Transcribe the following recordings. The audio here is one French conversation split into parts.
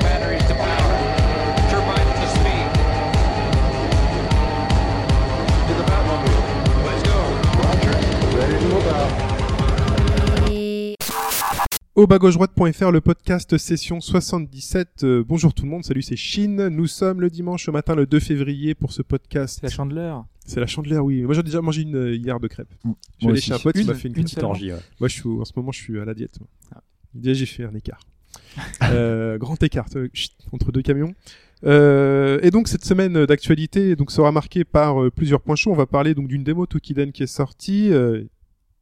batteries to power. Turbines to speed. To the Batmobile. Let's go. Au bas-gauche-droite.fr, le podcast session 77. Euh, bonjour tout le monde, salut, c'est Chine. Nous sommes le dimanche matin, le 2 février, pour ce podcast. C'est la chandeleur. C'est la chandelière, oui. Moi, j'ai déjà mangé une euh, hier de crêpes. Mm. Je suis allé chez un pote, il Une- m'a fait une une crêpe. seule. orgie. ouais. Moi, je suis, en ce moment, je suis à la diète. moi. Déjà, j'ai fait un écart. Euh, grand écart euh, chut, entre deux camions. Euh, et donc cette semaine euh, d'actualité donc sera marquée par euh, plusieurs points chauds. On va parler donc d'une démo Tokiden qui est sortie, euh,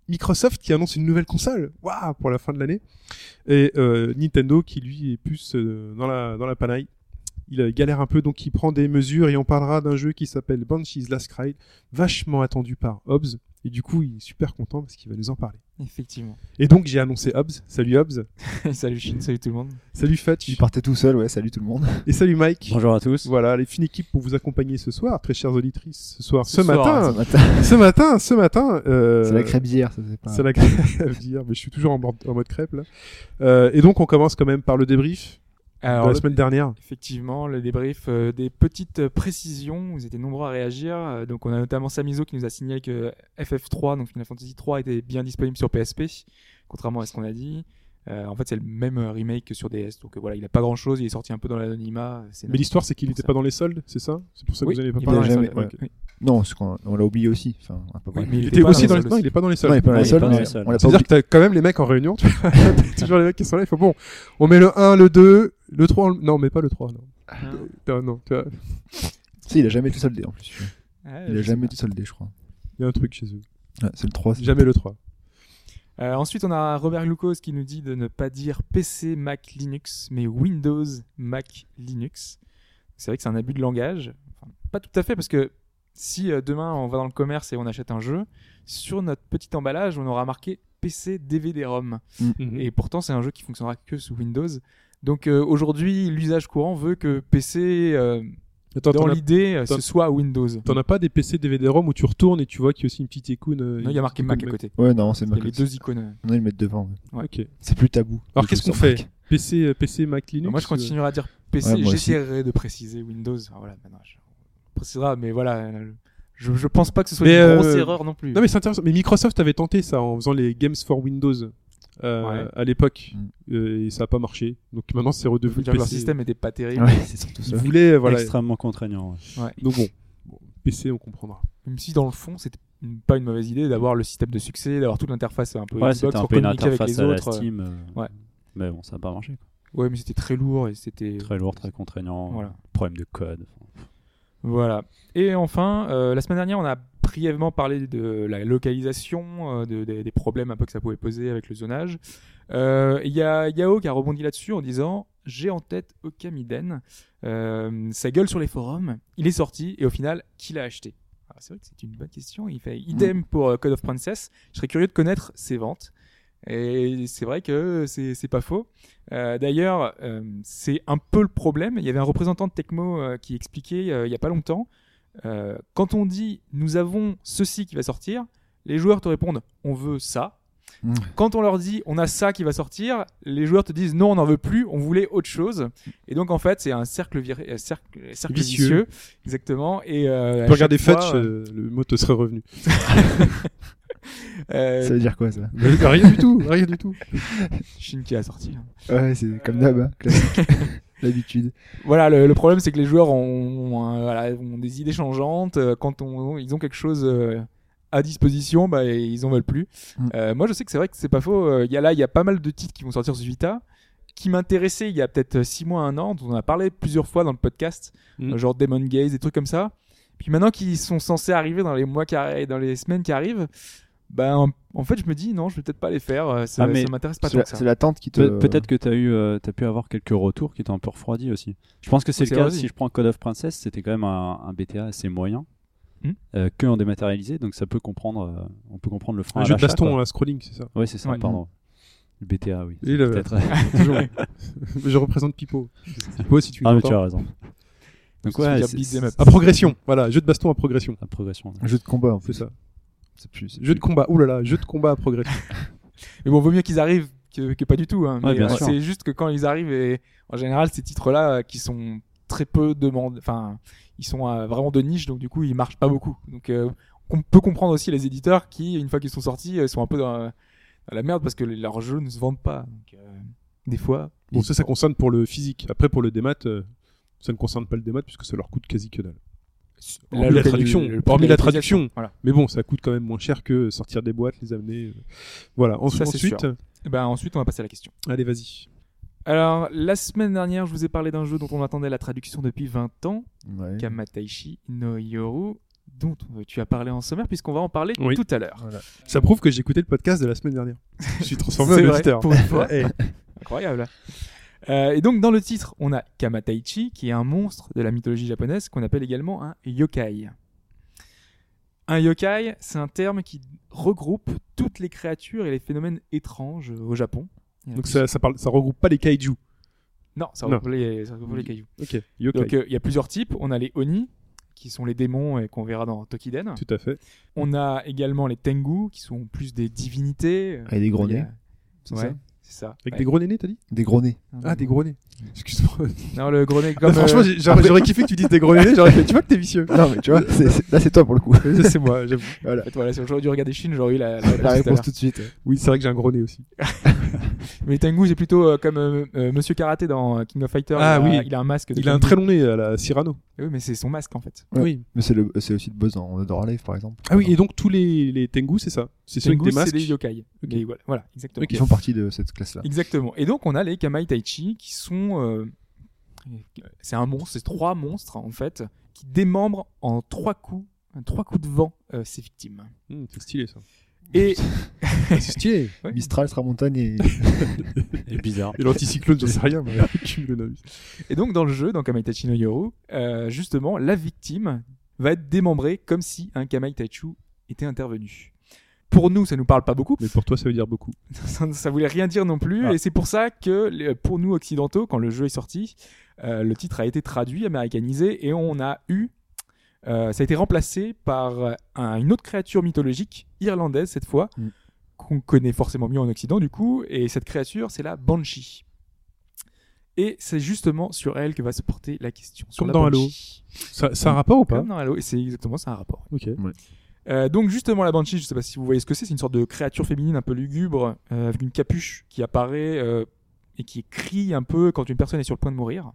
Microsoft qui annonce une nouvelle console, waouh pour la fin de l'année, et euh, Nintendo qui lui est plus euh, dans la dans la panaille. Il euh, galère un peu donc il prend des mesures et on parlera d'un jeu qui s'appelle Banshee's Last Cry, vachement attendu par Hobbs et du coup il est super content parce qu'il va nous en parler. Effectivement. Et donc j'ai annoncé Hobbs. Salut Hobbs. salut Chine, salut tout le monde. Salut Fatch. Il partait tout seul, ouais, salut tout le monde. Et salut Mike. Bonjour à tous. Voilà, les fine équipe pour vous accompagner ce soir, très chères auditrices. Ce soir, ce, Ce soir, matin, Ce matin, ce matin, ce matin. euh, c'est la crêpe d'hier, ça c'est pas. C'est la crêpe, à vous dire, mais je suis toujours en, mode- en mode crêpe là. Euh, et donc on commence quand même par le débrief Alors, de le- Bah, la semaine dernière. effectivement, le débrief, euh, des petites euh, précisions, vous étiez nombreux à réagir. Euh, donc, on a notamment Samizo qui nous a euh, signalé que FF3, donc Final Fantasy 3, était bien disponible sur PSP, contrairement à ce qu'on a dit. Euh, en fait, c'est le même euh, remake que sur DS. Donc, euh, voilà, il a pas grand chose, il est sorti un peu dans l'anonymat. euh, C'est Mais l'histoire c'est qu'il Pour n'était ça. pas dans les soldes, c'est ça C'est pour ça que Oui, vous n'avez pas il est parlé. dans les jamais- soldes, ouais. Ok. Oui, Non, parce qu'on on l'a oublié aussi. Enfin, à peu près. oui, mais Il était pas aussi dans les soldes non, il est pas dans les Non, il est soldes. pas dans Non, la il est seule. pas dans la mais seule. On l'a pas C'est-à-dire oublié. que t'as quand même les mecs en réunion, tu vois. T'as toujours les mecs qui sont là, il faut bon, on met le 1, le 2, le 3, on le- non, mais pas le 3, non. Ah. Non, non, tu vois, Si, il a jamais tout soldé en plus. Ouais, Il Ah, je a sais jamais pas. tout soldé, je crois. il y a un truc chez eux. Ouais, c'est le 3. c'est- Jamais le 3. Euh, ensuite, on a Robert Glucose qui nous dit de ne pas dire PC, Mac, Linux, mais Windows, Mac, Linux. C'est vrai que c'est un abus de langage. Enfin, pas tout à fait, parce que si euh, demain on va dans le commerce et on achète un jeu, sur notre petit emballage, on aura marqué PC, DVD-ROM. Mhm. Et pourtant, c'est un jeu qui fonctionnera que sous Windows. Donc euh, aujourd'hui, l'usage courant veut que PC, euh, Attends, dans t'en as- l'idée, euh, t'en- ce soit Windows. t'en as pas des PC DVD-ROM où tu retournes et tu vois qu'il y a aussi une petite icône. euh, Non, il y a marqué une Mac à icône côté. Ouais, non, c'est Il y Mac. a les deux icônes. euh, Non, ils le mettent devant. ouais. Ouais. Ok. C'est plus tabou. Alors Les qu'est-ce jeux qu'on sur fait Mac. PC, euh, PC, Mac, Linux. Alors moi, je euh, continuerai à dire PC. Ouais, moi aussi. J'essaierai de préciser Windows. Enfin, voilà, maintenant, je on précisera, mais voilà, euh, je, je pense pas que ce soit Mais, une grosse euh, erreur non plus. Non mais c'est intéressant. Mais Microsoft avait tenté ça en faisant les Games for Windows euh, Ouais. à l'époque Mm. Euh, et ça a pas marché. Donc maintenant c'est Faut redevenu dire que leur PC. système n'était pas terrible. Ouais, c'est surtout Ils ça. voulaient euh, voilà. Extrêmement contraignant. ouais. Donc bon, bon, PC on comprendra. Même si dans le fond, c'était une- pas une mauvaise idée d'avoir le système de succès, d'avoir toute l'interface un peu Ouais, Xbox c'était un pour peu une communiquer avec interface les à la autres. Steam. euh, ouais. Mais bon, ça n'a pas marché. quoi. Ouais, mais c'était très lourd et c'était Très lourd, très contraignant. Voilà. Problème de code. Voilà. Et enfin, euh, la semaine dernière, on a brièvement parlé de la localisation, euh, de- des- des problèmes un peu que ça pouvait poser avec le zonage. Euh, Il y a Yao qui a rebondi là-dessus en disant J'ai en tête Okamiden. Euh, sa gueule sur les forums, il est sorti et au final, qui l'a acheté Ah, C'est vrai que c'est une bonne question. Il fait idem pour euh, Code of Princess. Je serais curieux de connaître ses ventes. Et c'est vrai que c'est c'est pas faux. Euh, D'ailleurs, euh, c'est un peu le problème. Il y avait un représentant de Tecmo euh, qui expliquait euh, il y a pas longtemps euh, quand on dit nous avons ceci qui va sortir, les joueurs te répondent on veut ça. Mm. Quand on leur dit on a ça qui va sortir, les joueurs te disent non on n'en veut plus, on voulait autre chose. Et donc en fait c'est un cercle, viré- euh, cercle, cercle Vicieux. vicieux. exactement. Et euh, à Bah, Tu peux regarder chaque fois, Fetch, euh, euh, le mot te serait revenu. euh, Ça veut dire quoi ça Mais rien du tout, rien du tout. Shin qui a sorti. hein. Ouais, c'est comme d'hab, hein, classique. L'habitude. Voilà, le, le problème c'est que les joueurs ont, ont un- voilà, ont des idées changeantes. euh, Quand on, ils ont quelque chose euh, à disposition, bah, ils en veulent plus. Mm. Euh, moi, je sais que c'est vrai que c'est pas faux. Euh, Il y a là, il y a pas mal de titres qui vont sortir sur Vita qui m'intéressaient il y a peut-être 6 mois, 1 an, dont on a parlé plusieurs fois dans le podcast, Mm. Hum. euh, genre Demon Gaze, des trucs comme ça. Puis maintenant qu'ils sont censés arriver dans les mois qui arri- dans les semaines qui arrivent, bah, en, en fait, je me dis non, je vais peut-être pas les faire. euh, Ça, Ah, mais ça m'intéresse pas C'est tant la- que ça. c'est l'attente qui te. Pe- Peut-être que tu as, eu, euh, t'as pu avoir quelques retours qui t'ont un peu refroidi aussi. Je pense que c'est Oui, c'est le cas. vrai, oui. Si je prends Code of Princess, c'était quand même un, un BTA assez moyen. Hmm. euh, que en dématérialisé, donc ça peut comprendre, euh, on peut comprendre le frein. Un à jeu de l'achat, baston, quoi. là, scrolling, c'est ça. Ouais, c'est ça, Ouais. Hmm. pardon. Le BTA, oui. Et le- Peut-être. Toujours. Je représente Pipo. Pipo, si tu Ah, mais m'entends. tu as raison. Donc Ça veut ouais, dire c'est- beat'em up. À progression, voilà, jeu de baston à progression. la progression. Un jeu de combat, en C'est fait. ça. C'est plus. c'est Jeu de plus- combat, oulala, jeu de combat à progression. Mais bon, vaut mieux qu'ils arrivent que, que pas du tout. hein. Ouais, Mais, bien euh, sûr. c'est juste que quand ils arrivent, et en général, ces titres-là euh, qui sont très peu demandés, enfin, ils sont euh, vraiment de niche, donc du coup, ils marchent pas beaucoup. Donc, euh, on peut comprendre aussi les éditeurs qui, une fois qu'ils sont sortis, euh, sont un peu dans, euh, dans la merde parce que les- leurs jeux ne se vendent pas. Donc, euh, des fois. Bon, ils- ça, ça concerne pour le physique. Après, pour le démat, euh, ça ne concerne pas le démat puisque ça leur coûte quasi que dalle. La Hormis la locali- traduction, le- hormis la localisation. traduction. Voilà. Mais bon, ça coûte quand même moins cher que sortir des boîtes, les amener. euh. Voilà. Ensuite, Ça, c'est ensuite, euh, Et ben, ensuite, on va passer à la question. allez, vas-y. Alors, la semaine dernière, je vous ai parlé d'un jeu dont on attendait la traduction depuis 20 ans. Ouais. Kamataishi no Yoru, dont euh, tu as parlé en sommaire, puisqu'on va en parler Oui. tout à l'heure. Ça prouve que j'ai écouté le podcast de la semaine dernière. Je suis transformé C'est en vrai, auditeur. pour une fois. Eh, Incroyable. Euh, et donc, dans le titre, on a Kamataichi, qui est un monstre de la mythologie japonaise qu'on appelle également un yokai. Un yokai, c'est un terme qui regroupe toutes les créatures et les phénomènes étranges au Japon. Il y en a Donc plus- ça, ça, parle, ça regroupe pas les kaiju. Non, ça Non. regroupe, Les, ça regroupe les cailloux. Ok. Yokai. Donc, euh, il y a plusieurs types. On a les Oni, qui sont les démons et qu'on verra dans Tokiden. Tout à fait. On a également les Tengu, qui sont plus des divinités. Avec des gros Il y a- nez. c'est Ouais, ça c'est ça. Avec Ouais. des gros nénés, t'as dit Des gros nez. Ah, des gros nés. Excuse-moi. Non, le gros nez comme. Franchement, euh, j'ai- j'aurais j'aurais kiffé que tu dises des gros nénés. J'aurais fait, tu vois que t'es vicieux. Non, mais tu vois, c'est- c'est- là, c'est toi pour le coup. Ça, c'est moi, j'avoue. En fait, voilà, si j'aurais dû regarder Chine, j'aurais eu la, la réponse La tout à réponse l'heure. tout de suite. Oui, c'est vrai que j'ai un gros nez aussi. Mais Tengu, c'est plutôt euh, comme euh, euh, Monsieur Karaté dans euh, King of Fighters. Ah il a, oui. Il a un masque. de Il a un Tengu. très long nez à la Cyrano. Oui, mais c'est son masque en fait. Ouais. Oui. Mais c'est le- c'est aussi de buzz dans On Adore Live, par exemple. Ah oui, et donc tous les, les Tengu, c'est ça C'est ceux avec Tengu, des c'est masques des yokai. Mais Voilà, voilà, exactement. Ils font partie de cette classe-là. Exactement. Et donc, on a les Kamai Taichi qui sont. euh, c'est un monstre, c'est trois monstres en fait, qui démembrent en trois coups, en trois coups de vent, euh, ses victimes. Hmm, C'est stylé ça. Et Ah, c'est stylé. Ouais. Mistral, Stramontagne et. Et bizarre. Et l'anticyclone, j'en sais rien. Mais tu me le novice. Et donc dans le jeu, dans Kamaitachi no Yoru, euh, justement, la victime va être démembrée comme si un Kamaitachu était intervenu. Pour nous, ça nous parle pas beaucoup, Mais pour toi, ça veut dire beaucoup. ça, ça voulait rien dire non plus, Ah. et c'est pour ça que les- pour nous occidentaux, quand le jeu est sorti, euh, le titre a été traduit, américanisé, et on a eu, euh, ça a été remplacé par euh, un- une autre créature mythologique irlandaise cette fois, Mm. qu'on connaît forcément mieux en Occident du coup, et cette créature c'est la Banshee. Et c'est justement sur elle que va se porter la question. Sur Comme la dans Halo. Banshee. Ça, ça a un rapport ou pas Comme dans Halo, et c'est exactement ça un rapport. Mmh. Ok. Euh, donc justement la banshee, je sais pas si vous voyez ce que c'est, c'est une sorte de créature féminine un peu lugubre euh, avec une capuche qui apparaît euh, et qui crie un peu quand une personne est sur le point de mourir.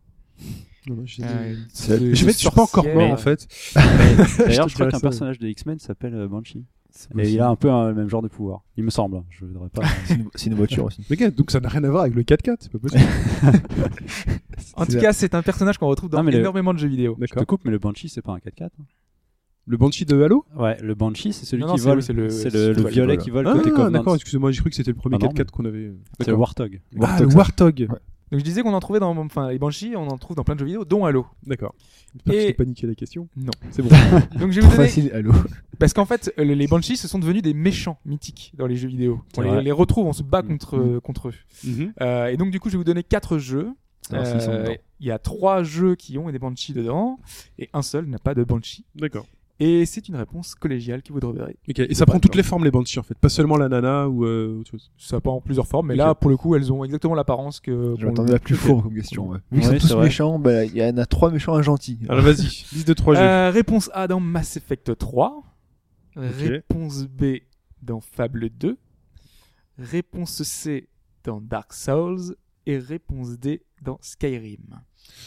Non, non, j'ai dit- Euh, C'est- de- Je de vais être- je suis pas encore sorcière. mort en fait. D'ailleurs, te je crois dirais qu'un ça. personnage de X-Men s'appelle euh, Banshee. Et possible. il a un peu euh, le même genre de pouvoir. Il me semble. Je voudrais pas. C'est une- c'est une voiture aussi. Mais gars, donc ça n'a rien à voir avec le 4x4, c'est pas possible. En tout C'est- cas, c'est un personnage qu'on retrouve dans Non, mais le- énormément de jeux vidéo. Je te D'accord. coupe, mais le Banshee, c'est pas un 4x4. hein. Le Banshee de Halo Ouais, le Banshee, c'est celui Non, non, qui c'est- vole. oui, c'est le- C'est c'est le, le le violet voilà. qui vole Ah, côté Covenant. d'accord, excusez-moi, j'ai cru que c'était le premier Ah non, 4x4 qu'on avait. C'est le Warthog. Ah, le Warthog, ça. Warthog Ouais. Donc je disais qu'on en trouvait dans, enfin les banshees, on en trouve dans plein de jeux vidéo, dont Halo. D'accord. J'espère que Et- je t'ai paniqué la question. Non. C'est bon. Donc je vais Trop vous donner, facile, allô. parce qu'en fait euh, les banshees se sont devenus des méchants mythiques dans les jeux vidéo. C'est On les, vrai. les retrouve, on se bat Mm. contre contre eux. Mhm. Euh, et donc du coup, je vais vous donner quatre jeux. Ça va, s'ils sont Euh, dedans. il y a trois jeux qui ont des Banshees dedans, et un seul n'a pas de Banshee. D'accord. Et c'est une réponse collégiale qui vous devrez. Ok, Et ça prend toutes les formes les Banshees en fait, pas seulement la nana ou euh, autre chose. Ça part en plusieurs formes, mais Ok. là, pour le coup, elles ont exactement l'apparence que. Je qu'on- m'attendais la plus fourbe comme question. ouais. Vu qu'ils Ouais, sont c'est tous vrai. méchants, bah, il y en a trois méchants, un gentil. Alors vas-y, liste de 3 jeux. Euh, réponse A dans Mass Effect 3. Réponse B dans Fable 2. Réponse C dans Dark Souls. Et réponse D dans Skyrim.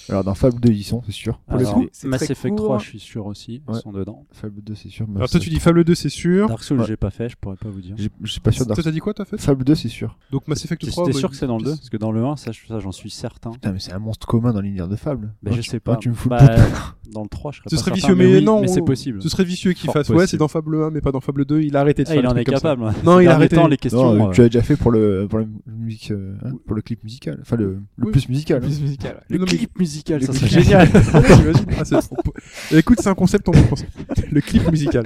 Alors dans Fable 2, ils sont, c'est sûr. Pour le Alors, coup, c'est Ah, Mass très Effect court. 3, je suis sûr aussi. Ils Ouais. sont dedans. Fable 2, c'est sûr. mais Alors toi ça- tu dis Fable 2 c'est sûr. Dark Souls, Ouais. j'ai pas fait, je pourrais pas vous dire. j'ai- Je suis pas sûr Toi d'un. t'as dit quoi toi fait Fable 2, c'est sûr. Donc Mass Effect 3. J'étais bah, sûr que c'est dans le 2, pisse. parce que dans le 1, ça, je- ça, j'en suis certain. Putain, mais c'est un monstre commun dans l'univers de Fable. Bah, Hein, je tu- sais pas. hein, Tu me fous le Bah, bout. Dans le 3, je serais Ce pas serait certain, vicieux, mais oui, non, Mais on- c'est possible. Ce serait vicieux qu'il Fort fasse. Ouais, possible. c'est dans Fable 1, mais pas dans Fable 2. Il a arrêté de Ah, faire il des en est trucs comme ça. capable. Non, hein. Ces il a derniers arrêté. temps, les Non, questions. mais euh, tu l'as déjà fait pour le, pour, la musique, euh, hein, pour le clip musical. Enfin, le, le Oui. plus musical. hein. Plus musical, ouais. Le Non, mais- clip musical, Le ça clip serait génial. T'imagines Ah, c'est- on peut- Écoute, c'est un concept, on peut penser. Le clip musical.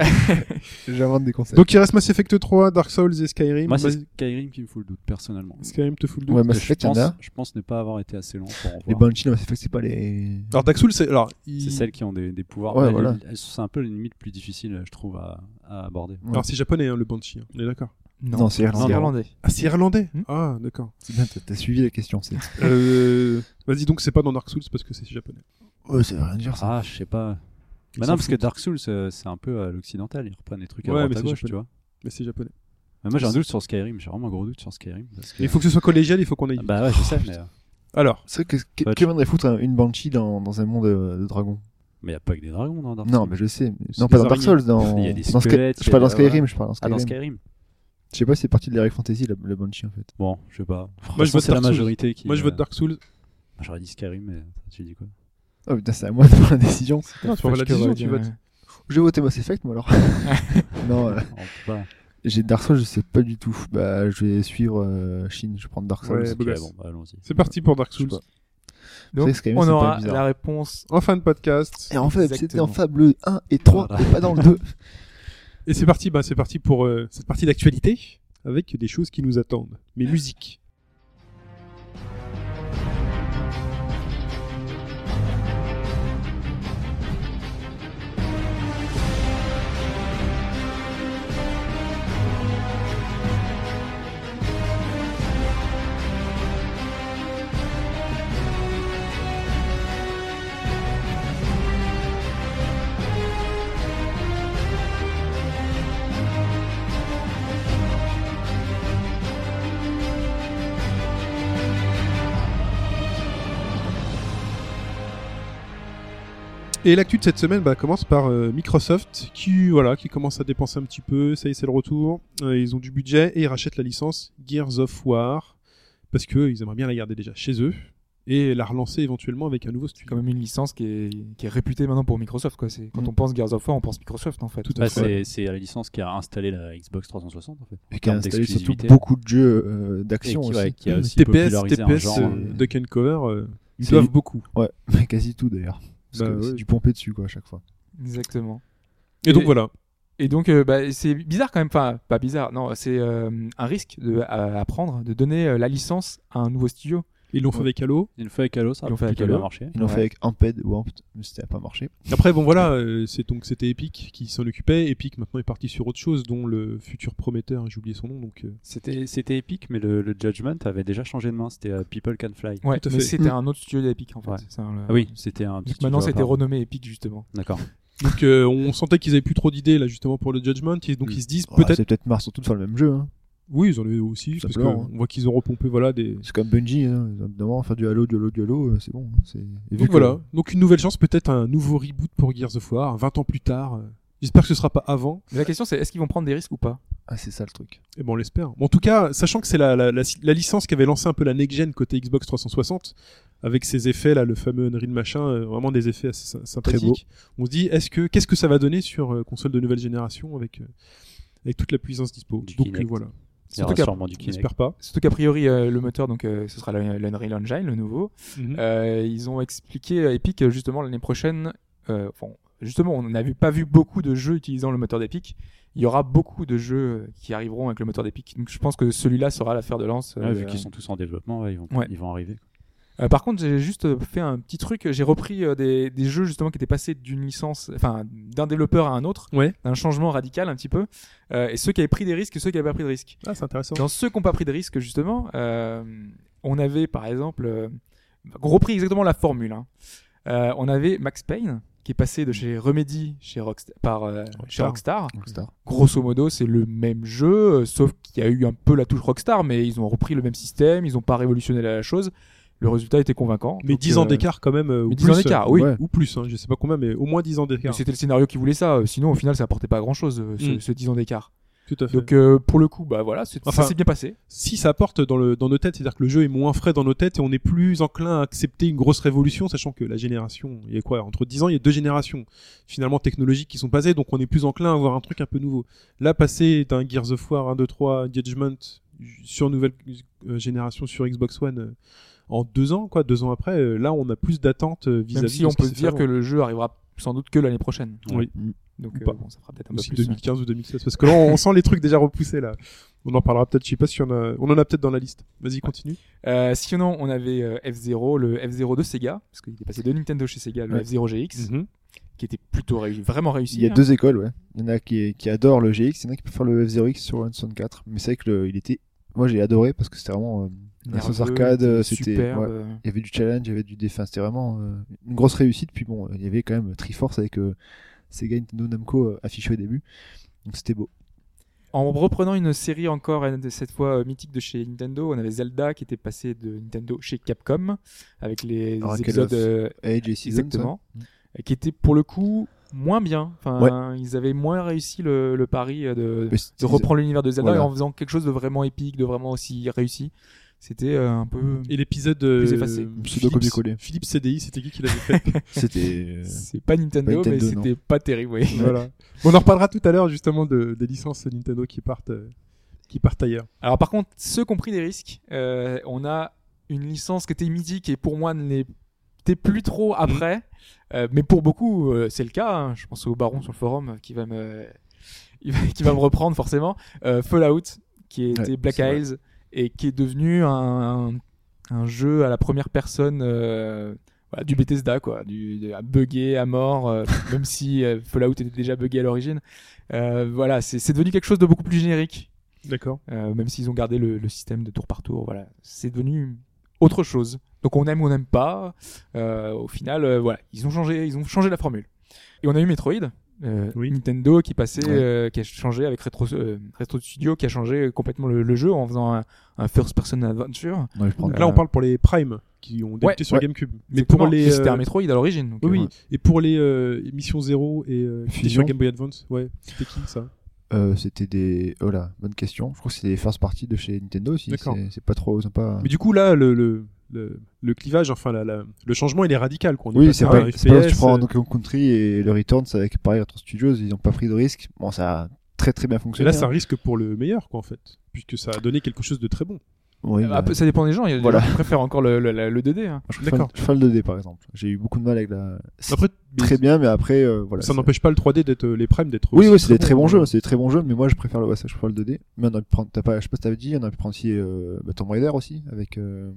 J'invente des concepts. Donc il reste Mass Effect 3, Dark Souls et Skyrim. Moi, c'est Vas-y, Skyrim qui me fout le doute, personnellement. Skyrim te fout le doute. ouais, bah, Mass je, Effect, il y en pense, a. je pense ne pas avoir été assez long pour en Les voir. Banshees dans Mass Effect, c'est pas les. Alors Dark Souls, c'est alors il- C'est celles qui ont des, des pouvoirs. Ouais, Elles- voilà. elles- C'est un peu les limites plus difficiles, je trouve, à, à aborder. Alors c'est japonais hein, le Banshee, hein. on est d'accord. Non, c'est c'est irlandais. irlandais. Ah c'est irlandais. Hmm. Ah d'accord. C'est bien, t'as- t'as suivi la question. C'est... Euh, Vas-y donc c'est pas dans Dark Souls parce que c'est japonais. Oh, ça veut rien dire ça. Ah, je sais pas. Ils Bah s'en non, parce que foutent. Dark Souls, euh, c'est un peu à l'occidental. Ils reprennent des trucs à Ouais, mais droite à c'est gauche, japonais. tu vois. Mais c'est japonais. Mais moi, j'ai un doute sur Skyrim. J'ai vraiment un gros doute sur Skyrim. Parce que... Il faut que ce soit collégial, il faut qu'on aille. Ah Bah ouais, je sais, mais euh, Alors C'est vrai que que- Fudge. que viendrait foutre un- une Banshee dans, dans un monde euh, de dragons mais y a pas que des dragons dans Dark Souls. Non, mais je sais. mais- C'est Non, pas des dans Dark araignées. Souls, dans. Il y a des dans Sky- squelettes, Je parle il y dans a- Skyrim, je parle euh, dans Ah, dans Skyrim. Skyrim Je sais pas, c'est parti de l'Eric Fantasy, la, la Banshee en fait. Bon, je sais pas. Moi, je vote c'est la Dark Souls. majorité qui. moi je vote Dark Souls. euh, J'aurais dit Skyrim, mais tu dis quoi Oh putain, c'est à moi de prendre la décision. Non, tu prends la Fudge décision, Cowboy, tu ouais. votes. Je vais voter Mass Effect, moi alors. non, euh, On peut pas. j'ai Dark Souls, je sais pas du tout. Bah, je vais suivre euh, Shin, je vais prendre Dark Souls. Ouais, beau Ok, gosse. bon, bah, allons-y. C'est parti pour Dark Je sais Souls. pas. Donc, C'est Skyrim, on c'est pas aura bizarre. la réponse. En fin de podcast. Et en fait, c'était Exactement. en Fable 1 et 3, Voilà. et pas dans le 2. Et c'est parti, bah c'est parti pour euh, cette partie d'actualité avec des choses qui nous attendent. Mais musique. Et l'actu de cette semaine bah, commence par euh, Microsoft qui voilà qui commence à dépenser un petit peu, ça y est c'est le retour, Euh, ils ont du budget et ils rachètent la licence Gears of War parce que ils aimeraient bien la garder déjà chez eux et la relancer éventuellement avec un nouveau C'est studio. quand même une licence qui est, qui est réputée maintenant pour Microsoft. Quoi. C'est- Quand Mm. on pense Gears of War, on pense Microsoft en fait. Tout Bah, c'est c'est la licence qui a installé la Xbox 360 en fait. Et qui a termes installé surtout d'exclusivité. beaucoup de jeux euh, d'action Et qui, aussi. ouais, qui a aussi TPS, popularisé un TPS, genre. euh, euh, Duck and Cover, euh, ils C'est- doivent beaucoup. Ouais, mais quasi tout d'ailleurs. Parce Bah, que ouais. c'est du pompé dessus quoi à chaque fois. Exactement. Et, donc Et- voilà. Et donc, euh, bah, c'est bizarre quand même. Enfin, pas bizarre. Non, c'est euh, un risque de, à, à prendre de donner euh, la licence à un nouveau studio. Ils l'ont fait avec Halo. Ils l'ont fait avec Halo, ça Ils l'ont a fait avec plutôt bien Halo. marché. Ils l'ont Ouais. fait avec Amped ou Amped, mais c'était pas marché. Après, bon voilà, euh, c'est donc c'était Epic qui s'en occupait. Epic maintenant est parti sur autre chose, dont le futur prometteur, j'ai oublié son nom. Donc, euh, C'était c'était épique, mais le, le Judgment avait déjà changé de main. C'était euh, People Can Fly. Ouais, Tout à mais fait. c'était un autre studio d'Epic en fait. Mm. Ouais. C'est un, le- Ah oui, c'était un. Donc petit maintenant, studio à c'était part. renommé Epic justement. D'accord. donc, euh, on sentait qu'ils avaient plus trop d'idées là justement pour le Judgment. Ils- Donc Mm. ils se disent Oh, peut-être. C'est peut-être marre surtout de faire le même jeu. Hein. Oui, ils en avaient aussi Ça parce pleure, qu'on hein. voit qu'ils ont repompé voilà des. C'est comme Bungie, hein. évidemment, faire du Halo, du Halo, du Halo, euh, c'est bon. hein. C'est... Et vu Donc que- voilà, donc une nouvelle chance, peut-être un nouveau reboot pour Gears of War, 20 ans plus tard. euh, J'espère que ce sera pas avant. Mais la question, c'est est-ce qu'ils vont prendre des risques ou pas Ah, c'est ça le truc. Et bon, Eh ben, on l'espère. Bon, en tout cas, sachant que c'est la, la, la, la licence qui avait lancé un peu la next-gen côté Xbox 360, avec ses effets là, le fameux Unreal machin, euh, vraiment des effets assez sy- sympathiques. On se dit, est-ce que qu'est-ce que ça va donner sur euh, console de nouvelle génération avec euh, avec toute la puissance dispo Du Donc Kinect. euh, voilà, Il y En aura tout cas, sûrement du on Kinect. espère pas. Surtout qu'a priori, euh, le moteur, donc, euh, ce sera le- l'Unreal Engine, le nouveau. Mhm. Euh, ils ont expliqué à Epic euh, justement l'année prochaine. euh, enfin, justement, on n'avait pas vu beaucoup de jeux utilisant le moteur d'Epic. Il y aura beaucoup de jeux qui arriveront avec le moteur d'Epic. Donc je pense que celui-là sera l'affaire de lance. Ouais, euh, vu qu'ils sont tous en développement, ouais, ils, vont, Ouais. ils vont arriver. euh, par contre, j'ai juste euh, fait un petit truc. J'ai repris euh, des, des jeux justement qui étaient passés d'une licence, enfin d'un développeur à un autre, Ouais. d'un changement radical un petit peu. Euh, et ceux qui avaient pris des risques, et ceux qui n'avaient pas pris de risques. Ah, c'est intéressant. Dans ceux qui n'ont pas pris de risque, justement, euh, on avait par exemple, euh, repris exactement la formule, hein. Euh, on avait Max Payne qui est passé de chez Remedy chez Rocksta- par, euh, chez Rockstar. Rockstar. Grosso modo, c'est le même jeu, euh, sauf qu'il y a eu un peu la touche Rockstar, mais ils ont repris le même système, ils n'ont pas révolutionné la chose. Le résultat était convaincant. Mais Donc, 10 ans euh, d'écart quand même. euh, ou mais 10 plus, ans d'écart, euh, oui. Ou plus, hein, je sais pas combien, mais au moins 10 ans Mais d'écart. C'était le scénario qui voulait ça, euh, sinon au final ça apportait pas grand chose, ce, Mm. ce 10 ans d'écart. Parce Tout à fait. Donc euh, pour le coup, bah voilà, c'est- Mm. Enfin, ça s'est bien passé. si ça apporte dans, le, dans nos têtes, c'est-à-dire que le jeu est moins frais dans nos têtes et on est plus enclin à accepter une grosse révolution, sachant que la génération, il y a quoi Entre 10 ans, il y a deux générations finalement technologiques qui sont passées, donc on est plus enclin à voir un truc un peu nouveau. Là, passer d'un Gears of War 1, 2, 3, Judgment sur nouvelle euh, génération sur Xbox One euh, en deux ans, quoi, deux ans après, euh, là on a plus d'attentes euh, vis-à-vis Même de si on ce qui peut s'est se dire fait que avant. le jeu arrivera sans doute que l'année prochaine. Oui. Mm. Donc Ou euh, pas. bon, ça fera peut-être un Ou peu si plus. 2015 ou 2016, parce que là on sent les trucs déjà repoussés là. On en parlera peut-être, je sais pas si on a, on en a peut-être dans la liste. Vas-y, continue. Euh, sinon, on avait euh, F0, le F0 de Sega, parce qu'il est passé de Nintendo chez Sega, le Ouais. Mhm. F0 GX, qui était plutôt réussi, vraiment réussi. Il y a hein. deux écoles, ouais. Il y en a qui, qui adorent le GX, il y en a qui préfèrent le F0X sur une 64. Mais c'est vrai que le- il était. Moi, j'ai adoré parce que c'était vraiment. Euh, un Nerveux, sens arcade, euh, c'était. superbe. ouais. Il y avait du challenge, il y avait du défi. C'était vraiment euh, une grosse réussite. Puis bon, il y avait quand même Triforce avec euh, Sega, Nintendo, Namco euh, affiché au début. Donc c'était beau. En reprenant une série encore, euh, de- cette fois euh, mythique de chez Nintendo, on avait Zelda qui était passé de Nintendo chez Capcom, avec les Oracle épisodes of euh, Age et Seasons, hein. exactement, euh, qui étaient pour le coup moins bien. Enfin, ils avaient moins réussi le, le pari euh, de, ouais. Mais c'est- de reprendre l'univers de Zelda Voilà. en faisant quelque chose de vraiment épique, de vraiment aussi réussi. C'était euh, un peu. Et l'épisode euh, Plus effacé. Pseudo Philips- copier-coller. Philippe CDI, c'était qui qui l'avait fait C'était. euh, C'est pas Nintendo, pas mais Nintendo, c'était pas terrible. Oui. Voilà. On en reparlera tout à l'heure justement de, des licences Nintendo qui partent, euh, qui partent ailleurs. Alors par contre, ceux qui ont pris des risques, euh, on a une licence qui était mythique et pour moi n'était plus trop après, Euh, mais pour beaucoup euh, c'est le cas. hein. Je pense au Baron sur le forum euh, qui va me, il va- qui va me reprendre forcément. Euh, Fallout, qui était Ouais, Black c'est vrai. Isles et qui est devenu un, un- un jeu à la première personne. euh, voilà, du Bethesda quoi, du, de- à bugué à mort, euh, même si euh, Fallout était déjà bugué à l'origine. Euh, voilà, c'est c'est devenu quelque chose de beaucoup plus générique D'accord. euh, même s'ils ont gardé le, le système de tour par tour, voilà, c'est devenu autre chose. Donc on aime ou on n'aime pas. euh, au final, euh, voilà, ils ont changé, ils ont changé la formule. Et on a eu Metroid, euh, Oui. Nintendo qui passait, Ouais. euh, qui a changé avec Retro, euh, Retro Studio, qui a changé complètement le, le jeu en faisant un, un first person adventure. ouais, je prends- Là, on parle pour les Prime qui ont débuté Ouais, sur Euh, ouais. GameCube. Mais Exactement, pour les c'était euh, un Metroid à l'origine. donc, oui, oui. euh, Et pour les euh, Mission Zero et euh, qui étaient Fusion. sur Game Boy Advance, ouais, c'était qui ça Euh, c'était des. Oh là, bonne question. Je crois que c'était des first parties de chez Nintendo aussi. D'accord. C'est- C'est pas trop sympa. Mais du coup, là, le, le, le, le clivage, enfin, la, la- le changement, il est radical. Quoi. On est Oui, passé c'est à pas, un c'est pas grave, tu FPS, prends euh, Donkey Kong Country et le Return, c'est avec pareil Retro Studios, ils ont pas pris de risque. Bon, ça a très très bien et fonctionné. là, c'est un hein. risque pour le meilleur, quoi, en fait, puisque ça a donné quelque chose de très bon. Oui, un Ah, bah, ah, peu- ça dépend des gens. Il y a des Voilà. gens qui préfèrent encore le, le- le- le 2D. hein. je d'accord. préfère je préfère le 2D par exemple. J'ai eu beaucoup de mal avec la. C'est Après, très bien, mais après, euh, voilà. ça c'est- n'empêche pas le 3D d'être euh, les primes d'être. Oui, aussi oui, c'est des très bons bon. jeux, c'est des très bons jeux, mais moi je préfère le, ouais, ça, je préfère le 2D. Mais on a pu prendre, t'as pas, je sais pas si t'avais dit, on a pu prendre aussi euh, bah, Tomb Raider aussi, avec, euh,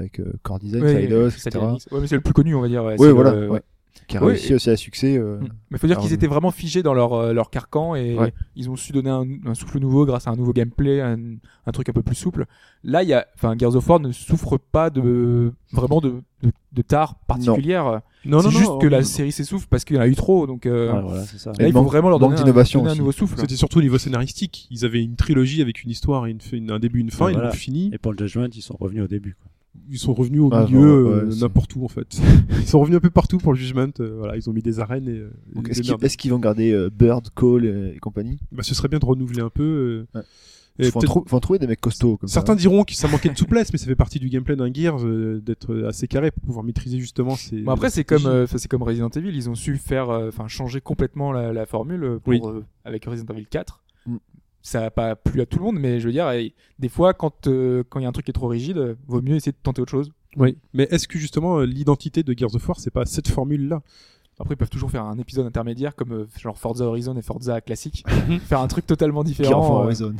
avec euh, Core Design, Ouais, Kaidos, ça etc. dynamique. ouais, mais c'est le plus connu, on va dire. euh, ouais, Oui, c'est voilà, le- ouais. qui a Ouais, réussi aussi à succès. euh, Mm. Mais faut dire Ah, qu'ils oui. étaient vraiment figés dans leur, euh, leur carcan et Ouais. ils ont su donner un, un souffle nouveau grâce à un nouveau gameplay, un, un truc un peu plus souple. Là, il y a, enfin, Gears of War ne souffre pas de vraiment de, de, de tare particulière. Non, non, C'est non, juste que on- la série s'essouffle parce qu'il y en a eu trop. Donc euh, Ouais, voilà, c'est ça. là, Et il faut manque- vraiment leur manque donner, un, d'innovation donner un aussi. nouveau souffle. C'était surtout au niveau scénaristique. Ils avaient une trilogie avec une histoire, et une, fin- un début, une fin, Ouais, ils voilà. l'ont fini. Et pour le Judgment, ils sont revenus au début. quoi. Ils sont revenus au Ah, milieu, bon, ouais, euh, c'est- n'importe où en fait. ils sont revenus un peu partout pour le Judgment. euh, voilà, ils ont mis des arènes et. euh, donc et Est-ce des qu'ils merdes. est-ce qu'ils vont garder euh, Bird, Cole euh, et compagnie Bah, ce serait bien de renouveler un peu. euh, Ouais. et Ils vont, peut-être- trou- vont trouver des mecs costauds comme Certains ça. hein, diront que ça manquait de souplesse, mais ça fait partie du gameplay d'un Gears euh, d'être assez carré pour pouvoir maîtriser justement ces. Bon, après, c'est stratégies. comme, euh, enfin, c'est comme Resident Evil. Ils ont su faire, euh, enfin, changer complètement la, la formule pour, Oui. euh, avec Resident Evil 4. Mm. Ça n'a pas plu à tout le monde, mais je veux dire, eh, des fois, quand euh, quand il y a un truc qui est trop rigide, euh, vaut mieux essayer de tenter autre chose. Oui. Mais est-ce que justement euh, l'identité de Gears of War, c'est pas cette formule-là Après, ils peuvent toujours faire un épisode intermédiaire comme euh, genre Forza Horizon et Forza classique, Mhm. faire un truc totalement Gears of War différent. euh, Horizon.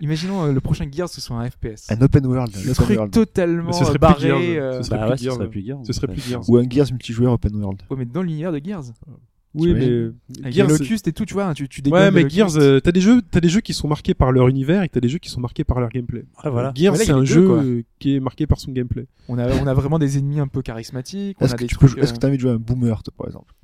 imaginons euh, le prochain Gears ce soit un Ah, FPS, Un open world. un un open truc world. totalement Mais ce serait euh, plus barré. Gears, euh, ce serait- Bah plus ouais, ce Gears. serait plus Gears. Ce serait plus Gears. Ou un Gears multijoueur open world. ouais, mais dans l'univers de Gears, Oui, mais T'imagines avec Gears, les Locust et tout, tu vois, hein, tu, tu Ouais, dégommes mais le Gears, Locust. euh, t'as des jeux, t'as des jeux qui sont marqués par leur univers et t'as des jeux qui sont marqués par leur gameplay. Ouais, voilà. Gears, Ah, Mais là, il y c'est a un les deux, jeu quoi. euh, qui est marqué par son gameplay. on a on a vraiment des ennemis un peu charismatiques, on Est-ce a que des tu peux, trucs, est-ce euh, que t'as envie de jouer un boomer, toi, par exemple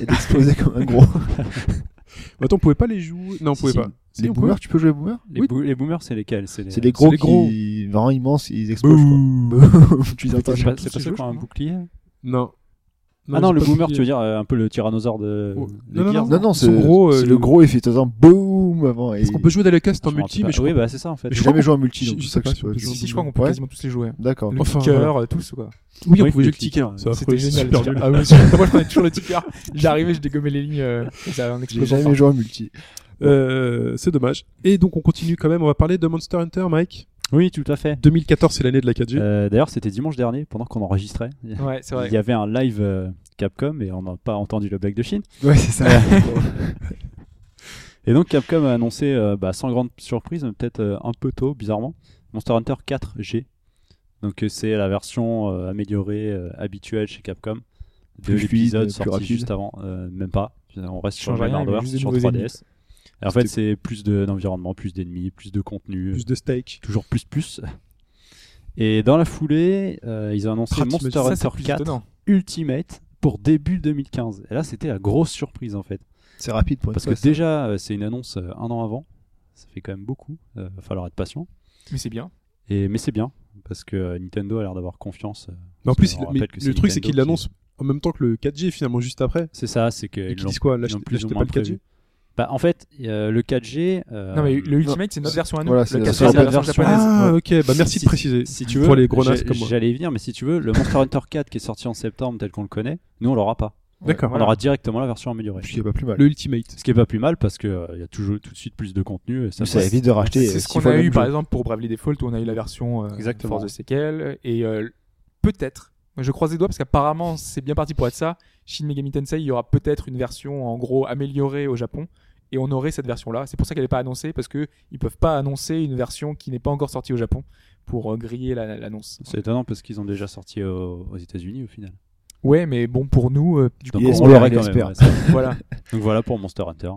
Et d'exploser comme un gros. Bah, Attends, on pouvait pas les jouer. Non, on Si, pouvait si. pas. Si, les on pouvait. boomers, tu peux jouer boomer Les, Oui. bou- les boomers, c'est lesquels C'est les- C'est les gros les gros. qui, vraiment immenses, ils explosent. quoi. tu les entends. C'est pas, c'est qui se pas ceux joue, qui ont je un crois. bouclier Non. ah non, j'ai le pas boomer, oublié. tu veux dire euh, un peu le tyrannosaure de. Oh. de Non, Gears. Non, non, Ils sont c'est gros, euh, c'est le- le gros et fait en faisant boum avant. Bah, Et... Parce qu'on peut jouer d'Alocast en Je m'en multi, rappelle mais pas. je Oui, crois bah c'est ça en fait. Mais J'ai je jamais crois joué en multi, je- donc je c'est sais ça pas que si on peut jouer je en Si, si, je crois qu'on peut Ouais. quasiment tous les jouer. hein. D'accord. Le Enfin, kicker, tous quoi. que- oui, on pouvait Oui, le jouer le petit ticker. kicker. Ça, C'était affreux, c'est génial. super nul. Ah oui, c'est- moi je prenais toujours le ticker. J'arrivais, je dégommais les lignes. euh, ça, en J'ai explosant. jamais joué en multi. Euh, c'est dommage. Et donc on continue quand même, on va parler de Monster Hunter, Mike. Oui, tout à fait. 2014, c'est l'année de la 4G. Euh, D'ailleurs, c'était dimanche dernier, pendant qu'on enregistrait. Ouais, c'est vrai. Il y avait un live euh, Capcom et on n'a pas entendu le blague de Chine. Ouais, c'est ça. Et donc Capcom a annoncé, euh, bah, sans grande surprise, mais peut-être euh, un peu tôt, bizarrement, Monster Hunter 4G. Donc euh, c'est la version euh, améliorée euh, habituelle chez Capcom de Plus fluide, l'épisode plus sorti rapide. juste avant. Euh, même pas. On reste sur Change le même rien, mais hardware, juste des sur nouveaux 3DS. Et en fait, c'est plus de- d'environnement, plus d'ennemis, plus de contenu, Plus de steak. toujours plus plus. Et dans la foulée, euh, ils ont annoncé Ah, t'imagines Monster Ça, c'est Hunter plus 4 étonnant. Ultimate pour début 2015. Et là, c'était la grosse surprise en fait. C'est rapide pour une Parce fois, que déjà, euh, c'est une annonce euh, un an avant. Ça fait quand même beaucoup. Il va falloir être patient. Mais c'est bien. Et, mais c'est bien. Parce que euh, Nintendo a l'air d'avoir confiance. euh, Mais en parce plus, qu'on il- rappelle mais que le truc, c'est qu'ils Nintendo qui- l'annoncent en même temps que le 4G finalement, juste après. C'est ça, c'est que. Et ils qu'ils l'ont- disent quoi ils l'ont L'achetez plus ou l'achetez moins pas le 4G prévu. Bah, en fait, euh, le 4G. euh, Non, mais le Ultimate, c'est notre version à nous. Voilà, Le c'est- 4G, c'est la c'est la version version japonaise. japonaise. Ah, ok, bah Si- merci de préciser. Si tu veux, Pour les gros nasses j'ai- comme moi. j'allais y venir, mais si tu veux, le Monster Hunter 4 qui est sorti en septembre tel qu'on le connaît, nous on l'aura pas. Ah, D'accord. On aura directement la version améliorée. Puis euh, il y a pas plus mal. Le Ultimate. Ce qui est pas plus mal parce que euh, il y a toujours tout de suite plus de contenu. Et ça, Mais Ça passe. évite de racheter. C'est euh, ce six qu'on fois a le eu même par jeu. exemple pour Bravely Default où on a eu la version euh, Exactement. Force de Sequel et euh, peut-être moi, je croise les doigts parce qu'apparemment c'est bien parti pour être ça Shin Megami Tensei il y aura peut-être une version en gros améliorée au Japon et on aurait cette version là c'est pour ça qu'elle n'est pas annoncée parce que ils peuvent pas annoncer une version qui n'est pas encore sortie au Japon pour euh, griller la- l'annonce C'est étonnant parce qu'ils ont déjà sorti au- aux États-Unis au final. ouais mais bon pour nous euh, du Donc Ils coup espèrent, on l'aurait ils quand même. espèrent. ouais, ça. voilà Donc voilà pour Monster Hunter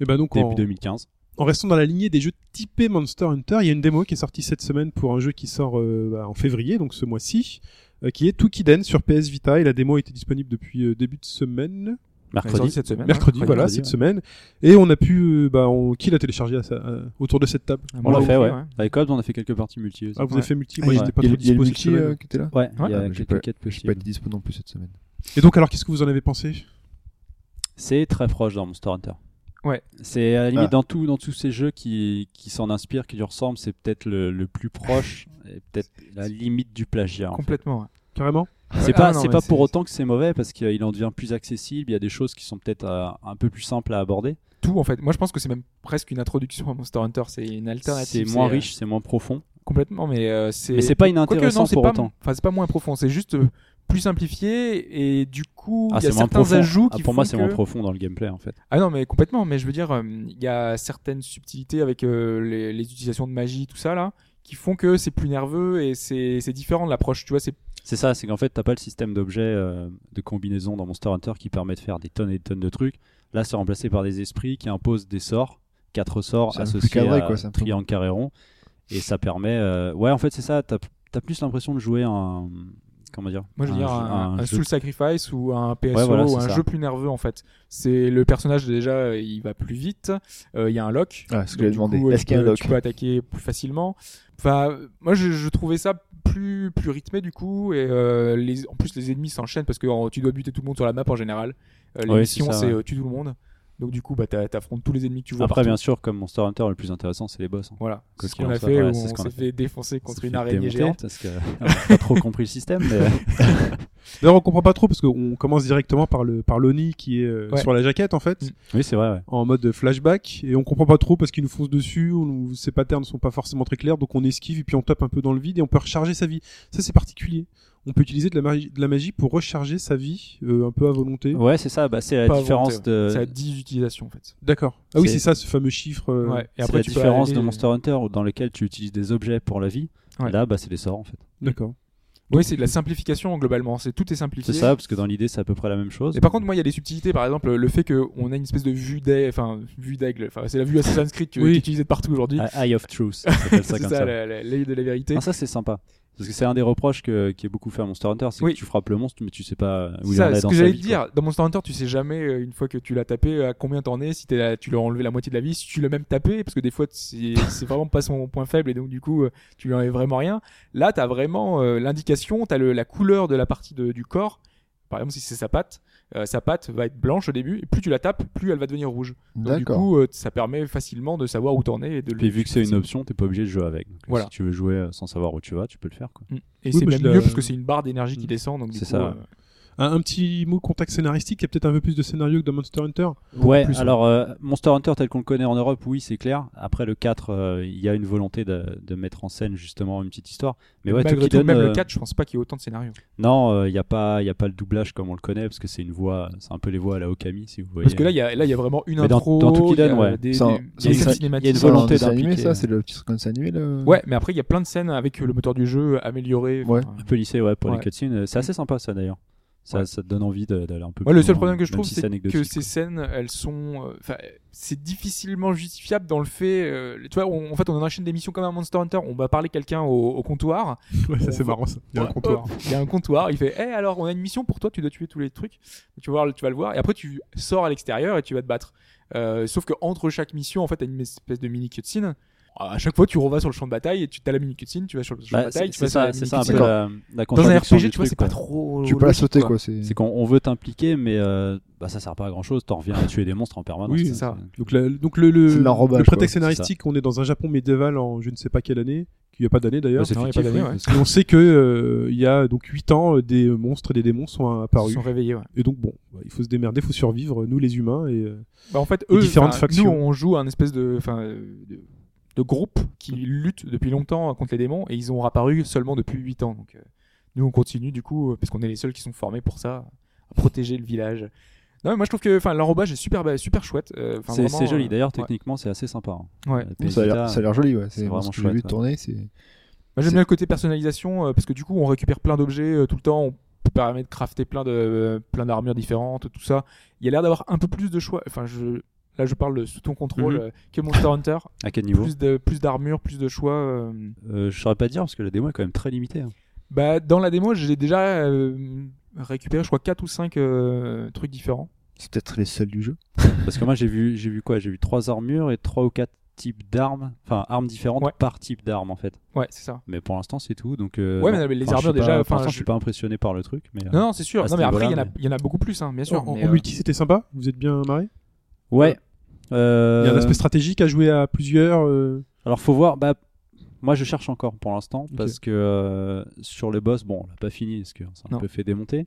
Et bah donc, début en, 2015. en restant dans la lignée des jeux typés Monster Hunter, il y a une démo qui est sortie cette semaine pour un jeu qui sort euh, bah, en février, donc ce mois-ci, euh, qui est Tukiden sur PS Vita. Et la démo a été disponible depuis euh, début de semaine. Sorti Mercredi. cette Bah, semaine mercredi, mercredi, voilà, mercredi, cette ouais. semaine. Et on a pu, euh, bah, on, qui l'a téléchargé à sa- à- autour de cette table hein. On Moi, l'a fait, aussi, ouais. Avec Cobbs, on a fait quelques parties multi. aussi. Ah, vous Ouais. avez fait multi, Ah, moi il y a- j'étais pas il y a- trop il y a le dispo cette multi euh, semaine. qui était là Ouais, Ouais, il y a bah, j'ai quelques pas- quêtes Je suis pas possibles. été dispo non plus cette semaine. Et donc, alors, qu'est-ce que vous en avez pensé C'est très proche dans Monster Hunter. Ouais. C'est à la limite Ah. dans, tout, dans tous ces jeux qui, qui s'en inspirent, qui lui ressemblent, c'est peut-être le, le plus proche, et peut-être la limite du plagiat. en fait. complètement ouais. Carrément C'est Ah pas, non, c'est mais pas c'est- pour autant que c'est mauvais parce qu'il en devient plus accessible. Il y a des choses qui sont peut-être euh, un peu plus simples à aborder. tout en fait moi je pense que c'est même presque une introduction à Monster Hunter c'est une C'est alternative moins euh, riche, c'est moins profond. Complètement, mais euh, c'est. Mais c'est pas Quoique, inintéressant non, c'est pour pas- autant. Enfin, c'est pas moins profond, c'est juste euh, plus simplifié et du coup, Ah, il y a c'est moins certains profond. ajouts Ah, qui pour moi, font c'est que- moins profond dans le gameplay en fait. Ah non, mais complètement. Mais je veux dire, euh, il y a certaines subtilités avec euh, les, les utilisations de magie, tout ça là, qui font que c'est plus nerveux et c'est c'est différent de l'approche. Tu vois, c'est C'est ça, c'est qu'en fait, t'as pas le système d'objets euh, de combinaison dans Monster Hunter qui permet de faire des tonnes et des tonnes de trucs. Là, c'est remplacé par des esprits qui imposent des sorts, quatre sorts C'est un peu associés cadré, à quoi, c'est un peu- triangle carré rond, et ça permet. euh, Ouais, en fait, c'est ça. T'as as plus l'impression de jouer un. Comment dire Moi, je veux dire, jeu- un, un jeu- Soul Sacrifice ou un PSO Ouais, voilà, ou c'est un ça. jeu plus nerveux, en fait. C'est le personnage, déjà, euh, il va plus vite. Euh, Il y a un lock. Ah, ce Donc, que j'avais du demandé. coup, euh, Est-ce tu qu'il y a un peux- lock Tu peux attaquer plus facilement. Enfin, euh, moi, je, je trouvais ça plus, plus rythmé, du coup. Et euh, les, en plus, les ennemis s'enchaînent parce que en- tu dois buter tout le monde sur la map en général. Euh, les Ouais, missions, c'est ça, c'est ouais. euh, tue tout le monde. Donc, du coup, bah, t'a- t'affrontes tous les ennemis que tu vois. Après, partout. bien sûr, comme Monster Hunter, le plus intéressant, c'est les boss. hein. Voilà. Quoi C'est ce qu'il qu'on en a soit, fait. voilà, où c'est ce on qu'on a s'est fait. fait défoncer contre Ça une fait araignée démonter, géante. Parce que on a pas trop compris le système. mais- D'ailleurs, on comprend pas trop parce qu'on commence directement par le par l'Oni qui est euh, Ouais. sur la jaquette en fait, Mm. Oui, c'est vrai. ouais. en mode flashback, et on comprend pas trop parce qu'il nous fonce dessus, on, nous- ses patterns sont pas forcément très clairs, donc on esquive et puis on tape un peu dans le vide et on peut recharger sa vie. Ça c'est particulier. On peut utiliser de la magie, de la magie pour recharger sa vie euh, un peu à volonté. Ouais, c'est ça. Bah, c'est la Pas différence inventé, de. Ça a 10 utilisations, en fait. D'accord. Ah oui, C'est- c'est ça, ce fameux chiffre. euh, Ouais. Et c'est après, la tu peux différence aller- de Monster Hunter où- dans lequel tu utilises des objets pour la vie. Ouais. Là, bah, c'est des sorts en fait. D'accord. Oui, c'est de la simplification globalement. C'est tout est C'est simplifié. ça, parce que dans l'idée, c'est à peu près la même chose. Et par contre, moi, il y a des subtilités. Par exemple, le fait qu'on a une espèce de vue d'aigle. Enfin, vue d'aigle. Enfin, c'est la vue Assassin's Creed que- qui Oui. est utilisée de partout aujourd'hui. Ah, Eye of Truth, ça s'appelle ça c'est comme ça, ça. la- la- l'œil de la vérité. Ah, ça, c'est sympa. Parce que c'est un des reproches que- qui est beaucoup fait à Monster Hunter, c'est Oui. que tu frappes le monstre, mais tu sais pas C'est où il en ça, est ce dans que sa j'allais vie. te dire. Dans Monster Hunter, tu sais jamais euh, une fois que tu l'as tapé à combien t'en es, si t'es là- tu lui as enlevé la moitié de la vie, si tu l'as même tapé, parce que des fois c'est c'est vraiment pas son point faible et donc du coup euh, tu lui enlèves vraiment rien. Là, t'as vraiment euh, l'indication, t'as le- la couleur de la partie de- du corps. Par exemple, si c'est sa patte, euh, sa patte va être blanche au début, et plus tu la tapes, plus elle va devenir rouge. Donc, du D'accord. coup, euh, ça permet facilement de savoir où t'en es et de le- Puis vu que c'est une option, t'es pas obligé de jouer avec. Donc, Voilà. Si tu veux jouer euh, sans savoir où tu vas, tu peux le faire. Quoi. Et Oui, c'est mais même je la- mieux parce que c'est une barre d'énergie qui descend. Donc, du Mm. C'est coup, ça, euh, ouais. Un, un petit mot contact scénaristique, il y a peut-être un peu plus de scénario que dans Monster Hunter. Ouais, plus, alors euh, Monster Hunter tel qu'on le connaît en Europe, oui, c'est clair. Après le 4, euh, il y a une volonté de, de mettre en scène justement une petite histoire. Mais ouais, malgré qui tout, donne, même euh, le 4, je pense pas qu'il y ait autant de scénarios. Non, euh, il n'y a, pas- il y a pas le doublage comme on le connaît, parce que c'est une voix, c'est un peu les voix à la Okami, si vous voyez. Parce que là, il y a, là, il y a vraiment une euh, Mais dans- intro. dans il Tokiden, y a ouais. Des, Sans- des- il y a des sans ça, cinématiques. il y a une C'est un volonté dessin animé, d'impliquer, ça, euh, c'est le petit comme ça animé. Le... Ouais, mais après, il y a plein de scènes avec euh, le moteur du jeu amélioré. Ouais. Enfin, un peu lycée, ouais, pour Ouais. les cutscenes. Euh, C'est assez sympa, ça d'ailleurs. Ça, Ouais. ça te donne envie de- d'aller un peu Ouais, plus le seul loin, problème que je même trouve, si c'est anecdotique, que quoi. ces scènes, elles sont, euh, enfin, c'est difficilement justifiable dans le fait. euh, tu vois, on- en fait, on enchaîne des missions comme un Monster Hunter. On va parler quelqu'un au, au comptoir. Ouais, ça On c'est va- marrant ça. Il y a un Ouais, comptoir. hop, Il y a un comptoir. Il fait, Eh, alors, on a une mission pour toi. Tu dois tuer tous les trucs. Tu vas, voir- tu vas le voir. Et après, tu sors à l'extérieur et tu vas te battre. Euh, sauf que entre chaque mission, en fait, t'as une espèce de mini cutscene. Ah, À chaque fois, tu revas sur le champ de bataille et tu as la mini cutscene. Tu vas sur le champ Bah, de c'est bataille. tu c'est vas sur ça, la c'est mini ça un peu cutscene. la, la Dans un contradiction RPG, du tu vois, truc, c'est pas trop. Tu peux pas la logique, sauter, quoi. c'est- C'est qu'on on veut t'impliquer, mais euh, bah, ça sert pas à grand chose. T'en reviens à tuer des monstres en permanence. hein, Bah, Oui, c'est ça. Donc, la- donc le, le, C'est de l'enrobage, le prétexte quoi. scénaristique, on est dans un Japon médiéval en je ne sais pas quelle année, qu'il n'y a pas d'année Bah, d'ailleurs. c'est Non, y a fictif, pas d'année, oui, ouais. parce Et on sait que euh, il y a donc 8 ans, euh, des monstres et des démons sont Ils se apparus. sont réveillés, ouais. Et donc bon, bah, il faut se démerder, il faut survivre, nous les humains. Et, euh, Bah, en fait, Les eux, différentes enfin, factions. nous, on joue un espèce de, enfin, euh, de, de groupe qui lutte depuis longtemps contre les démons et ils ont apparu seulement depuis 8 ans. Donc, euh, nous, on continue du coup, euh, parce qu'on est les seuls qui sont formés pour ça, à protéger le village. Non, mais moi, je trouve que, enfin, l'enrobage est super, ba- super chouette. euh, enfin, que c'est- vraiment, C'est joli. euh, D'ailleurs, ouais. techniquement, c'est assez sympa. hein. Ouais. Ça La a PS Vita, l'air- ça a l'air joli, ouais. c'est C'est vraiment vraiment ce que j'ai vu chouette, de ouais. tourner. c'est- Moi, j'aime C'est- bien le côté personnalisation euh, parce que du coup on récupère plein d'objets euh, tout le temps, on peut permet de crafter plein de euh, plein d'armures différentes, tout ça. Il y a l'air d'avoir un peu plus de choix. Enfin, je là je parle de sous ton contrôle Mhm. euh, que Monster Hunter, à quel niveau plus de plus d'armures, plus de choix. euh. Euh, Je saurais pas dire parce que la démo est quand même très limitée. hein. Bah dans la démo, j'ai déjà euh, récupéré je crois 4 ou 5 trucs différents. C'est peut-être les seuls du jeu. Parce que moi, j'ai vu, j'ai vu quoi J'ai vu trois armures et trois ou quatre types d'armes, enfin armes différentes Ouais. par type d'arme en fait. Ouais, c'est ça. Mais pour l'instant, c'est tout. Donc euh, Ouais, non. mais les Enfin, je armures, suis pas- déjà, Pour enfin, l'instant, je je- suis pas impressionné par le truc, mais. euh, Non non, c'est sûr. À ce non mais après il y en niveau-là, a il y en a beaucoup plus hein, bien sûr. en, en mais, euh, multi, c'était sympa. Vous êtes bien marré. Ouais. Il Euh, y a un aspect stratégique à jouer à plusieurs. euh, Alors faut voir. Bah, moi je cherche encore pour l'instant parce que euh, sur le boss, bon, on l'a pas fini parce que ça un Non. peu fait démonter.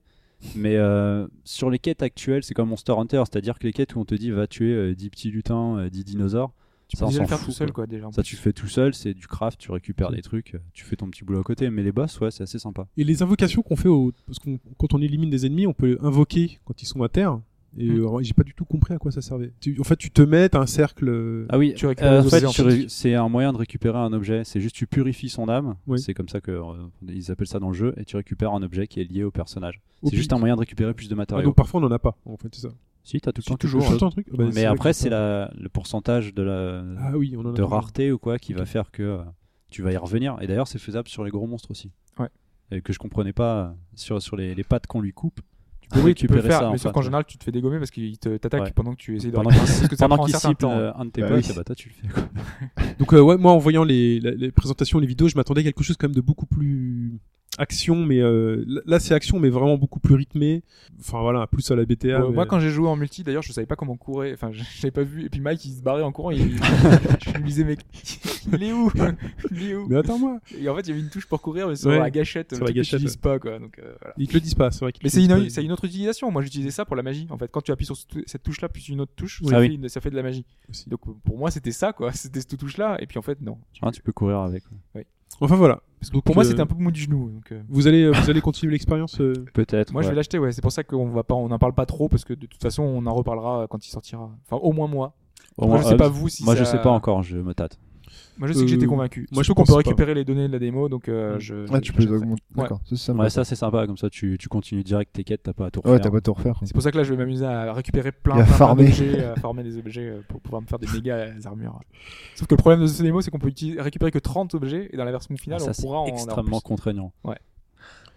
Mais euh, sur les quêtes actuelles, c'est comme Monster Hunter, c'est-à-dire que les quêtes où on te dit va tuer euh, 10 petits lutins, euh, 10 dinosaures, tu ça peux on déjà s'en le faire fout, tout seul quoi déjà. en Ça plus. tu fais tout seul, c'est du craft, tu récupères des trucs, euh, tu fais ton petit boulot à côté. Mais les boss, ouais, c'est assez sympa. Et les invocations qu'on fait, au... parce qu'on quand on élimine des ennemis, on peut invoquer quand ils sont à terre. Et Mm. euh, j'ai pas du tout compris à quoi ça servait. Tu- En fait, tu te mets, t'as un cercle. euh, Ah oui, Tu récupères euh, les en fait, objets, en tu fait. ré- c'est un moyen de récupérer un objet. C'est juste tu purifies son âme. Oui. C'est comme ça que euh, ils appellent ça dans le jeu et tu récupères un objet qui est lié au personnage. au c'est juste pic. un moyen de récupérer plus de Ah, matériaux. donc parfois on en a pas. En fait, c'est ça. si, t'as tout le Si, temps quelque toujours, chose. Tout un truc. Ah, bah, mais vrai après, que c'est ça- la, le pourcentage de, la, Ah oui, on en a. de pas. rareté ou quoi qui va faire que euh, tu vas y revenir. Et d'ailleurs, c'est faisable sur les gros monstres aussi. Ouais. Et que je comprenais pas euh, sur, sur les, les pattes qu'on lui coupe. Tu peux Oui, tu peux le récupérer faire, ça en mais sauf fait. qu'en général, tu te fais dégommer parce qu'il te- t'attaque Ouais. pendant que tu essayes de Pendant récupérer. qu'il- Parce que ça Pendant prend un qu'il certain cible temps. euh, un de tes Bah potes, oui. eh bah, toi tu le fais. Donc euh, ouais, moi en voyant les, la- les présentations, les vidéos, je m'attendais à quelque chose quand même de beaucoup plus action, mais euh, là- là c'est action, mais vraiment beaucoup plus rythmé. Enfin voilà, plus à la BTA. Ouais, mais- Euh, Moi, quand j'ai joué en multi, d'ailleurs, je savais pas comment courir. Enfin, je je l'avais pas vu. Et puis Mike, il se barrait en courant. Il... je me disais, mais il est où Il est où Mais attends moi, Et en fait, il y avait une touche pour courir, mais sur Ouais, la gâchette. sur la le truc que tu gâchette, utilises pas, quoi. Donc, euh, voilà. ils te le disent pas, c'est vrai. qu'ils Mais te c'est le disent une, pas. c'est une autre utilisation. Moi, j'utilisais ça pour la magie. En fait, quand tu appuies sur ce- cette touche-là, puis une autre touche, Oui. ça, Ah fait oui. une- ça fait de la magie. Aussi. Donc, euh, pour moi, c'était ça, quoi. C'était cette touche-là. Et puis, en fait, non. Hein, tu peux courir avec. Enfin voilà. Parce que Donc, pour moi, euh, c'était un peu mou du genou. Donc, euh, Vous allez, euh, vous allez continuer l'expérience. euh, Peut-être. Moi, je ouais. vais l'acheter, ouais. C'est pour ça qu'on va pas, on en parle pas trop parce que de toute façon, on en reparlera quand il sortira. Enfin, au moins moi. Au Moi, moins, je sais euh, pas vous si. Moi, je ça- sais pas encore, Euh, je me tâte. Moi, je sais que j'étais convaincu. moi, Moi, je je qu'on peut pense pas. récupérer les données de la démo, donc euh, Mm. je. Ah, je- tu peux les j'achèterai. augmenter. D'accord, c'est ça. Ouais, ça, c'est sympa, comme ça, tu, tu continues direct tes quêtes, t'as pas à tout refaire. Ouais, t'as pas tout refaire. quoi. C'est pour ça que là, je vais m'amuser à récupérer plein, Et à plein, plein farmer. d'objets, à farmer des objets euh, pour pouvoir me faire des méga euh, armures. Sauf que le problème de ce démo, c'est qu'on peut utiliser- récupérer que 30 objets et dans la version finale, ça, on c'est pourra en avoir extrêmement plus. contraignant. Ouais.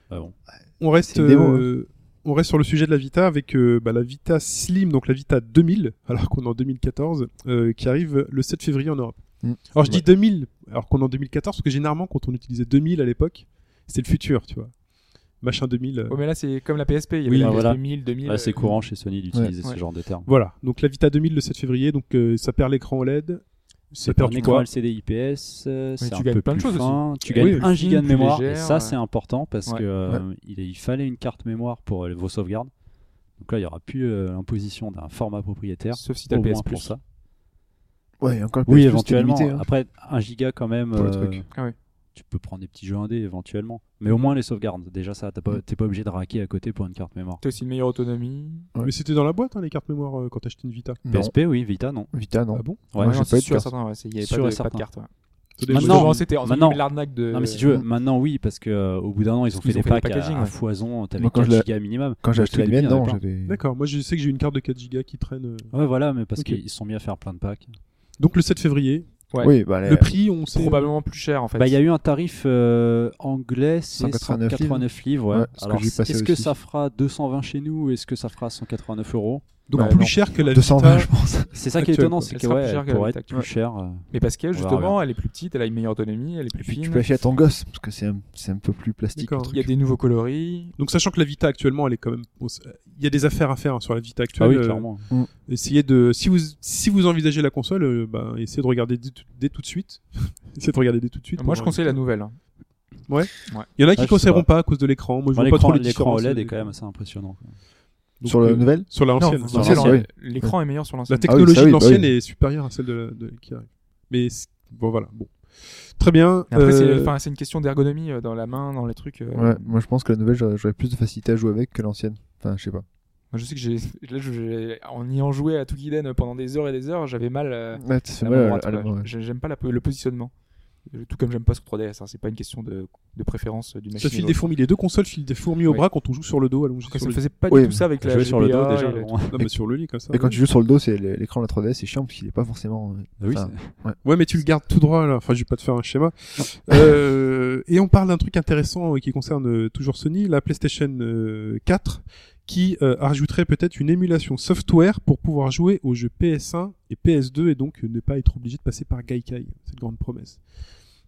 Bah bon. on reste, C'est une démo, hein. euh, on reste sur le sujet de la Vita avec euh, bah, la Vita Slim, donc la Vita 2000, alors qu'on est en 2014, euh, qui arrive le 7 février en Europe. Mm. Alors je dis Ouais. 2000, alors qu'on est en 2014, parce que généralement quand on utilisait 2000 à l'époque, c'était le futur, tu vois. machin 2000. euh, Ouais, mais là, c'est comme la PSP. Il y avait Oui, la bah PSP voilà. 1000, 2000. Ouais, c'est euh, courant chez Sony d'utiliser Ouais. ce genre de termes. Voilà, donc la Vita 2000 le 7 février, donc euh, ça perd l'écran OLED, ça C'est perd un du écran poids. LCD IPS, euh, c'est tu un gagnes peu plein de plus choses fin, tu Oui, gagnes oui, 1 plus giga fine, de plus mémoire, et légère, ça ouais. c'est important parce Ouais. que euh, il, est- il fallait une carte mémoire pour euh, vos sauvegardes. Donc là, il n'y aura plus euh, l'imposition d'un format propriétaire, Sauf si t'as au le moins PS Plus. pour ça. Ouais, et encore le Oui, PS Plus, éventuellement. c'était limité, hein. Après, 1 giga quand même, Pour le euh, truc. Ah ouais. tu peux prendre des petits jeux indés éventuellement. Mais au moins les sauvegardes, déjà ça, t'as pas- Mm. t'es pas obligé de raquer à côté pour une carte mémoire. T'as aussi une meilleure autonomie. Ouais. Mais c'était dans la boîte hein, les cartes mémoire euh, quand t'achetais une Vita. Non. PSP, oui, Vita, non. Vita, non. Ah bon Ouais, non, j'ai c'est pas eu de sûr et carte. certain, ouais, c'est- Il n'y avait Sûr pas et de, pas de certain. carte. ouais. C'était des Maintenant- jeux- Justement, c'était en maintenant- l'arnaque de. Non, mais si tu veux, maintenant oui, parce que euh, au bout d'un an, ils ont Ils ont fait des fait des packs à, packaging, à ouais. foison, t'avais Moi, quand 4 je l'ai- gigas minimum. Quand j'ai acheté la Depuis, mienne, il y en a non, plein. j'avais. D'accord, moi je sais que j'ai une carte de 4 Go qui traîne. euh. Ouais, voilà, mais parce Ok. qu'ils se sont mis à faire plein de packs. Donc le 7 février, Ouais. Oui, bah, le prix on sait. probablement plus cher en fait. Bah, il y a eu un tarif euh, anglais, c'est 189 189, livres. ouais. Ouais, ce que Alors, j'ai c'est- passé est-ce que aussi. ça fera 220 chez nous ou est-ce que ça fera 189 euros Donc Bah, plus non. cher que la 220, je Vita. pense. C'est ça qui est Actuel, étonnant, quoi. c'est Elle que sera ouais, plus chère elle que la pourrait Vita être Actu. plus chère. euh. Mais parce que verra justement, elle est plus petite, elle a une meilleure autonomie, elle est plus Et puis, tu fine. peux l'acheter à ton gosse, parce que c'est un, c'est un peu plus plastique. le D'accord. truc. Il y a des nouveaux coloris. Donc sachant que la Vita actuellement, elle est quand même, bon, c'est- il y a des affaires à faire hein, sur la Vita actuelle. Ah oui, euh, clairement. Essayez de, si vous, si vous envisagez la console, euh, bah, essayez de regarder dès, tout- dès tout de suite. essayez de regarder dès tout de suite. Moi, je pour- conseille la nouvelle. hein. Il y en a qui Ah, je sais conseilleront pas. pas. à cause de l'écran. Moi, je Bon, vois pas trop L'écran les l'écran différences, OLED euh, est quand même assez impressionnant. donc, Sur la euh, nouvelle Sur la Non, ancienne. sur Ah l'ancienne, l'ancienne, oui. L'écran est meilleur sur La l'ancienne. technologie Ah de oui, ça, oui, bah l'ancienne oui. est supérieure à celle de, la, de qui arrive. Mais c'est- bon, voilà. Bon. Très bien. Et Après, c'est euh, enfin, c'est une question d'ergonomie euh, dans la main, dans les trucs. euh, Ouais, moi je pense que la nouvelle, j'aurais j'aurais plus de facilité à jouer avec que l'ancienne. Enfin, je sais pas. Moi, je sais que j'ai, là, je- j'ai- en y en jouait à Tukiden pendant des heures et des heures, j'avais mal. euh, Ouais, tu te fais la mal main à- droite, à la ouais. main, ouais. euh. J'ai- J'aime pas la- le positionnement. Euh, Tout comme j'aime pas ce 3DS, hein, c'est pas une question de, de préférence euh, d'une ça machine. à file l'autre. des fourmis. Les deux consoles filent des fourmis au Oui. bras quand on joue sur le dos, allongé Parce que sur ça le, faisait pas Oui, du tout ça avec la Jouer sur le dos GBA, déjà. et le- bon. non, mais sur le lit comme ça. Et quand ouais. tu joues sur le dos, c'est le- l'écran de la 3DS, c'est chiant parce qu'il est pas forcément. euh, Ah oui, enfin, c'est- Ouais, mais tu le gardes tout droit là. Enfin, je vais pas te faire un schéma. Euh, et on parle d'un truc intéressant euh, qui concerne euh, toujours Sony, la PlayStation euh, 4, qui euh, rajouterait peut-être une émulation software pour pouvoir jouer aux jeux PS1 et PS2 et donc euh, ne pas être obligé de passer par Gaikai. Cette grande promesse.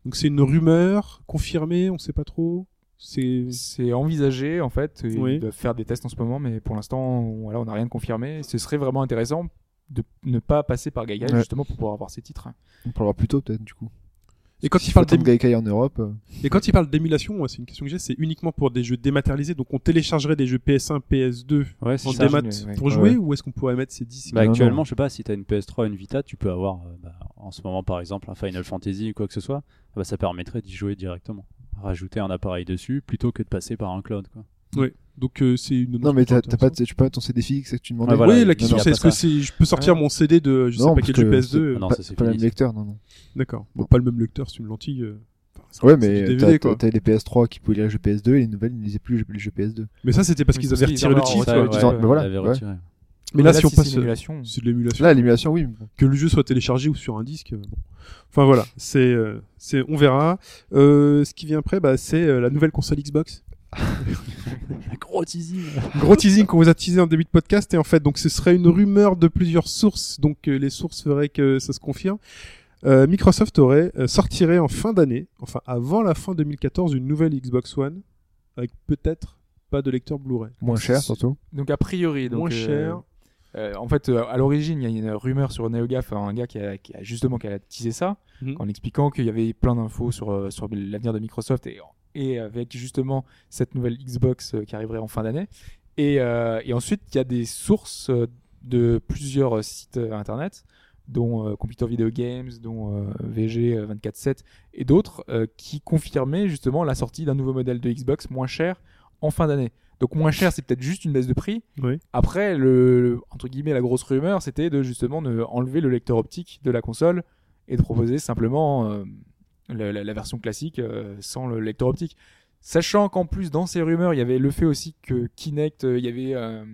Donc c'est une rumeur confirmée, on sait pas trop. C'est C'est envisagé en fait. Ils Oui. doivent faire des tests en ce moment, mais pour l'instant, on- voilà, on n'a rien de confirmé. Ce serait vraiment intéressant de ne pas passer par Gaia Ouais. justement pour pouvoir avoir ces titres. hein. On parlera plus tôt peut-être du coup. et quand S'il il faut parle attendre d'émulation Gaikai en Europe, euh, Et quand il parle d'émulation, moi, c'est une question que j'ai, c'est uniquement pour des jeux dématérialisés, donc on téléchargerait des jeux PS1, PS2 Ouais, c'est en ça. démat oui, oui. pour Ouais, jouer, ouais. ou est-ce qu'on pourrait mettre ces 10 Bah, Non, actuellement, non. je sais pas, si t'as une PS3, une Vita, tu peux avoir euh, bah, en ce moment par exemple un Final Fantasy ou quoi que ce soit, bah, ça permettrait d'y jouer directement. Rajouter un appareil dessus plutôt que de passer par un cloud. Quoi. Ah Donc euh, c'est une Non, mais t'as t'as pas, tu peux pas ton CD fixe et tu demandes. Ouais, voilà. oui, il y la a question pas c'est est-ce que ça. c'est je peux sortir mon CD de je sais Non, pas parce quel jeu que PS2 Ah non, Euh, pas, ça, c'est pas le fini, même ça. lecteur, non, non. D'accord. Bon, pas le même lecteur, c'est une lentille. euh, enfin, c'est- Ouais, c'est du mais DVD, t'as- t'as quoi. t'as les PS3 qui pouvaient lire les jeux PS2 et les nouvelles ne lisaient plus les jeux PS2. Mais ça c'était parce Oui, qu'ils parce avaient qu'ils retiré le Ah, avaient titre. retiré, ouais. ouais. ils euh, voilà, l'avaient ouais. retiré. Mais là, si on c'est passe euh, une émulation, c'est de l'émulation. Là, l'émulation, oui. mais bon. que le jeu soit téléchargé ou sur un disque. euh, bon. Enfin voilà, c'est euh, c'est on verra. Euh, ce qui vient après bah c'est euh, la nouvelle console Xbox. Gros teasing. Gros teasing qu'on vous a teasé en début de podcast et en fait donc ce serait une rumeur de plusieurs sources donc euh, les sources feraient que ça se confirme. Euh, Microsoft aurait euh, sortirait en fin d'année, enfin avant la fin 2014, une nouvelle Xbox One avec peut-être pas de lecteur Blu-ray, Moins cher surtout. donc a priori, donc moins euh, cher. Euh, en fait, euh, à l'origine, il y a une rumeur sur NeoGaf, un gars qui a, qui a justement qui a teasé ça, Mhm. en expliquant qu'il y avait plein d'infos sur, euh, sur l'avenir de Microsoft et, et avec justement cette nouvelle Xbox euh, qui arriverait en fin d'année. Et, euh, et ensuite, il y a des sources euh, de plusieurs euh, sites euh, internet, dont euh, Computer Video Games, dont euh, VG euh, 24/7 et d'autres, euh, qui confirmaient justement la sortie d'un nouveau modèle de Xbox moins cher en fin d'année. Donc moins cher, c'est peut-être juste une baisse de prix. Oui. Après, le, le- entre guillemets, la grosse rumeur, c'était de justement de enlever le lecteur optique de la console et de proposer simplement euh, la, la- la version classique euh, sans le lecteur optique. Sachant qu'en plus, dans ces rumeurs, il y avait le fait aussi que Kinect, euh, il y avait euh,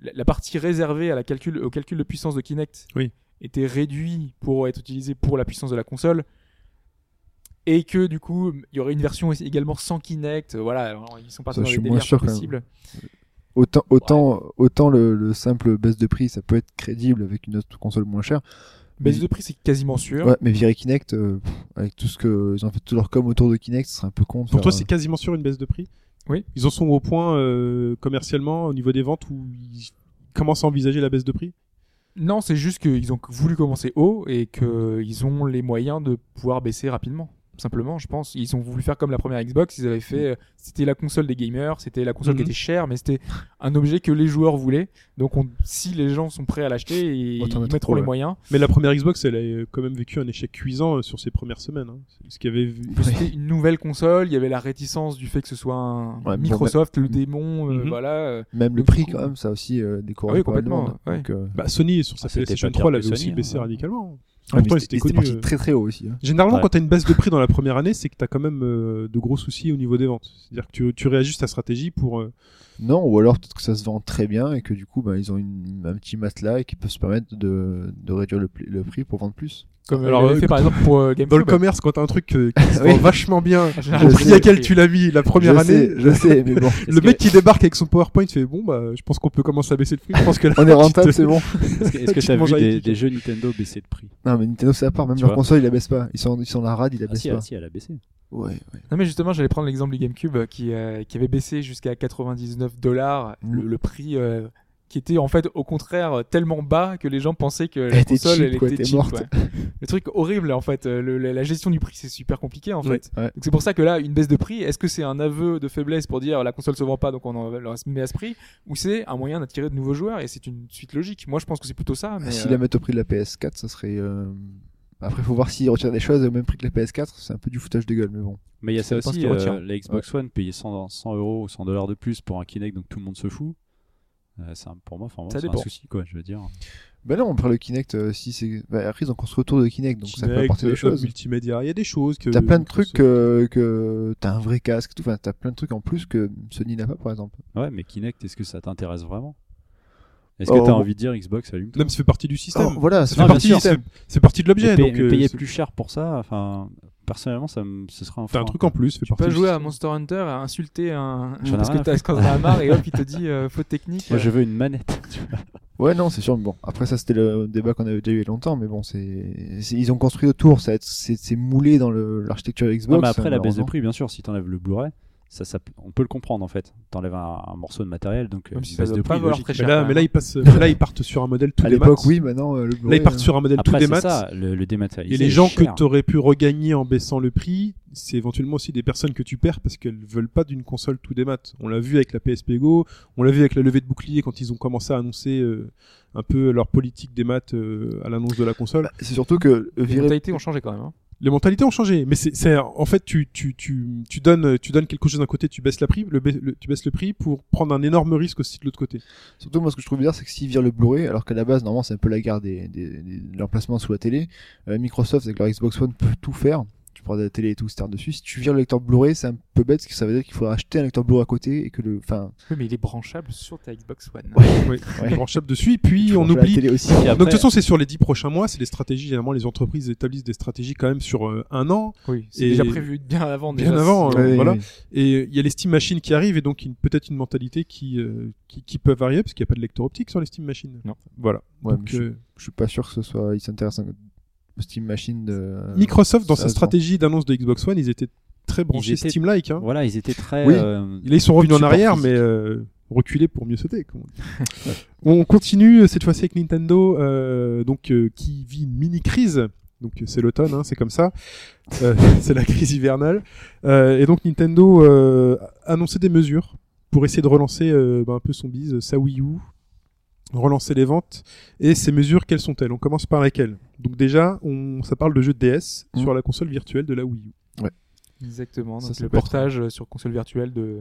la, la partie réservée à la calcul, au calcul de puissance de Kinect Oui. était réduite pour être utilisée pour la puissance de la console. Et que du coup, il y aurait une version aussi- également sans Kinect. euh, Voilà, alors, ils sont partis Ça, dans je des suis moins délires sûr pas quand même. possibles. Autant, autant, autant le, le simple baisse de prix, ça peut être crédible avec une autre console moins chère. Baisse de prix, c'est quasiment sûr. Ouais, mais virer Kinect, euh, pff, avec tout ce que ils ont fait, tout leur com autour de Kinect, ce serait un peu con. de Pour faire, toi, c'est quasiment sûr une baisse de prix. Oui. Ils en sont au point euh, commercialement au niveau des ventes où ils commencent à envisager la baisse de prix. Non, c'est juste qu'ils ont voulu commencer haut et qu'ils ont les moyens de pouvoir baisser rapidement. Simplement, je pense. Ils ont voulu faire comme la première Xbox. Ils avaient Mm. fait. euh, C'était la console des gamers. C'était la console Mhm. Mm-hmm. qui était chère, mais c'était un objet que les joueurs voulaient. Donc, on- si les gens sont prêts à l'acheter, ils, Autant ils mettre mettront haut, les ouais. moyens. Mais la première Xbox, elle a euh, quand même vécu un échec cuisant euh, sur ses premières semaines. hein. Ce qui avait vu. Ouais. C'était une nouvelle console. Il y avait la réticence du fait que ce soit un Ouais, bon, bah, mm. Mm-hmm. Microsoft, le démon. euh, Mhm. Voilà. euh, Même le Donc, du prix, coup- quand même, ça a aussi euh, Ah découragé oui, pas mal de complètement, monde. ouais. Donc, euh, Bah, Sony sur sa Ah, c'était PlayStation pas pire 3 que l'avait aussi Sony, baissé hein. radicalement. En mais même temps, il c'était s'était c'était connu. parti euh, très très haut aussi. hein. Généralement, Ouais. quand tu as une baisse de prix dans la première année, c'est que tu as quand même euh, de gros soucis au niveau des ventes. C'est-à-dire que tu, tu réajustes ta stratégie pour. euh, Non, ou alors peut-être que ça se vend très bien et que du coup, bah, ils ont une, un petit matelas et qu'ils peuvent se permettre de, de réduire le, pli- le prix pour vendre plus. Comme Alors, Alors, euh, fait par exemple pour euh, Dans le GameCube. commerce, quand tu as un truc euh, qui se bah, Oui. vend vachement bien, Généralement, au Je prix sais. à quel tu l'as mis la première je année, sais, je sais, mais bon, le mec qui débarque avec son PowerPoint fait Bon, bah, je pense qu'on peut commencer à baisser le prix. Je pense que là, on est tu rentable, te- c'est bon. Est-ce que- est-ce que Tu t'as manges vu avec des, qui des jeux Nintendo baisser de prix Non, mais Nintendo, c'est à part, même Tu leur vois. console, ils la baissent pas. Ils sont, ils sont dans la rade, ils la ah, baissent si, pas. ah, si, elle a baissé. Ouais, ouais. Non mais justement, j'allais prendre l'exemple du GameCube euh, qui, euh, qui avait baissé jusqu'à 99 dollars Mm. le, le prix euh, qui était en fait au contraire euh, tellement bas que les gens pensaient que la Elle était console cheap, elle quoi, était t'es cheap, morte. ouais. Le truc horrible en fait, euh, le- la, la gestion du prix c'est super compliqué en Ouais. fait. Ouais. Donc c'est pour ça que là une baisse de prix, est-ce que c'est un aveu de faiblesse pour dire la console se vend pas donc on en on se met à ce prix ou c'est un moyen d'attirer de nouveaux joueurs et c'est une suite logique. Moi je pense que c'est plutôt ça. Mais, S'ils euh, Ah, la mettent au prix de la PS4, ça serait. euh, Après, faut voir s'ils retirent des choses au même prix que la PS4. C'est un peu du foutage de gueule, mais bon. Mais il y a ça Je pense aussi, qu'il euh, retire. la Xbox One payait 100 100 euros ou 100 dollars de plus pour un Kinect, donc tout le monde se fout. Euh, c'est un- pour moi, enfin, moi, Ça c'est un dépend. souci, quoi, je veux dire. Bah non, on prend le Kinect. euh, si c'est... Bah, après, ils ont construit autour de Kinect, donc ça peut Kinect, apporter euh, des choses. multimédia, il y a des choses que. T'as plein de que trucs ce- que, que t'as un vrai casque, tout. Enfin, t'as plein de trucs en plus que Sony n'a pas, par exemple. Ouais, mais Kinect, est-ce que ça t'intéresse vraiment Est-ce que Oh, t'as bon. envie de dire Xbox allume tout Même ça fait partie du Oh, système. voilà, Ça c'est fait Non, pas bien partie- sûr. c'est c'est partie de l'objet. Mais payer- donc, mais euh, payer c'est- plus cher pour ça, enfin, personnellement, ça me- ce serait un T'as un frein, truc quoi. en plus, fait Tu peux partie pas du jouer à système. Monster Hunter, à insulter un... J'en ai parce que rien à t'as quand t'en as marre et hop il te dit euh, faute technique. Moi, euh, je veux une manette. tu vois. Ouais, non, c'est sûr. Mais bon, après ça, c'était le débat qu'on avait déjà eu il y a longtemps, mais bon, c'est, c'est- ils ont construit autour, ça a été- c'est, c'est moulé dans le- l'architecture Xbox. Non, mais après, hein, la baisse de malheureusement. prix, bien sûr, si t'enlèves le Blu-ray, ça, ça, on peut le comprendre, en fait. T'enlèves un, un morceau de matériel, donc euh, Même une si ça baisse doit de pas prix valoir logique. très Mais cher. là, quand mais là, même. hein. ils passent, mais là, ils partent sur un modèle tout À des l'époque, maths. oui, maintenant euh, le Blu-ray, Là, ils partent euh, sur un modèle tout Après, des c'est maths. ça, le, le dématérialisé. Et les gens est cher. que tu aurais pu regagner en baissant le prix, c'est éventuellement aussi des personnes que tu perds parce qu'elles veulent pas d'une console tout des maths. On l'a vu avec la PSP Go, on l'a vu avec la levée de bouclier quand ils ont commencé à annoncer euh, un peu leur politique des maths euh, à l'annonce de la console. bah, c'est surtout que euh, Les virer- mentalités ont changé quand même. hein. Les mentalités ont changé, mais c'est c'est- en fait tu tu tu tu donnes tu donnes quelque chose d'un côté, tu baisses la prix, le, ba- le- tu baisses le prix pour prendre un énorme risque aussi de l'autre côté. surtout moi, ce que je trouve bizarre, c'est que s'ils virent le Blu-ray, alors qu'à la base, normalement, c'est un peu la guerre des, des, des- de leur placement sous la télé. euh, Microsoft avec leur Xbox One peut tout faire. Tu prends de la télé et tout, etc. dessus. Si tu vires le lecteur Blu-ray, c'est un peu bête, parce que ça veut dire qu'il faudra acheter un lecteur Blu-ray à côté et que le, enfin, Oui, mais il est branchable sur ta Xbox One. Oui, Ouais. branchable dessus. Et puis tu on branches la oublie télé aussi. Et Donc de après- toute façon, c'est sur les dix prochains mois, c'est les stratégies. Généralement, les entreprises établissent des stratégies quand même sur euh, un an. Oui, c'est Et- déjà prévu bien avant. Bien déjà, avant, c'est- euh, Ouais, voilà. ouais. Et euh, il y a les Steam Machines qui arrivent et donc une- peut-être une mentalité qui, euh, qui qui peut varier parce qu'il n'y a pas de lecteur optique sur les Steam Machines. Non. Voilà. Ouais, mais donc, je- euh, je suis pas sûr que ce soit ils s'intéressent au Steam Machine de Microsoft dans sa sérieusement. stratégie d'annonce de Xbox One, ils étaient très branchés Ils étaient- Steam like. Hein. Voilà, ils étaient très. Oui. euh, Là, ils sont revenus en support arrière, physique. mais euh, reculés pour mieux sauter. comme on dit. On continue euh, cette fois-ci avec Nintendo, euh, donc euh, qui vit une mini crise. Donc euh, c'est l'automne, hein, c'est comme ça. Euh, c'est la crise hivernale. Euh, et donc Nintendo euh, a annoncé des mesures pour essayer de relancer euh, bah, un peu son bise, euh, sa Wii U, relancer les ventes. Et ces mesures, quelles sont-elles On commence par laquelle Donc déjà, on, ça parle de jeux de DS Mhm. sur la console virtuelle de la Wii U. Exactement. Ça, Donc ça le peut être- portage euh, sur console virtuelle de,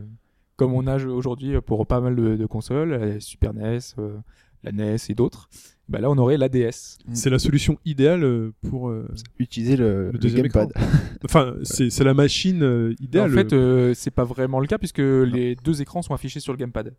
comme on a aujourd'hui euh, pour pas mal de, de consoles, la Super NES, euh, la NES et d'autres. Bah là, on aurait la DS. Mhm. C'est la solution idéale euh, pour... euh, utiliser le, le deuxième gamepad. Enfin, c'est c'est la machine euh, idéale. en fait, euh, c'est pas vraiment le cas puisque les deux écrans sont affichés sur le gamepad.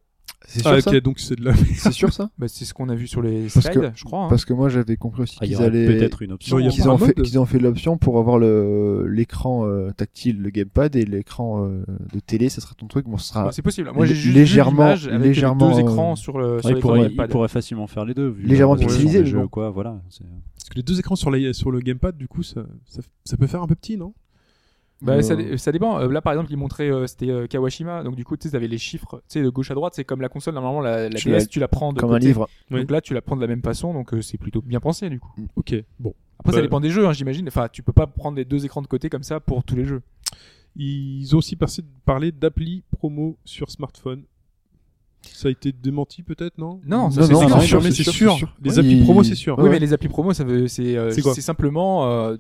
C'est sûr, ah, ça ok, donc c'est de la. C'est sûr ça Bah, c'est ce qu'on a vu sur les Parce slides, que- je crois. hein. Parce que moi j'avais compris aussi ah, il y qu'ils aurait allaient peut-être une option. Non, il y a qu'ils pas un ont fait mode. qu'ils ont fait l'option pour avoir le l'écran euh, tactile, le gamepad et l'écran euh, de télé, ça sera ton truc, bon ce sera Bah, c'est possible. Moi, j'ai juste légèrement- vu l'image avec légèrement, les deux euh, écrans sur le sur Ouais, il, l'écran pourrait, il gamepad. pourrait facilement faire les deux. vu Légèrement la position pixelisé, des mais jeux, bon. quoi, voilà. c'est- Parce que les deux écrans sur, la- sur le gamepad, du coup, ça, ça, ça peut faire un peu petit, non Bah, Euh, ça, dé- ça dépend. Euh, là, par exemple, ils montraient, euh, c'était euh, Kawashima. Donc, du coup, tu sais, t'avais les chiffres, tu sais, de gauche à droite. C'est comme la console, normalement, la, la Tu DS, la- tu la prends de Comme un côté. livre. Donc Oui. là, tu la prends de la même façon. Donc, euh, c'est plutôt bien pensé, du coup. Ok, bon. Après, ça Bah, dépend des jeux, hein, j'imagine. Enfin, tu peux pas prendre les deux écrans de côté comme ça pour tous les jeux. Ils ont aussi passé- parlé d'appli promo sur smartphone. Ça a été démenti peut-être, non Non, ça, Non, c'est non, sûr. non, sûr, mais c'est c'est sûr, sûr. c'est sûr. Les Ouais, applis ils- promo, c'est sûr. Oui, Ouais. mais les applis promo, ça veut, c'est, euh, C'est quoi c'est simplement euh,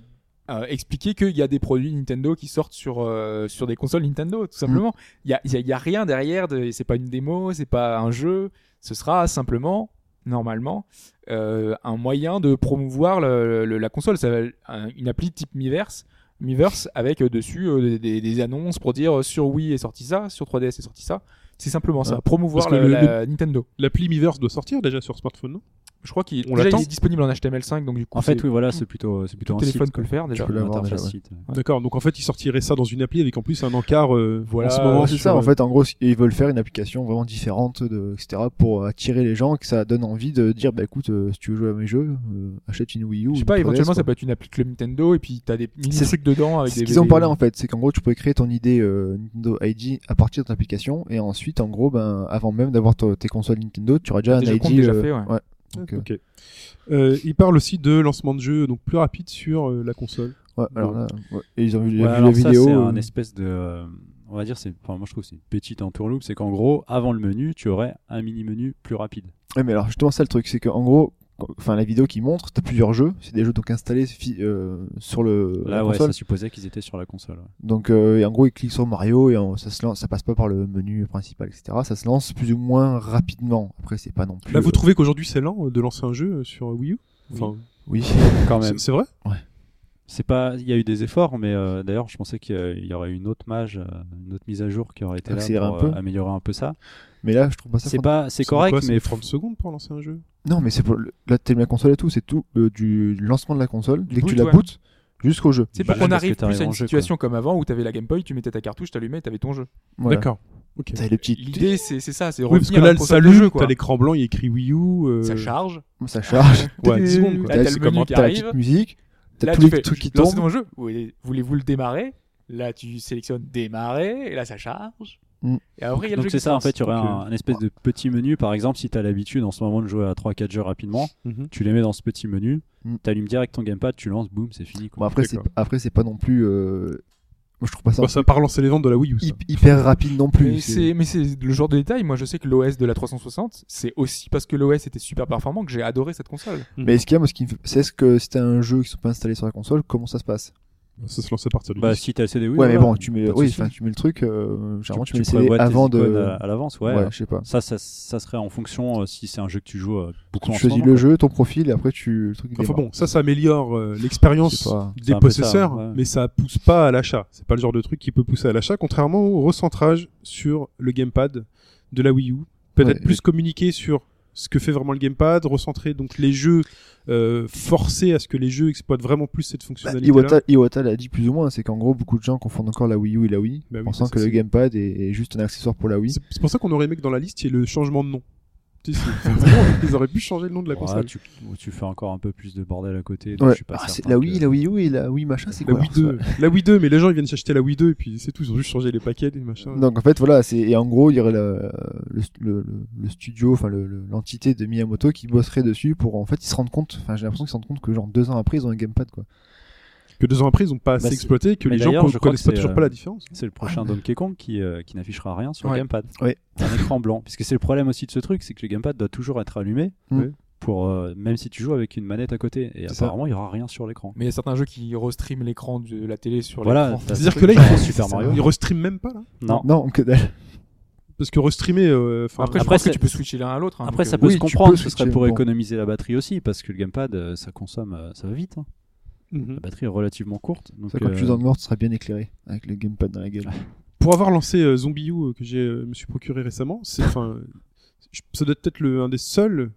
euh, expliquer qu'il y a des produits Nintendo qui sortent sur euh, sur des consoles Nintendo, Mm. tout simplement. Il y a, il y a- il y a rien derrière. De, c'est pas une démo, c'est pas un jeu. Ce sera simplement, normalement, euh, un moyen de promouvoir le- le- la console. Ça va- un- une appli type Miiverse. Miiverse avec euh, dessus euh, des, des- des annonces pour dire euh, sur Wii est sorti ça, sur 3DS est sorti ça. C'est simplement ça, Ah. promouvoir Parce la, que le- la Nintendo. L'appli Miiverse doit sortir déjà sur smartphone, non Je crois qu'il On déjà, il l'attend est disponible en HTML5, donc du coup, En c'est- fait, oui, voilà, c'est plutôt, c'est plutôt un téléphone site. que le faire déjà. Tu peux l'avoir Interface déjà, ouais. site. Ouais. D'accord, donc en fait, ils sortiraient ça dans une appli avec en plus un encart euh, Voilà, en ce moment. Ouais, c'est sur- ça, en fait, en gros, ils veulent faire une application vraiment différente, de, etc., pour attirer les gens, que ça donne envie de dire, bah écoute, euh, si tu veux jouer à mes jeux, euh, achète une Wii U. Je sais une pas, 3DS, éventuellement quoi. ça peut être une appli Club Nintendo et puis t'as des mini C'est ce- trucs dedans avec C'est des. ce qu'ils ont parlé des- en fait, c'est qu'en gros tu pouvais créer ton idée euh, Nintendo ID à partir de ton application et ensuite en gros ben avant même d'avoir to- tes consoles Nintendo tu auras déjà un Déjà ID compte, déjà euh, fait, ouais. donc, Ah, euh, Ok. Euh, il parle aussi de lancement de jeu donc plus rapide sur euh, la console. ouais, alors là, ouais. Et ils ont vu, vu Ouais, alors la ça, vidéo c'est euh, un espèce de. euh, on va dire, c'est. Enfin, moi, je trouve que c'est une petite entourloupe. C'est qu'en gros, avant le menu, tu aurais un mini-menu plus rapide. ouais, mais alors justement ça le truc c'est qu'en gros enfin la vidéo qui montre t'as plusieurs jeux c'est des jeux donc installés fi- euh, sur le la Là, ouais, console ça supposait qu'ils étaient sur la console. ouais. donc euh, et en gros ils cliquent sur Mario et on- ça se lance ça passe pas par le menu principal etc ça se lance plus ou moins rapidement après c'est pas non plus Là, Bah, vous euh, trouvez qu'aujourd'hui c'est lent euh, de lancer un jeu euh, sur Wii U Enfin, oui Quand c'est- même. c'est vrai C'est pas. Il y a eu des efforts, mais euh, d'ailleurs, je pensais qu'il y a- il y aurait une autre mage, euh, une autre mise à jour qui aurait été là Accélérer pour un peu. euh, améliorer un peu ça. mais là je trouve pas ça C'est fondamental. pas. C'est Ça prend correct, quoi, ça mais prend 30 secondes pour lancer un jeu. Non, mais c'est pour le- là t'es la console et tout, c'est tout euh, du lancement de la console, dès que boot, tu la ouais. bootes jusqu'au jeu. C'est Bah, pour qu'on parce arrive que t'arrives plus à en une jeu, situation comme avant où t'avais la Game Boy, tu mettais ta cartouche, t'allumais, t'avais ton jeu. Voilà. D'accord. Ok. T'as les petites, L'idée c'est c'est ça, c'est Oui, parce revenir que là, à la le console de jeu salut, quoi. t'as l'écran blanc, il écrit Wii U. euh, Ça charge. ça charge. Ouais, 10 secondes, quoi. Là, T'as t'as c'est le comment, menu qui t'as la petite arrive. musique, t'as Là, tous tu les fais trucs qui lancer tombent. ton jeu. Oui, Voulez-vous le démarrer Là, tu sélectionnes démarrer et là, ça charge. Mm. Et après, il y a le jeu Donc c'est qui ça en se lance. fait, il y aurait un, un euh, espèce de petit menu par exemple si tu as l'habitude en ce moment de jouer à 3 4 jeux rapidement, mhm. tu les mets dans ce petit menu, Mm. tu allumes direct ton gamepad, tu lances, boum, c'est fini Bon, quoi. après c'est D'accord. après c'est pas non plus euh, moi je trouve pas ça Bah, ça part lancer les ventes de la Wii U. ça. hy- hyper rapide non plus. Mais c'est mais c'est le genre de détail. Moi, je sais que l'OS de la 360, c'est aussi parce que l'OS était super performant que j'ai adoré cette console. Mais ce qu'il y a, moi, ce qui me fait- c'est ce que c'était un jeu qui sont pas installés sur la console, comment ça se passe Ça se lance à partir du Bah 10. si tu as le CD oui. Ouais, mais voilà. bon, tu mets, Pas de oui, souci. enfin, tu mets le truc, euh, généralement, tu, tu mets le CD prévois tes avant de, icônes à, à l'avance, ouais. hein. ouais, je sais pas. Ça, ça ça serait en fonction euh, si c'est un jeu que tu joues euh, beaucoup Tu en ce choisis moment, le quoi. jeu, ton profil, et après tu le truc. il Enfin démarre. bon, ça, ça améliore euh, C'est l'expérience pas- C'est des un peu ça, possesseurs, ouais. mais ça pousse pas à l'achat. C'est pas le genre de truc qui peut pousser à l'achat, contrairement au recentrage sur le gamepad de la Wii U. Peut-être Ouais, plus communiquer sur ce que fait vraiment le gamepad, recentrer donc les jeux, euh, forcer à ce que les jeux exploitent vraiment plus cette Bah, fonctionnalité. Iwata, Iwata l'a dit plus ou moins, c'est qu'en gros beaucoup de gens confondent encore la Wii U et la Wii, Bah oui, pensant bah ça, que le c'est- gamepad est, est juste un accessoire pour la Wii. C'est c'est pour ça qu'on aurait aimé que dans la liste, il y ait le changement de nom. Tu sais, c'est- vraiment, ils auraient pu changer le nom de la Ouais, console. tu, tu fais encore un peu plus de bordel à côté. donc Ouais. je suis pas Ah, c'est certain la que- Wii, la Wii U et la Wii machin, c'est La quoi Wii alors, 2. La Wii 2, mais les gens ils viennent s'acheter la Wii 2 et puis c'est tout, ils ont juste changé les paquets, les ça machins. Donc en fait voilà, c'est et en gros il y aurait la- le, le, le- le studio, enfin le- le- l'entité de Miyamoto qui bosserait dessus pour en fait ils se rendent compte, enfin j'ai l'impression qu'ils se rendent compte que genre deux ans après ils ont un gamepad quoi. Que deux ans après ils ont pas assez Bah, c'est- exploité, que mais les gens d'ailleurs, je crois connaissent que pas c'est, toujours euh, pas la différence. C'est le prochain Donkey Kong qui, euh, qui n'affichera rien sur Ouais. le gamepad. Ouais. Un écran blanc. Puisque c'est le problème aussi de ce truc, c'est que le gamepad doit toujours être allumé, Mm. pour, euh, même si tu joues avec une manette à côté. Et C'est ça. apparemment, il n'y aura rien sur l'écran. Mais il y a certains jeux qui restreament l'écran de la télé sur Voilà, l'écran. t'as C'est-à-dire ce que là, truc ils genre font- Super Mario. Ils restreament même pas là Non. Non, que dalle. Parce que restreamer, euh, enfin, Après, je Après, pense que c'est- tu peux switcher l'un à l'autre. hein, Après, donc, ça euh, peut oui, se tu peux comprendre, ce switcher, serait pour bon. économiser la batterie aussi, parce que le gamepad, euh, ça consomme, euh, ça va vite. hein. mhm. La batterie est relativement courte. Donc, Ça, quand euh, tu es dans le mort, tu seras bien éclairé avec le gamepad dans la gueule. Ah, pour avoir lancé euh, Zombie U euh, que j'ai euh, me suis procuré récemment, c'est enfin, je- ça doit être peut-être le- un des seuls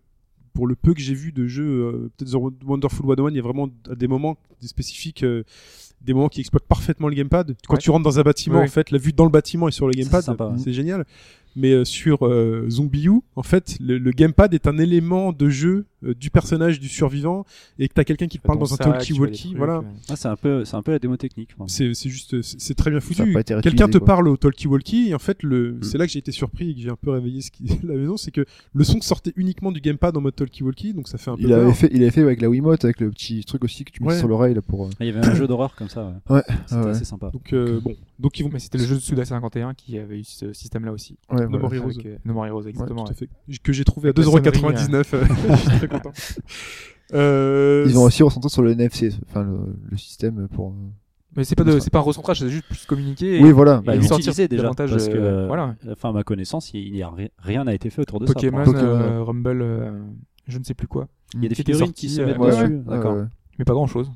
pour le peu que j'ai vu de jeux, euh, peut-être The Wonderful 101, il y a vraiment à des moments des spécifiques, euh, des moments qui exploitent parfaitement le gamepad. Quand Ouais. tu rentres dans un bâtiment, Oui. en fait, la vue dans le bâtiment et sur le gamepad, sympa, ouais. c'est génial. mais euh, sur euh, Zombie U, en fait, le, le gamepad est un élément de jeu euh, du personnage, du survivant, et que t'as quelqu'un qui te parle dans un talkie-walkie, voilà. Ah, c'est un peu, c'est un peu la démo technique. vraiment. C'est c'est juste, c'est c'est très bien Ça a foutu. pas été réutilisé, Quelqu'un te quoi. Mm. parle au talkie-walkie, et en fait, le, c'est là que j'ai été surpris et que j'ai un peu réveillé ce qui, la maison, c'est que le son sortait uniquement du gamepad en mode talkie-walkie, donc ça fait un peu Il avait, peur. fait, il avait fait avec la Wiimote, avec le petit truc aussi que tu mets Ouais. sur l'oreille là pour. euh, Ah, Il y avait un jeu d'horreur comme ça. Ouais. Ouais, C'était ouais. assez sympa. Donc euh, bon, donc ils vont Mais c'était le jeu de Suda 51 qui avait eu ce système-là aussi. ouais, No voilà. More Heroes. Avec, euh, no More Heroes, exactement. Ouais, tout ouais. à fait. Que j'ai trouvé à Avec la 2,99€. euh, Je suis très content. Euh, Ils ont aussi ressenti sur le NFC, enfin le, le système pour. euh, Mais c'est pas, de- c'est pas un recentrage, c'est juste plus communiquer. et- Oui, voilà. Bah, et l'utiliser sortir déjà, davantage, parce que, euh, euh, voilà. Enfin, à ma connaissance, il, il y a ri- rien n'a été fait autour de Pokémon, ça. pour l'instant. Pokémon. euh, Rumble, euh, je ne sais plus quoi. Il y a des qui était figurines sorti, qui se euh, mettent ouais, dessus. ouais, D'accord. ouais. Mais pas grand chose.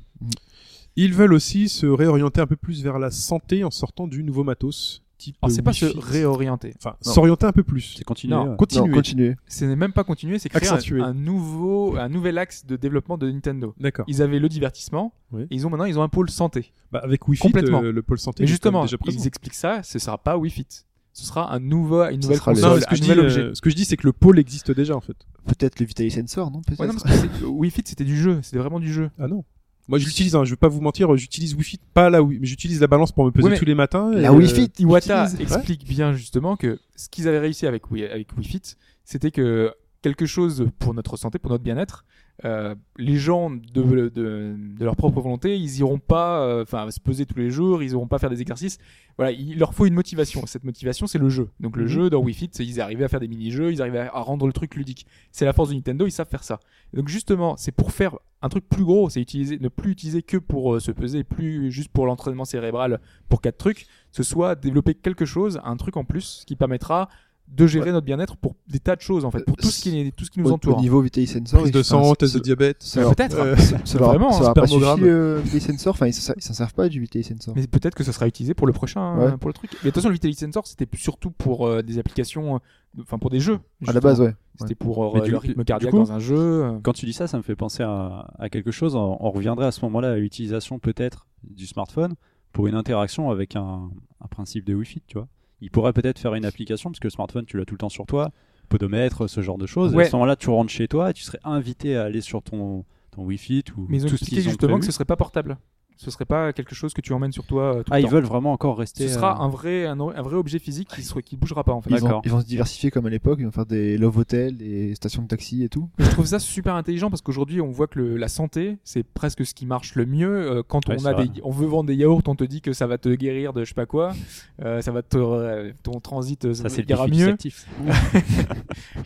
Ils veulent aussi se réorienter un peu plus vers la santé en sortant du nouveau matos. Type Alors, Ah, c'est pas se Wi-Fi. réorienter. Enfin, Non. s'orienter un peu plus. C'est continué. Non. ouais. Non, Continuer. continuez. C'est même pas continuer, c'est créer Accentuer. un, un nouveau, un nouvel axe de développement de Nintendo. D'accord. Ils avaient le divertissement, Oui. et ils ont maintenant ils ont un pôle santé. Bah, avec Wi-Fi, Complètement. le, le pôle santé. Mais il est quand même justement, déjà présent. ils expliquent ça, ce sera pas Wii Fit. Ce sera un nouveau, une nouvelle sera le- console, Non, ce que, un je dis, nouvel objet. euh, ce que je dis, c'est que le pôle existe déjà en fait. Peut-être le Vitaly Sensor, non Peut-être. Ouais, non, parce que c'est- Wii Fit c'était du jeu, c'était vraiment du jeu. Ah non. Moi, je l'utilise. Hein, je vais pas vous mentir. J'utilise Wi-Fi, pas la Wi, mais j'utilise la balance pour me peser Oui, mais- tous les matins. et, La euh, Wi-Fi. Iwata utilise. explique bien justement que ce qu'ils avaient réussi avec Wii, avec Wii Fit, c'était que quelque chose pour notre santé, pour notre bien-être, euh, les gens de, de, de leur propre volonté, ils iront pas, euh, enfin, se peser tous les jours, ils iront pas faire des exercices. Voilà, il leur faut une motivation. Cette motivation, c'est le jeu. Donc le Mhm. jeu dans Wii Fit, c'est- ils arrivaient à faire des mini-jeux, ils arrivaient à- à rendre le truc ludique. C'est la force de Nintendo, ils savent faire ça. Donc justement, c'est pour faire un truc plus gros, c'est utiliser, ne plus utiliser que pour euh, se peser, plus juste pour l'entraînement cérébral, pour quatre trucs, ce soit développer quelque chose, un truc en plus qui permettra de gérer notre bien-être pour des tas de choses en fait, pour tout ce qui, est- tout ce qui nous Euh, Au, entoure. au niveau Vitaly Sensor. Prise de ils- sang, enfin, test de ça- diabète. ça Mais leur- Peut-être, hein. euh, Ça leur, Vraiment, ça leur a pas spermogramme. suffi, euh, Vitaly Sensor. Enfin, ils s'en ils s'en servent pas du Vitaly Sensor. mais peut-être que ça sera utilisé pour le prochain, Ouais. euh, pour le truc. Mais attention, le Vitality Sensor, c'était surtout pour euh, des applications, euh, enfin pour des jeux. À justement. la base, ouais. C'était pour euh, Mais du- le rythme du cardiaque coup- dans un jeu. euh. Quand tu dis ça, ça me fait penser à, à quelque chose. On, on reviendrait à ce moment-là à l'utilisation peut-être du smartphone pour une interaction avec un, un principe de Wi-Fi, tu vois. Il pourrait peut-être faire une application parce que le smartphone, tu l'as tout le temps sur toi, podomètre, ce genre de choses. Et Ouais. à ce moment-là, tu rentres chez toi et tu serais invité à aller sur ton, ton Wi-Fi ou Mais ils ont tout ce expliqué qu'ils ont justement que prévu. ce serait pas portable. Ce serait pas quelque chose que tu emmènes sur toi euh, tout Ah, le ils temps. veulent vraiment encore rester. Ce euh, Ah, sera un vrai, un, or- un vrai objet physique qui ne qui bougera pas en fait. Ils vont, D'accord. ils vont se diversifier comme à l'époque, ils vont faire des love hotels, des stations de taxi et tout. Mais je trouve ça super intelligent parce qu'aujourd'hui on voit que le- la santé c'est presque ce qui marche le mieux Euh, quand Ouais, on c'est a vrai. des, on veut vendre des yaourts on te dit que ça va te guérir de je sais pas quoi Euh, ça va te euh, ton transit euh, Ça, c'est le ira défi mieux actif.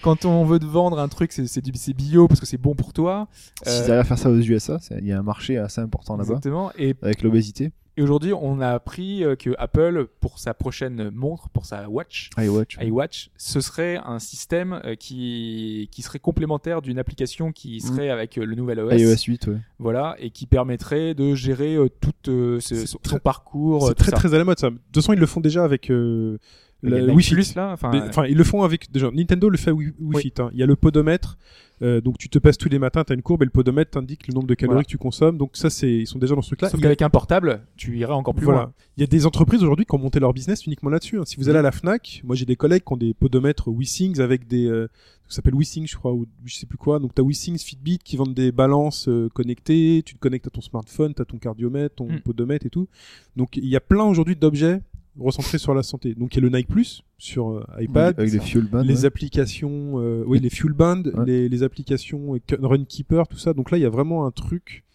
quand on veut te vendre un truc c'est c'est du- c'est bio parce que c'est bon pour toi S'ils Euh, arrivent à faire ça aux USA, c'est- il y a un marché assez important là-bas, exactement et, avec l'obésité. et aujourd'hui on a appris euh, que Apple pour sa prochaine montre pour sa watch iWatch. iWatch, ce serait un système euh, qui, qui serait complémentaire d'une application qui Mm. serait avec euh, le nouvel OS. iOS 8, ouais. voilà, et qui permettrait de gérer euh, tout euh, ce- C'est son, très- son parcours, euh, C'est tout très ça. très à la mode ça. De toute façon, ils le font déjà avec euh, Il y a la Nike Wi-Fi. Plus, là, enfin, Des- Enfin, ils le font avec déjà. Nintendo le fait à Wi- Wi-Fi. hein. Il y a le podomètre. euh, donc tu te passes tous les matins, t'as une courbe et le podomètre t'indique le nombre de calories Voilà. que tu consommes. Donc ça, c'est ils sont déjà dans ce truc-là. sauf Il y a- qu'avec un portable, tu irais encore plus voilà. loin. Il y a des entreprises aujourd'hui qui ont monté leur business uniquement là-dessus. hein. Si vous allez à la Fnac, moi j'ai des collègues qui ont des podomètres WeSings avec des, euh, ça s'appelle WeSings je crois ou je sais plus quoi. Donc t'as WeSings, Fitbit qui vendent des balances euh, connectées. Tu te connectes à ton smartphone, t'as ton cardiomètre, ton Mm. podomètre et tout. Donc il y a plein aujourd'hui d'objets recentrés sur la santé. Donc il y a le Nike Plus sur euh, iPad, avec les fuel bands. les ouais. applications, euh, oui, les fuel bands, Ouais. les, les applications euh, Runkeeper, tout ça. Donc là, il y a vraiment un truc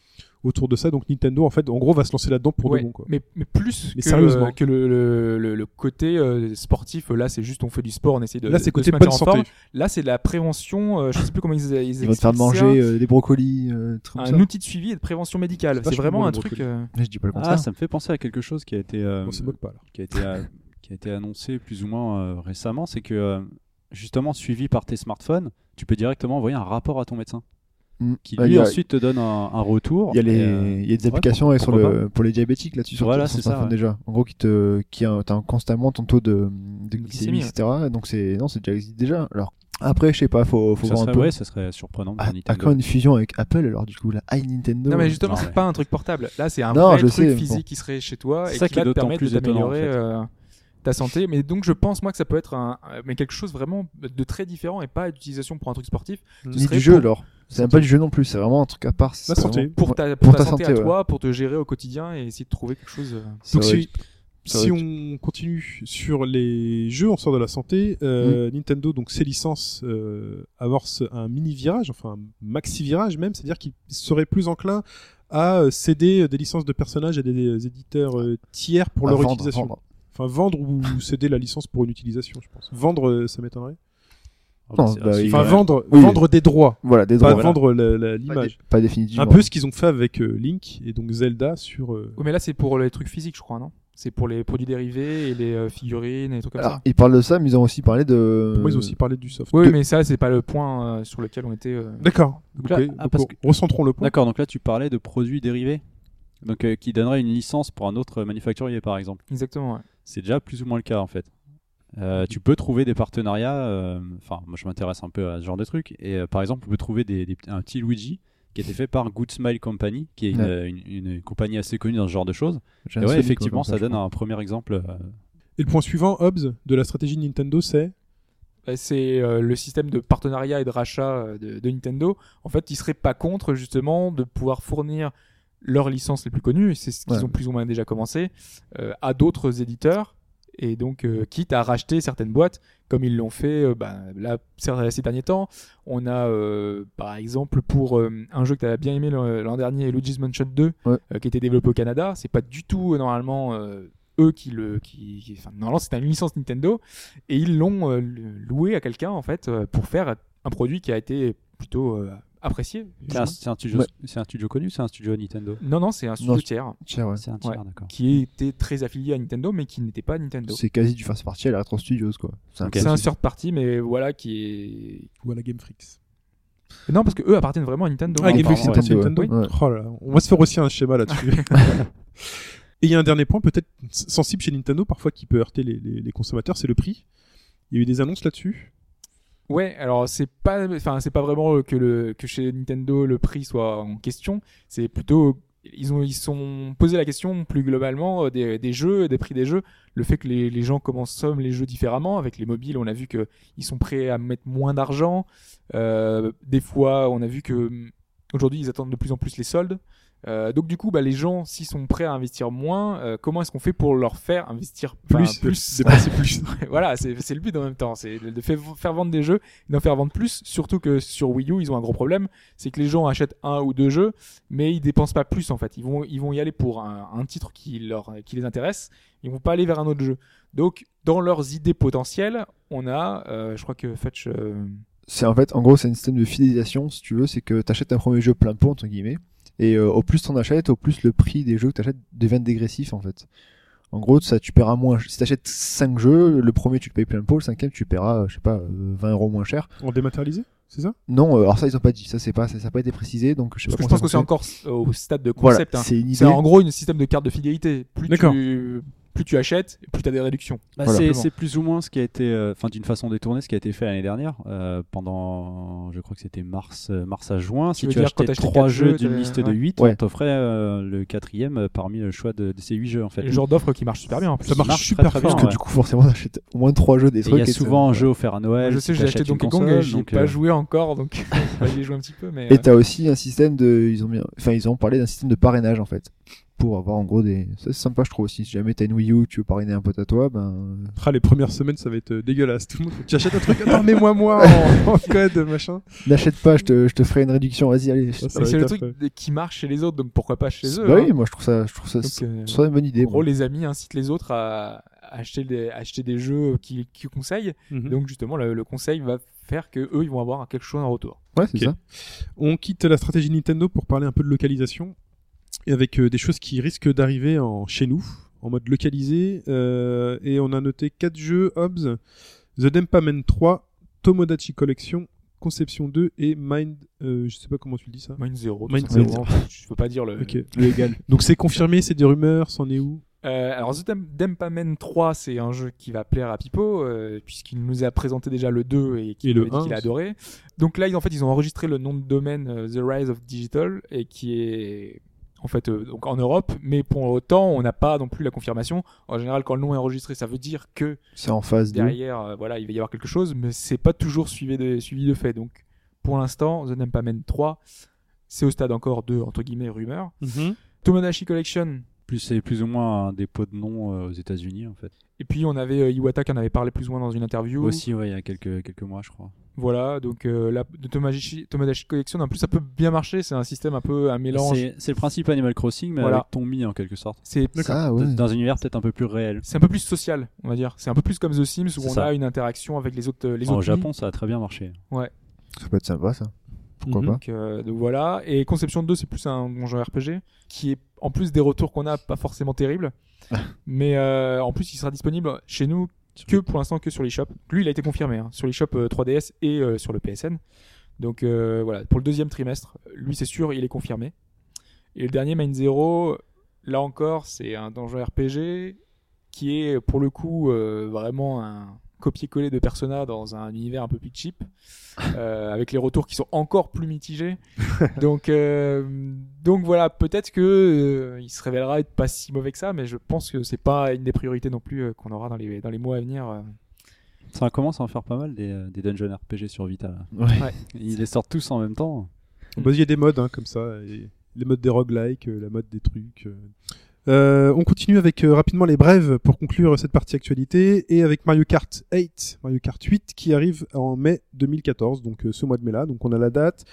autour de ça. Donc Nintendo, en fait, en gros, va se lancer là-dedans pour Ouais, de bon. Quoi. Mais, mais plus Mais que, sérieusement. euh, que le, le, le- le côté euh, sportif, euh, là c'est juste on fait du sport, on essaie de, là, c'est de côté se maintenir bonne en santé. forme. Là c'est de la prévention, euh, je sais plus comment ils, ils Ils vont te faire expliquent ça. manger euh, des brocolis, euh, trucs un comme ça. outil de suivi et de prévention médicale. C'est C'est vachement vraiment bon, un le truc. brocoli. euh, Mais je dis pas le contraire. Ah, ça me fait penser à quelque chose qui a été. euh, On se moque pas là. qui a été, euh, qui a été annoncé plus ou moins euh, récemment, c'est que euh, justement suivi par tes smartphones, tu peux directement envoyer un rapport à ton médecin Mm. qui Ah, lui il y a- ensuite te donne un, un retour. Il y a, les, Et, euh, il y a des ouais, applications et sur pourquoi le, pour les diabétiques là-dessus sur Voilà, ton c'est ça, smartphone ouais. déjà. En gros, qui te, qui a, t'as un- constamment ton taux de, de glycémie, glycémie, etc. Donc c'est, non, c'est déjà existe déjà. Alors après, je sais pas, faut, faut ça voir un serait, peu. ouais, ça serait surprenant. pour Ah, à Nintendo. quand une fusion avec Apple alors du coup la i Nintendo Non mais euh, justement Non, c'est mais- pas un truc portable. Là c'est un Non, vrai je truc sais, physique bon. qui serait chez toi C'est et ça qui qui est va te d'autant permettre plus de étonnant, en t'améliorer. fait. euh, ta santé. Mais donc, je pense, moi, que ça peut être un, mais quelque chose vraiment de très différent et pas d'utilisation pour un truc sportif. Ni Ce Ni serait du jeu pour- alors. C'est même pas du jeu non plus, c'est vraiment un truc à part. c'est La santé. vraiment- Pour ta, Pour pour ta ta santé, santé, à toi, pour te gérer au quotidien et essayer de trouver quelque chose. euh, Ça Donc va si, ça si va on continue sur les jeux, on sort de la santé. Mm. euh, Nintendo, donc ses licences, euh, amorcent un mini virage, enfin un maxi virage même, c'est-à-dire qu'ils seraient plus enclins à euh, céder des licences de personnages à des, des éditeurs euh, tiers pour à leur vendre, utilisation. vendre. Enfin vendre ou céder la licence pour une utilisation, je pense. Vendre, euh, ça m'étonnerait. Ah bah, Non, c'est bah, assez- il- Enfin ouais. vendre, Oui. vendre des droits, Voilà, des pas droits. vendre la- la- Pas, dé- l'image. pas définitivement. Un peu ce qu'ils ont fait avec euh, Link et donc Zelda sur. euh, Oui, mais là, c'est pour les trucs physiques, je crois, non C'est pour les produits dérivés et les euh, figurines et des trucs comme Alors, ça. ils parlent de ça, mais ils ont aussi parlé de. Pour moi, ils ont aussi parlé du soft. Oui, mais ça, c'est pas le point euh, sur lequel on était. euh, D'accord. Donc Ok, là- donc ah, parce on- que- recentrons le point. D'accord, donc là tu parlais de produits dérivés, donc euh, qui donnerait une licence pour un autre manufacturier par exemple. Exactement. ouais. C'est déjà plus ou moins le cas en fait. Euh, tu peux trouver des partenariats, euh, enfin moi je m'intéresse un peu à ce genre de truc, et euh, par exemple on peut trouver des, des- un petit Luigi qui a été fait par Good Smile Company, qui est une, Ouais. euh, une- une compagnie assez connue dans ce genre de choses. J'ai Et un ouais, Sonic, effectivement, quoi, comme ça donne je un premier exemple. euh, Et le point suivant, Hobbes, de la stratégie de Nintendo, c'est Bah, C'est euh, le système de partenariat et de rachat euh, de, de Nintendo. En fait, ils seraient pas contre justement de pouvoir fournir leurs licences les plus connues, et c'est ce qu'ils Ouais. ont plus ou moins déjà commencé, euh, à d'autres éditeurs. Et donc, euh, quitte à racheter certaines boîtes, comme ils l'ont fait euh, bah, là, ces ces derniers temps. On a, euh, par exemple, pour euh, un jeu que tu bien aimé l'an l'an dernier, Luigi's Mansion 2, Ouais. euh, qui était développé au Canada. C'est pas du tout, euh, normalement, euh, eux qui le. Qui, qui- enfin, normalement, c'est une licence Nintendo. Et ils l'ont euh, le- loué à quelqu'un, en fait, euh, pour faire un produit qui a été plutôt euh, apprécié. C'est un, c'est un studio, Ouais. c'est un studio connu, c'est un studio Nintendo. Non, non, c'est un studio Non, tiers Tiens, ouais. C'est un tiers, tiers, d'accord. qui était très affilié à Nintendo, mais qui n'était pas Nintendo. C'est quasi du first party à la Retro Studios, quoi. C'est un Ok. peu C'est un aussi. third party, mais voilà, qui ou à la Game Freaks. est. Non, parce que eux appartiennent vraiment à Nintendo. Ah, Oui, Game Freak, pardon, c'est Nintendo. Nintendo, Nintendo. ouais. Oh là là, on va se faire aussi un schéma là-dessus. Et il y a un dernier point peut-être sensible chez Nintendo, parfois qui peut heurter les, les- les consommateurs, c'est le prix. Il y a eu des annonces là-dessus. Ouais, alors c'est pas, enfin c'est pas vraiment euh, que le que chez Nintendo le prix soit en question. C'est plutôt ils ont ils sont posé la question plus globalement euh, des, des jeux, des prix des jeux, le fait que les, les gens consomment les jeux différemment. Avec les mobiles, on a vu que ils sont prêts à mettre moins d'argent. Euh, des fois, on a vu que hum, aujourd'hui ils attendent de plus en plus les soldes. Euh, donc du coup, bah, les gens s'ils sont prêts à investir moins, euh, comment est-ce qu'on fait pour leur faire investir enfin, Plus, euh, dépenser plus. Ouais, voilà, c'est c'est le but en même temps, c'est de de faire, faire vendre des jeux, et d'en faire vendre plus, surtout que sur Wii U, ils ont un gros problème, c'est que les gens achètent un ou deux jeux, mais ils dépensent pas plus en fait. Ils vont, ils vont y aller pour un, un titre qui, leur, qui les intéresse, ils vont pas aller vers un autre jeu. Donc, dans leurs idées potentielles, on a, euh, je crois que Fetch, euh, C'est en fait, en gros, c'est un système de fidélisation, si tu veux, c'est que t'achètes un premier jeu plein pot, entre guillemets, et euh, au plus t'en achètes, au plus le prix des jeux que t'achètes devient dégressif, en fait. En gros, ça, tu paieras moins. Si t'achètes 5 jeux, le premier tu le payes plein pot, le cinquième tu paieras, euh, je sais pas, euh, 20 euros moins cher. En dématérialisé, c'est ça Non, euh, alors ça ils ont pas dit, ça c'est pas, ça, ça a pas été précisé, donc je sais parce pas que je comment pense que c'est ça fonctionne. encore s- au stade de concept. Voilà, hein. c'est une idée. C'est en gros un système de carte de fidélité. Plus D'accord. tu, plus tu achètes, plus tu as des réductions. Voilà. Bah, c'est, Simplement. c'est plus ou moins ce qui a été, euh, enfin d'une façon détournée, ce qui a été fait l'année dernière. euh, pendant, je crois que c'était mars, euh, mars à juin. Si veux tu dire quand achetais t'achetais trois quatre jeux jeux, d'une t'avais- liste de ouais. 8 Ouais. on t'offrait euh, le quatrième euh, parmi le choix de, de ces huit jeux en fait. Le genre d'offre qui marche super bien. en plus. Ça marche marche très, super très fort. Parce bien, que ouais. du coup, forcément, t'achètes au moins 3 jeux des Et Il trucs. y a et souvent un t'as- jeu offert à Noël. je si sais, j'ai acheté t'achètes une Donkey Kong, console, et j'y ai donc, pas euh, joué encore, donc j'y ai joué un petit peu, mais. euh, Et t'as aussi un système de, ils ont mis- enfin ils ont parlé d'un système de parrainage en fait, pour avoir en gros des, ça c'est sympa je trouve aussi. Si jamais t'as une Wii U, tu veux parrainer un pote à toi, ben Ah, les premières semaines, ça va être euh, dégueulasse. Tout le monde, tu achètes un truc, attends, mets-moi moi Oh, en, en code, machin. n'achète pas, je te, je te ferai une réduction, vas-y allez. Ça, ça Mais va c'est être le affreux. truc de- qui marche chez les autres, donc pourquoi pas chez eux Bah hein. oui, moi je trouve ça, je trouve ça, Donc, euh, c'est une bonne idée. En gros, moi. les amis incitent les autres à acheter des, acheter des jeux qu'ils qu'ils conseillent. Mhm. Donc justement, le, le conseil va faire que eux, ils vont avoir quelque chose en retour. Ouais, c'est Ok. ça. On quitte la stratégie Nintendo pour parler un peu de localisation et avec euh, des choses qui risquent d'arriver en chez nous en mode localisé euh, et on a noté quatre jeux Hobbs, The Dempamen 3, Tomodachi Collection, Conception 2 et Mind euh, je sais pas comment tu le dis ça. Mine zéro. tout Mine simplement. Zero. Je peux pas dire le. OK. Légal. Donc c'est confirmé, c'est des rumeurs, c'en est où Euh, alors The Dem- Dempamen 3, c'est un jeu qui va plaire à Pipo euh, puisqu'il nous a présenté déjà le 2 et Et qu'il le avait dit 1 qu'il a aussi. adoré. Donc là, ils, en fait, ils ont enregistré le nom de domaine euh, The Rise of Digital et qui est en fait euh, donc en Europe, mais pour autant on n'a pas non plus la confirmation. En général, quand le nom est enregistré, ça veut dire que C'est en phase 2. derrière, euh, voilà, il va y avoir quelque chose, mais c'est pas toujours suivi de, suivi de fait. Donc pour l'instant, The Numpamen 3, c'est au stade encore de entre guillemets rumeur. Mhm. Tomodachi Collection. Plus c'est plus ou moins un dépôt de nom euh, aux États-Unis en fait. Et puis on avait euh, Iwata qui en avait parlé plus ou moins dans une interview. Aussi, ouais, il y a quelques quelques mois, je crois. Voilà, donc euh, la, de Tomodachi, Tomodachi Collection, en plus ça peut bien marcher, c'est un système un peu un mélange. C'est c'est le principe Animal Crossing, mais Voilà. avec ton mi en quelque sorte. C'est Ah ouais. Dans un univers peut-être un peu plus réel. c'est un peu plus social, on va dire. C'est un peu plus comme The Sims où C'est on ça. a une interaction avec les autres euh, les en autres Japon, ça a très bien marché. Ça peut être sympa ça. Pourquoi Mhm. pas Donc, euh, donc voilà. Et Conception 2, c'est plus un bon jeu RPG qui est, en plus des retours qu'on a, pas forcément terrible. mais euh, en plus, il sera disponible chez nous que pour l'instant que sur l'eShop. Lui, il a été confirmé hein, sur l'eShop euh, 3DS et euh, sur le PSN. Donc euh, voilà, pour le deuxième trimestre, lui, c'est sûr, il est confirmé. Et le dernier, Mind Zero, là encore, c'est un donjon RPG qui est pour le coup euh, vraiment un copier-coller de Persona dans un univers un peu plus cheap, euh, avec les retours qui sont encore plus mitigés. donc, euh, donc voilà, peut-être que euh, il se révélera être pas si mauvais que ça, mais je pense que c'est pas une des priorités non plus euh, qu'on aura dans les dans les mois à venir. euh. Ça commence à en faire pas mal des, euh, des dungeons RPG sur Vita. là. Ouais. Ouais. Ils les sortent tous en même temps. Bah, il y a des modes hein, comme ça, et les modes des roguelikes, euh, la mode des trucs. euh. Euh, on continue avec euh, rapidement les brèves pour conclure cette partie actualité et avec Mario Kart 8, Mario Kart 8 qui arrive en mai 2014, donc euh, ce mois de mai là, donc on a la date.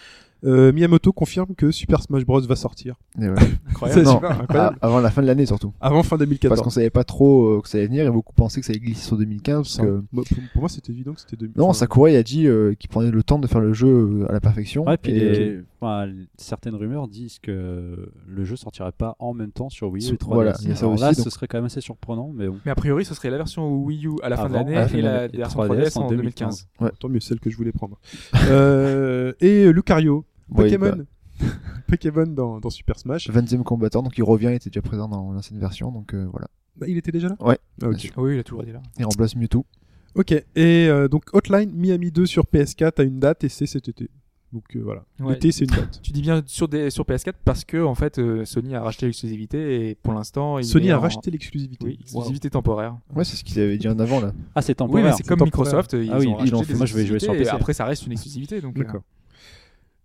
Euh, Miyamoto confirme que Super Smash Bros va sortir Et ouais. Incroyable. Non. super, incroyable. Ah, avant la fin de l'année surtout. avant fin Parce 2014. qu'on savait pas trop euh, que ça allait venir et beaucoup pensaient que ça allait glisser sur 2015. Parce Ça, que... moi, pour, pour moi, c'était évident que c'était 2000. Non, enfin, Sakurai a dit euh, qu'il prenait le temps de faire le jeu euh, à la perfection. Ouais, puis et- euh, les- enfin, les- certaines rumeurs disent que le jeu sortirait pas en même temps sur Wii U et Sur- 3DS. voilà, il y a ça Alors là, aussi, ce donc. serait quand même assez surprenant, mais bon. Mais a priori, ce serait la version Wii U à la fin de Avant, l'année à la fin et de la, l'année. version 3DS 3DS en 2015. Tant mieux celle que je voulais prendre. euh, et euh, Lucario, Ouais, Pokémon. bah, Pokémon dans, dans Super Smash. 20e combattant, donc il revient, il était déjà présent dans l'ancienne version, donc euh, voilà. Bah, il était déjà là Ouais. Ah, ok. Bien sûr. Oui, il a toujours été là. Il remplace Mewtwo. Ok, et euh, donc Hotline Miami 2 sur PS4 a une date et c'est cet été. Donc euh, voilà, Ouais. l'été c'est une date. Tu dis bien sur, des, sur PS4 parce que en fait euh, Sony a racheté l'exclusivité et pour l'instant il Sony est a en- racheté l'exclusivité. oui, exclusivité temporaire. Ouais, c'est ce qu'ils avaient dit en avant là. Ah, c'est Oui, temporaire. mais c'est comme temporaire. Microsoft, ils Ah oui, ont ils racheté l'ont des fait. Moi, je vais jouer sur exclusivités, et PC. après ça reste une exclusivité donc euh, D'accord.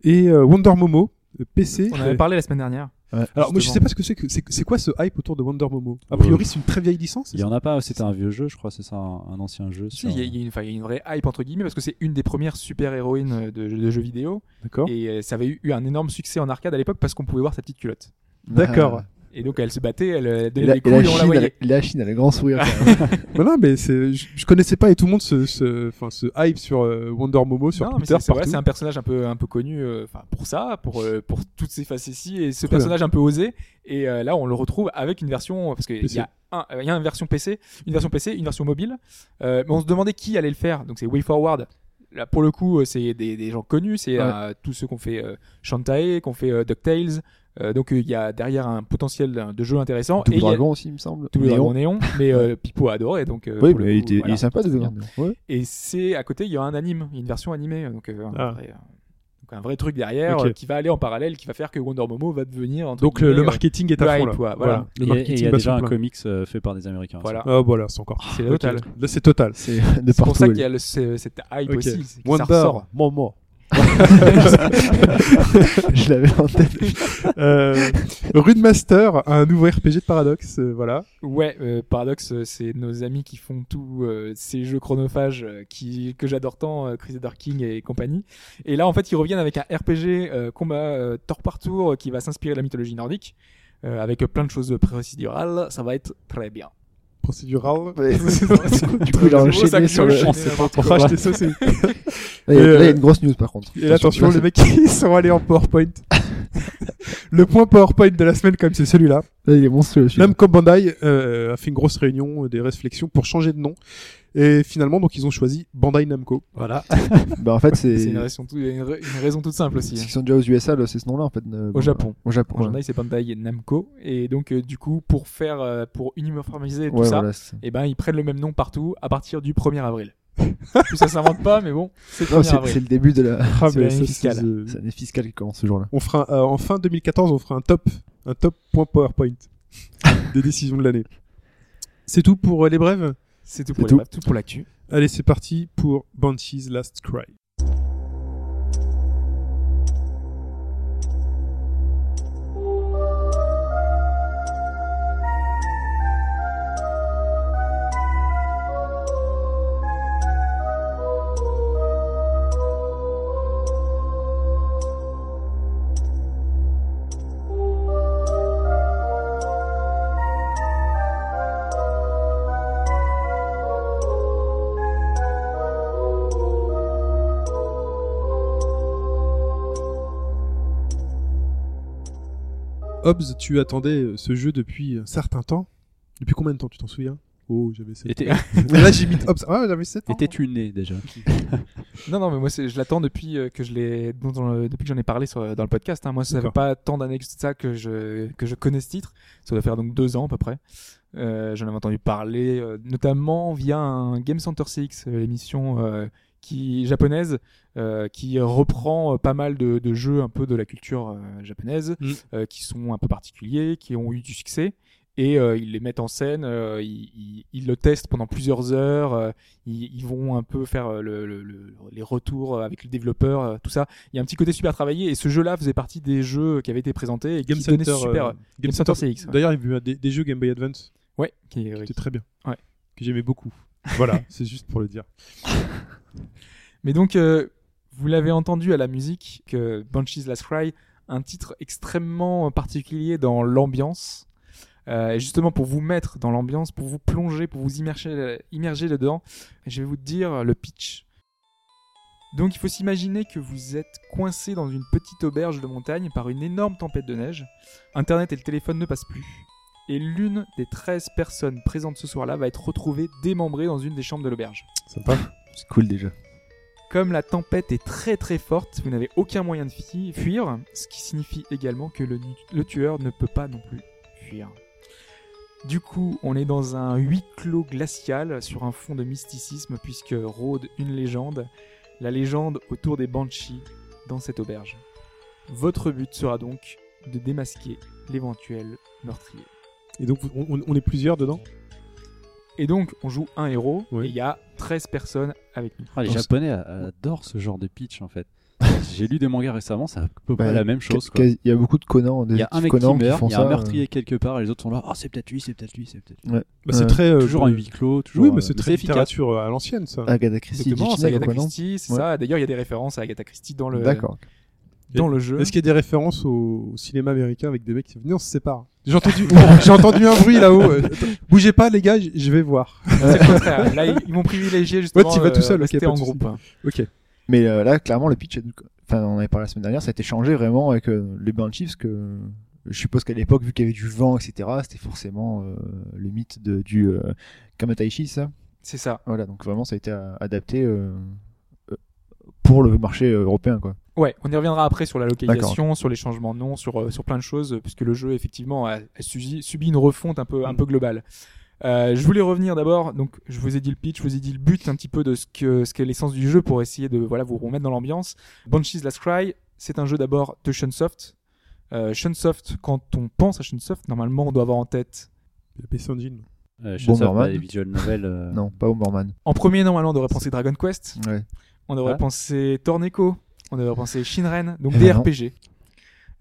Et euh, Wonder Momo, euh, PC. on en avait parlé la semaine dernière. Alors moi je justement. Euh, sais pas ce que c'est que c'est c'est quoi ce hype autour de Wonder Momo A priori c'est une très vieille licence. Il y en a pas, c'était un vieux jeu, je crois, c'est ça, un, un ancien jeu. Si, sur- il y, a- il y a une- enfin, il y a une vraie hype entre guillemets parce que c'est une des premières super-héroïnes euh, de, de jeux vidéo D'accord. et euh, ça avait eu, eu un énorme succès en arcade à l'époque parce qu'on pouvait voir sa petite culotte. D'accord. Et donc elle se battait, elle, euh, Euh, Et donnait la, des et coups la et, on la Ah, Chine, voyait. elle, la Chine, elle a un grand sourire. quand même. voilà, mais c'est je, je connaissais pas et tout le monde se se enfin ce hype sur euh, Wonder Momo sur Non, mais Twitter c'est- c'est vrai, partout. c'est un personnage un peu un peu connu euh, enfin pour ça, pour euh, pour toutes ses facéties et ce Très personnage un peu osé et euh, là on le retrouve avec une version parce qu'il y PC. a un, euh, il y a une version PC, une version PC, une version mobile. Euh, mais on se demandait qui allait le faire. Donc c'est WayForward. Là pour le coup, euh, c'est des, des gens connus, c'est Ouais. euh, tous ceux qu'on fait euh, Shantae, qu'on fait euh, DuckTales. Euh, donc euh, il y a derrière un potentiel d'un- de jeu intéressant Double et il y a- Dragon aussi, il me semble. Double Néon. Dragon Néon, mais euh, Pipo a adoré donc euh, Oui, pour le mais il, coup, était- il voilà. est sympa de C'est bien. Dragon. Ouais. Et c'est à côté, il y a un anime, il y a une version animée, donc, euh, un, Ah. vrai, donc un vrai truc derrière Ok. euh, qui va aller en parallèle, qui va faire que Wonder Momo va devenir entre Donc le, le guillemets, euh, marketing est le à fond hype, là. ouais, voilà. Le Et- et il y marketing bat a son déjà un plein. comics euh, fait par des Américains. Voilà. Ah voilà, c'est encore. euh, c'est la totale. Ok. Là c'est total. C'est de C'est pour partout. ça qu'il y elle. a le- ce- cette hype Ok. aussi, c'est que Wonder ça ressort. Momo. Je l'avais en tête. euh, Rune Master, un nouveau RPG de Paradox, euh, voilà. Ouais, euh, Paradox, euh, c'est nos amis qui font tous euh, ces jeux chronophages euh, qui, que j'adore tant, euh, Crusader King et compagnie. Et là, en fait, ils reviennent avec un RPG euh, combat euh, tour par tour euh, qui va s'inspirer de la mythologie nordique, euh, avec plein de choses procédurales. Ça va être très bien. Procédural. Ouais. du coup, il a enchaîné sur le- On sait pas Enfin, j'étais saucé. Là, il y a- Et, là, il euh, y a une grosse news par contre. Et là, attention, les mecs, ils sont allés en PowerPoint. Le point PowerPoint de la semaine, comme c'est celui-là. Là, il est monstrueux. celui-là. Namco Bandai euh, a fait une grosse réunion, euh, des réflexions pour changer de nom. Et finalement, donc, ils ont choisi Bandai Namco. Voilà. Bah, en fait, c'est. C'est une raison, tout- une ra- une raison toute simple Ceux aussi. hein. qui sont déjà aux USA, là, c'est ce nom-là en fait. euh, Au bon, Japon. Au Japon. Pour Bandai, c'est Bandai Namco. Et donc, euh, du coup, pour faire, euh, pour uniformiser tout Ouais, ça, voilà, c'est- eh ben, ils prennent le même nom partout à partir du 1er avril. Plus ça s'invente pas, mais bon, c'est le Non, 1er c'est c'est avril. le début de la Ah, C'est mais l'année ça, fiscale. c'est, euh, c'est l'année fiscale qui commence ce jour-là. on fera, euh, en fin 2014, on fera un top, un top point PowerPoint des décisions de l'année. C'est tout pour euh, les brèves C'est tout pour tout. les brefs, tout pour l'actu. Allez, c'est parti pour Banshee's Last Cry. Hobbs, tu attendais euh, ce jeu depuis un certain temps. Depuis combien de temps, tu t'en souviens Oh, j'avais 7 Était- Là, j'imite Hobbs. Ah, j'avais 7 ans. Étais-tu né déjà Non, non, mais moi, c'est- je l'attends depuis euh, que je l'ai, dont on- euh, depuis que j'en ai parlé sur, dans le podcast. hein. Moi, ça fait D'accord. pas tant d'années que ça que je que je connais ce titre. Ça doit faire donc deux ans à peu près. Euh, j'en avais entendu parler, euh, notamment via un Game Center CX, euh, l'émission euh, qui japonaise, euh, qui reprend euh, pas mal de, de jeux un peu de la culture euh, japonaise, Mm. euh, qui sont un peu particuliers, qui ont eu du succès. Et euh, ils les mettent en scène, euh, ils, ils- ils le testent pendant plusieurs heures, euh, ils, ils vont un peu faire euh, le, le- le- les retours avec le développeur, euh, tout ça. Il y a un petit côté super travaillé, et ce jeu-là faisait partie des jeux qui avaient été présentés et qui donnaient super... euh, Game Center hein. CX, ouais. D'ailleurs, il y avait eu un- des, des jeux Game Boy Advance Ouais, qui, qui étaient très bien. Ouais. Que j'aimais beaucoup. Voilà, c'est juste pour le dire. Mais donc, euh, vous l'avez entendu à la musique, que Banshee's Last Cry, un titre extrêmement particulier dans l'ambiance. Euh, et justement, pour vous mettre dans l'ambiance, pour vous plonger, pour vous immerger, euh, immerger dedans, je vais vous dire le pitch. Donc, il faut s'imaginer que vous êtes coincé dans une petite auberge de montagne par une énorme tempête de neige. Internet et le téléphone ne passent plus. Et l'une des 13 personnes présentes ce soir-là va être retrouvée démembrée dans une des chambres de l'auberge. Sympa. C'est cool déjà. Comme la tempête est très très forte, vous n'avez aucun moyen de fi- fuir, ce qui signifie également que le, nu- le tueur ne peut pas non plus fuir. Du coup, on est dans un huis clos glacial sur un fond de mysticisme puisque rôde une légende, la légende autour des banshees dans cette auberge. Votre but sera donc de démasquer l'éventuel meurtrier. Et donc, vous- on, on- on est plusieurs dedans Et donc, on joue un héros Oui. et il y a 13 personnes avec nous. Ah, Les Dans ce- Japonais euh, adorent ce genre de pitch en fait. J'ai lu des mangas récemment, c'est à peu près Bah, la même chose. Ca- quoi. quasi- Il y a beaucoup de connards, des Il y a un petits mec qui connards meurt, font il y a un ça, meurtrier quelque part et les autres sont là. Ah, c'est peut-être lui, c'est peut-être lui, c'est peut-être lui. Bah, C'est Ouais. très. euh, toujours euh, un huis clos, toujours. Oui, mais euh, c'est très efficace. littérature euh, à l'ancienne, ça. euh, Agatha Christie, Exactement, c'est Ditchnell, Agatha quoi, non Christie, c'est Ouais. ça. D'ailleurs, il y a des références à Agatha Christie dans le, D'accord. dans le jeu. Est-ce qu'il y a des références au, au cinéma américain avec des mecs qui disent Venez, on se sépare J'ai entendu, j'ai entendu un bruit là-haut. euh, attends, bougez pas, les gars, j- je vais voir. C'est le contraire. Là, ils ils vont privilégier justement euh, Ouais, tu vas tout seul, ok, rester pas de en souci. groupe. Ok. Mais euh, là, clairement, le pitch, enfin, on en avait parlé la semaine dernière, ça a été changé vraiment avec euh, les Banshees, parce que je suppose qu'à l'époque, vu qu'il y avait du vent, etc., c'était forcément euh, le mythe de, du euh, Kamataishi, ça. C'est ça. Voilà, donc vraiment, ça a été euh, adapté euh, euh, pour le marché euh, européen, quoi. Ouais, on y reviendra après sur la localisation, D'accord. sur les changements de nom, sur, euh, sur plein de choses, euh, puisque le jeu, effectivement, a, a subi, subi une refonte un peu, Mm. un peu globale. Euh, je voulais revenir d'abord, donc je vous ai dit le pitch, je vous ai dit le but un petit peu de ce que ce qu'est l'essence du jeu pour essayer de voilà vous remettre dans l'ambiance. Banshee's Last Cry, c'est un jeu d'abord de Shunsoft. Euh, Shunsoft, quand on pense à Shunsoft, normalement on doit avoir en tête Il y a PC Engine. Euh, je Bon, sais pas, Norman. les visual novels. euh, Non, pas Homerman. En premier, normalement, on devrait penser Dragon Quest, Ouais. on devrait Ah. penser Torneco, on devrait penser Shinran, donc Eh des ben non. RPG.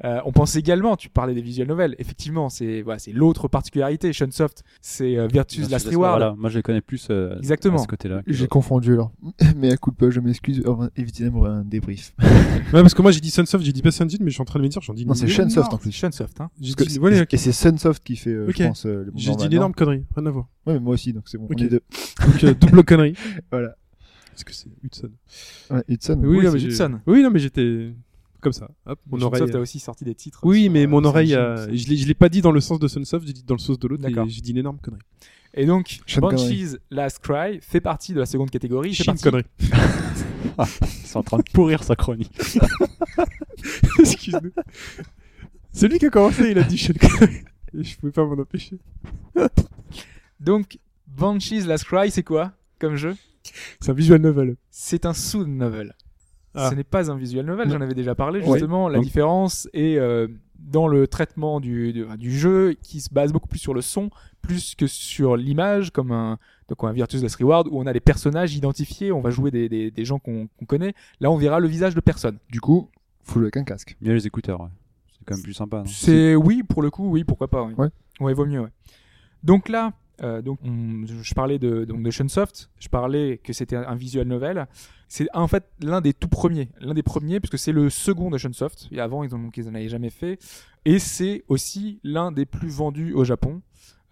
Euh, on pense également, tu parlais des visual novels, effectivement, c'est voilà, c'est l'autre particularité. Shunsoft, c'est euh, Virtus Virtuous Last Last Reward. Voilà, moi je les connais plus euh, Exactement. à ce côté-là. que J'ai d'autres. confondu alors. Mais à coup de peu, je m'excuse. On va éviter d'avoir un débrief. Ouais, parce que moi j'ai dit Sunsoft, j'ai dit PC Engine, mais je suis en train de me dire, j'en dis Non, c'est une Shunsoft en énorme- C'est plus. Shunsoft, hein. J'ai Parce dit, que- voilà, Et c'est Sunsoft qui fait, euh, Ok. je pense, euh, le j'ai dit Bomberman, une énorme connerie, rien à voir. non Ouais, mais moi aussi, donc c'est bon. Ok. On est deux. Donc euh, double connerie. Voilà. Parce que c'est Hudson. Ouais, Hudson. Oui, non, c'est mais j'ai- Hudson. Oui, non, mais j'étais comme ça. Hop, mon Shunsoft oreille. euh, a aussi sorti des titres. Oui, sur, mais euh, mon sur oreille, Steam, euh, c'est- je l'ai je l'ai pas dit dans le sens de Sunsoft, j'ai dit dans le sens de l'autre, D'accord. et j'ai dit une énorme connerie. Et donc, Sean Banshee's Last Cry fait partie de la seconde catégorie. fait Chine partie- connerie. C'est en train de pourrir sa chronique. Excuse-nous. Celui qui a commencé, il a dit Chine connerie. Et je pouvais pas m'en empêcher. Donc, Banshee's Last Cry, c'est quoi comme jeu C'est un visual novel. C'est un sound novel. Ah. Ce n'est pas un visual novel, j'en avais déjà parlé Ouais. justement. La Donc- différence est euh, dans le traitement du, de- du jeu qui se base beaucoup plus sur le son plus que sur l'image comme un donc un Virtus Last Reward où on a les personnages identifiés, on va jouer des, des, des gens qu'on qu'on connaît. Là, on verra le visage de personne. Du coup, faut jouer avec un casque. Il y a les écouteurs, ouais. C'est quand même plus sympa. non C'est oui pour le coup, oui pourquoi pas. Oui. Ouais. Ouais, vaut mieux. Ouais. Donc là, euh, donc on- je parlais de donc de Shunsoft, je parlais que c'était un visual novel. C'est en fait l'un des tout premiers, l'un des premiers puisque c'est le second de Shunsoft. Et avant ils en, ils en avaient jamais fait. Et c'est aussi l'un des plus vendus au Japon.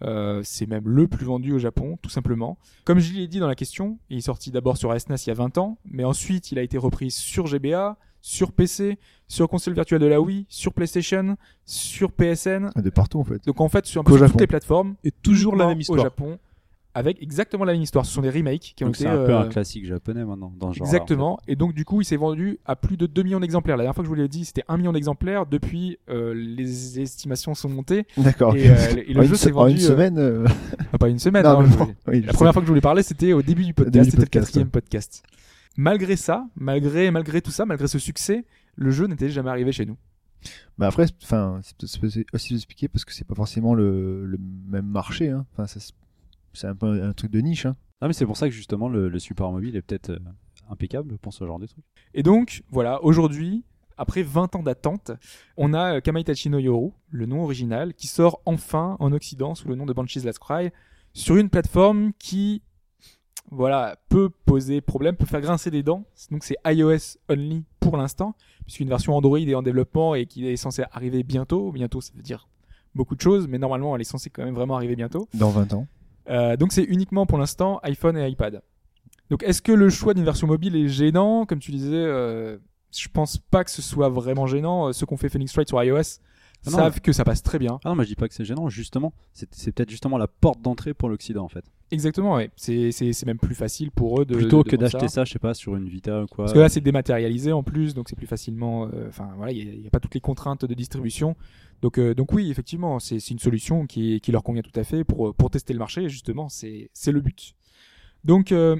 Euh, c'est même le plus vendu au Japon, tout simplement. Comme je l'ai dit dans la question, il est sorti d'abord sur SNES il y a 20 ans, mais ensuite il a été repris sur GBA, sur PC, sur console virtuelle de la Wii, sur PlayStation, sur PSN. Ah, De partout en fait. Donc en fait, sur, Qu'au sur Japon. toutes les plateformes, Et toujours la même au histoire. Japon, avec exactement la même histoire. Ce sont des remakes qui ont Donc été c'est un peu euh, un classique japonais maintenant, dans ce genre. Exactement. Et donc, du coup, il s'est vendu à plus de 2 millions d'exemplaires. La dernière fois que je vous l'ai dit, c'était 1 million d'exemplaires. Depuis, euh, les estimations sont montées. D'accord. Et, euh, et En le une jeu se- s'est en vendu. une euh, semaine. euh, ah, pas une semaine. non, hein, mais je- bon, oui, je La première fois que je voulais parler, c'était au début du podcast. Début du C'était le podcast, quatrième podcast. Malgré ça, malgré, malgré tout ça, malgré ce succès, le jeu n'était jamais arrivé chez nous. Bah après, c'est- enfin, c'est peut-être- c'est peut-être aussi de expliquer parce que c'est pas forcément le, le même marché. Hein. Enfin, ça se- c'est un peu un truc de niche. Hein. Non, mais c'est pour ça que justement le, le support mobile est peut-être euh, impeccable pour ce genre de truc. Et donc, voilà, aujourd'hui, après 20 ans d'attente, on a euh, Kamaitachi no Yoru, le nom original, qui sort enfin en Occident sous le nom de Banshee's Last Cry, sur une plateforme qui, voilà, peut poser problème, peut faire grincer des dents. Donc c'est iOS only pour l'instant, puisqu'une version Android est en développement et qui est censée arriver bientôt. Bientôt, ça veut dire beaucoup de choses, mais normalement, elle est censée quand même vraiment arriver bientôt. Dans 20 ans. Euh, donc c'est uniquement pour l'instant iPhone et iPad. Donc est-ce que le choix d'une version mobile est gênant Comme tu disais, euh, je pense pas que ce soit vraiment gênant. Euh, Ceux qu'on fait Phoenix Wright sur iOS Ah non, savent que ça passe très bien. Ah non, mais je dis pas que c'est gênant, justement. C'est c'est peut-être justement la porte d'entrée pour l'Occident en fait. Exactement, ouais. C'est- C'est c'est même plus facile pour eux de... Plutôt de que vendre d'acheter ça. ça, je sais pas, sur une Vita ou quoi. Parce que là c'est dématérialisé en plus, donc c'est plus facilement... euh, Enfin voilà, il n'y a, pas toutes les contraintes de distribution. Donc, euh, donc oui, effectivement, c'est c'est une solution qui, qui leur convient tout à fait pour, pour tester le marché. et Justement, c'est c'est le but. Donc, euh,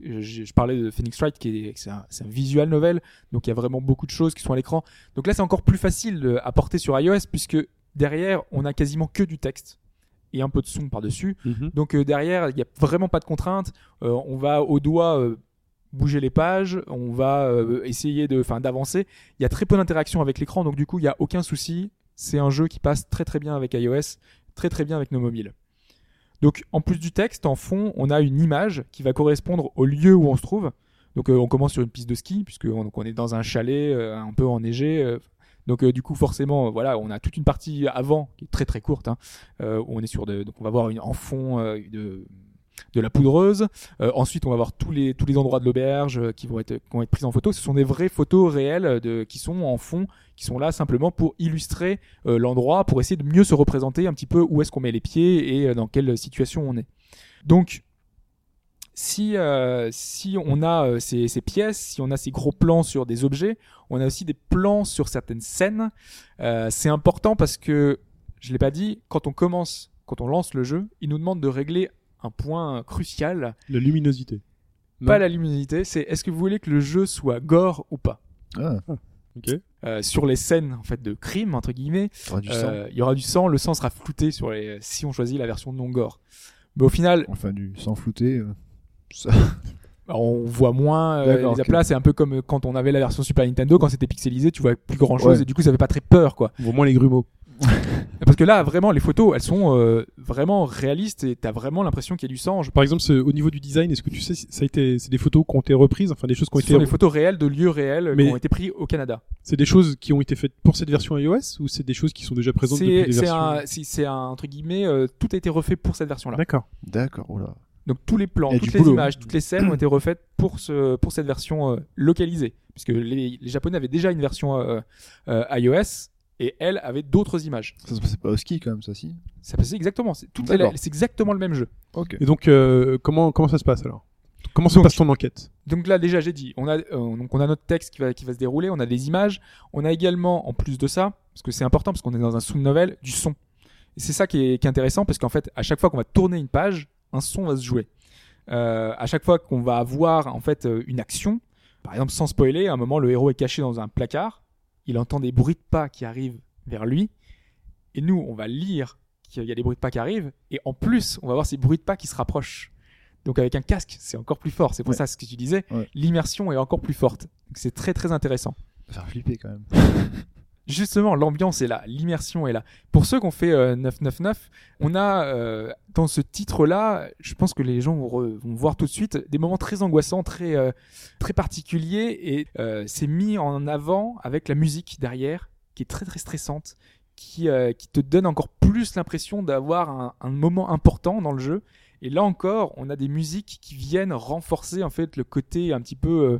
je, je parlais de Phoenix Wright, qui est, c'est un, c'est un visual novel, donc il y a vraiment beaucoup de choses qui sont à l'écran. Donc là, c'est encore plus facile euh, à porter sur iOS, puisque derrière, on a quasiment que du texte et un peu de son par-dessus. Mhm. Donc euh, derrière, il n'y a vraiment pas de contraintes. Euh, on va au doigt euh, bouger les pages, on va euh, essayer de, enfin, d'avancer. Il y a très peu d'interaction avec l'écran, donc du coup, il n'y a aucun souci. C'est un jeu qui passe très très bien avec iOS, très très bien avec nos mobiles. Donc en plus du texte, en fond, on a une image qui va correspondre au lieu où on se trouve. Donc euh, on commence sur une piste de ski, puisque on, donc, on est dans un chalet euh, un peu enneigé. euh. donc euh, du coup forcément, euh, voilà, on a toute une partie avant qui est très très courte, hein, euh, où on est sur de, donc on va voir une, en fond euh, de de la poudreuse. Euh, ensuite, on va voir tous les tous les endroits de l'auberge euh, qui vont être qui vont être prises en photo. Ce sont des vraies photos réelles euh, de qui sont en fond, qui sont là simplement pour illustrer euh, l'endroit pour essayer de mieux se représenter un petit peu où est-ce qu'on met les pieds et euh, dans quelle situation on est. Donc, si, euh, si on a euh, ces, ces pièces, si on a ces gros plans sur des objets, on a aussi des plans sur certaines scènes. Euh, c'est important parce que, je l'ai pas dit, quand on commence, quand on lance le jeu, il nous demande de régler un point crucial, La luminosité. pas Non. la luminosité, c'est est-ce que vous voulez que le jeu soit gore ou pas Ah, Ok. Euh, Sur les scènes en fait de crime entre guillemets, il y aura du sang. euh, il y aura du sang, le sang sera flouté sur les, si on choisit la version non gore. Mais au final, Enfin, du sang flouté. euh. bah, on voit moins euh, les D'accord, ok. aplats. C'est un peu comme euh, quand on avait la version Super Nintendo, quand c'était pixelisé, tu vois plus grand chose Ouais. et du coup ça fait pas très peur quoi. Au moins les grumeaux. Parce que là vraiment les photos elles sont euh, vraiment réalistes et t'as vraiment l'impression qu'il y a du sang. Je Par exemple, ce- au niveau du design, est-ce que tu sais, si ça a été, c'est des photos qui ont été reprises, enfin des choses qui ont pense que ce été, sont des photos réelles de lieux réels euh, Mais- qui ont été pris au Canada. c'est des choses qui ont été faites pour cette version iOS ou c'est des choses qui sont déjà présentes depuis C'est des c'est versions. un, c'est- c'est un entre guillemets euh, tout a été refait pour cette version là. D'accord. D'accord. Oh là. Donc tous les plans, Il y a toutes du les boulot. images, toutes les scènes ont été refaites pour ce pour cette version euh, localisée, puisque les, les Japonais avaient déjà une version euh, euh, iOS et elle avait d'autres images. Ça se passait pas au ski quand même, ça si. Ça passait exactement, c'est toutes D'accord. les- c'est exactement le même jeu. Ok. Et donc, euh, comment comment ça se passe alors Comment se Donc- passe ton enquête Donc là déjà j'ai dit, on a euh, donc on a notre texte qui va qui va se dérouler, on a des images, on a également en plus de ça, parce que c'est important parce qu'on est dans un sound novel, du son. Et c'est ça qui est, qui est intéressant parce qu'en fait à chaque fois qu'on va tourner une page, un son va se jouer. Euh, à chaque fois qu'on va avoir en fait euh, une action, par exemple sans spoiler, à un moment le héros est caché dans un placard, il entend des bruits de pas qui arrivent vers lui. Et nous, on va lire qu'il y a des bruits de pas qui arrivent. Et en plus, on va voir ces bruits de pas qui se rapprochent. Donc avec un casque, c'est encore plus fort. C'est pour Ouais. ça ce que tu disais. Ouais. L'immersion est encore plus forte. Donc c'est très très intéressant. Faire flipper quand même. Justement, l'ambiance est là, l'immersion est là. Pour ceux qui ont fait euh, 999, on a euh, dans ce titre-là, je pense que les gens vont, re- vont voir tout de suite des moments très angoissants, très euh, très particuliers, et euh, c'est mis en avant avec la musique derrière, qui est très très stressante, qui euh, qui te donne encore plus l'impression d'avoir un, un moment important dans le jeu. Et là encore, on a des musiques qui viennent renforcer en fait le côté un petit peu euh,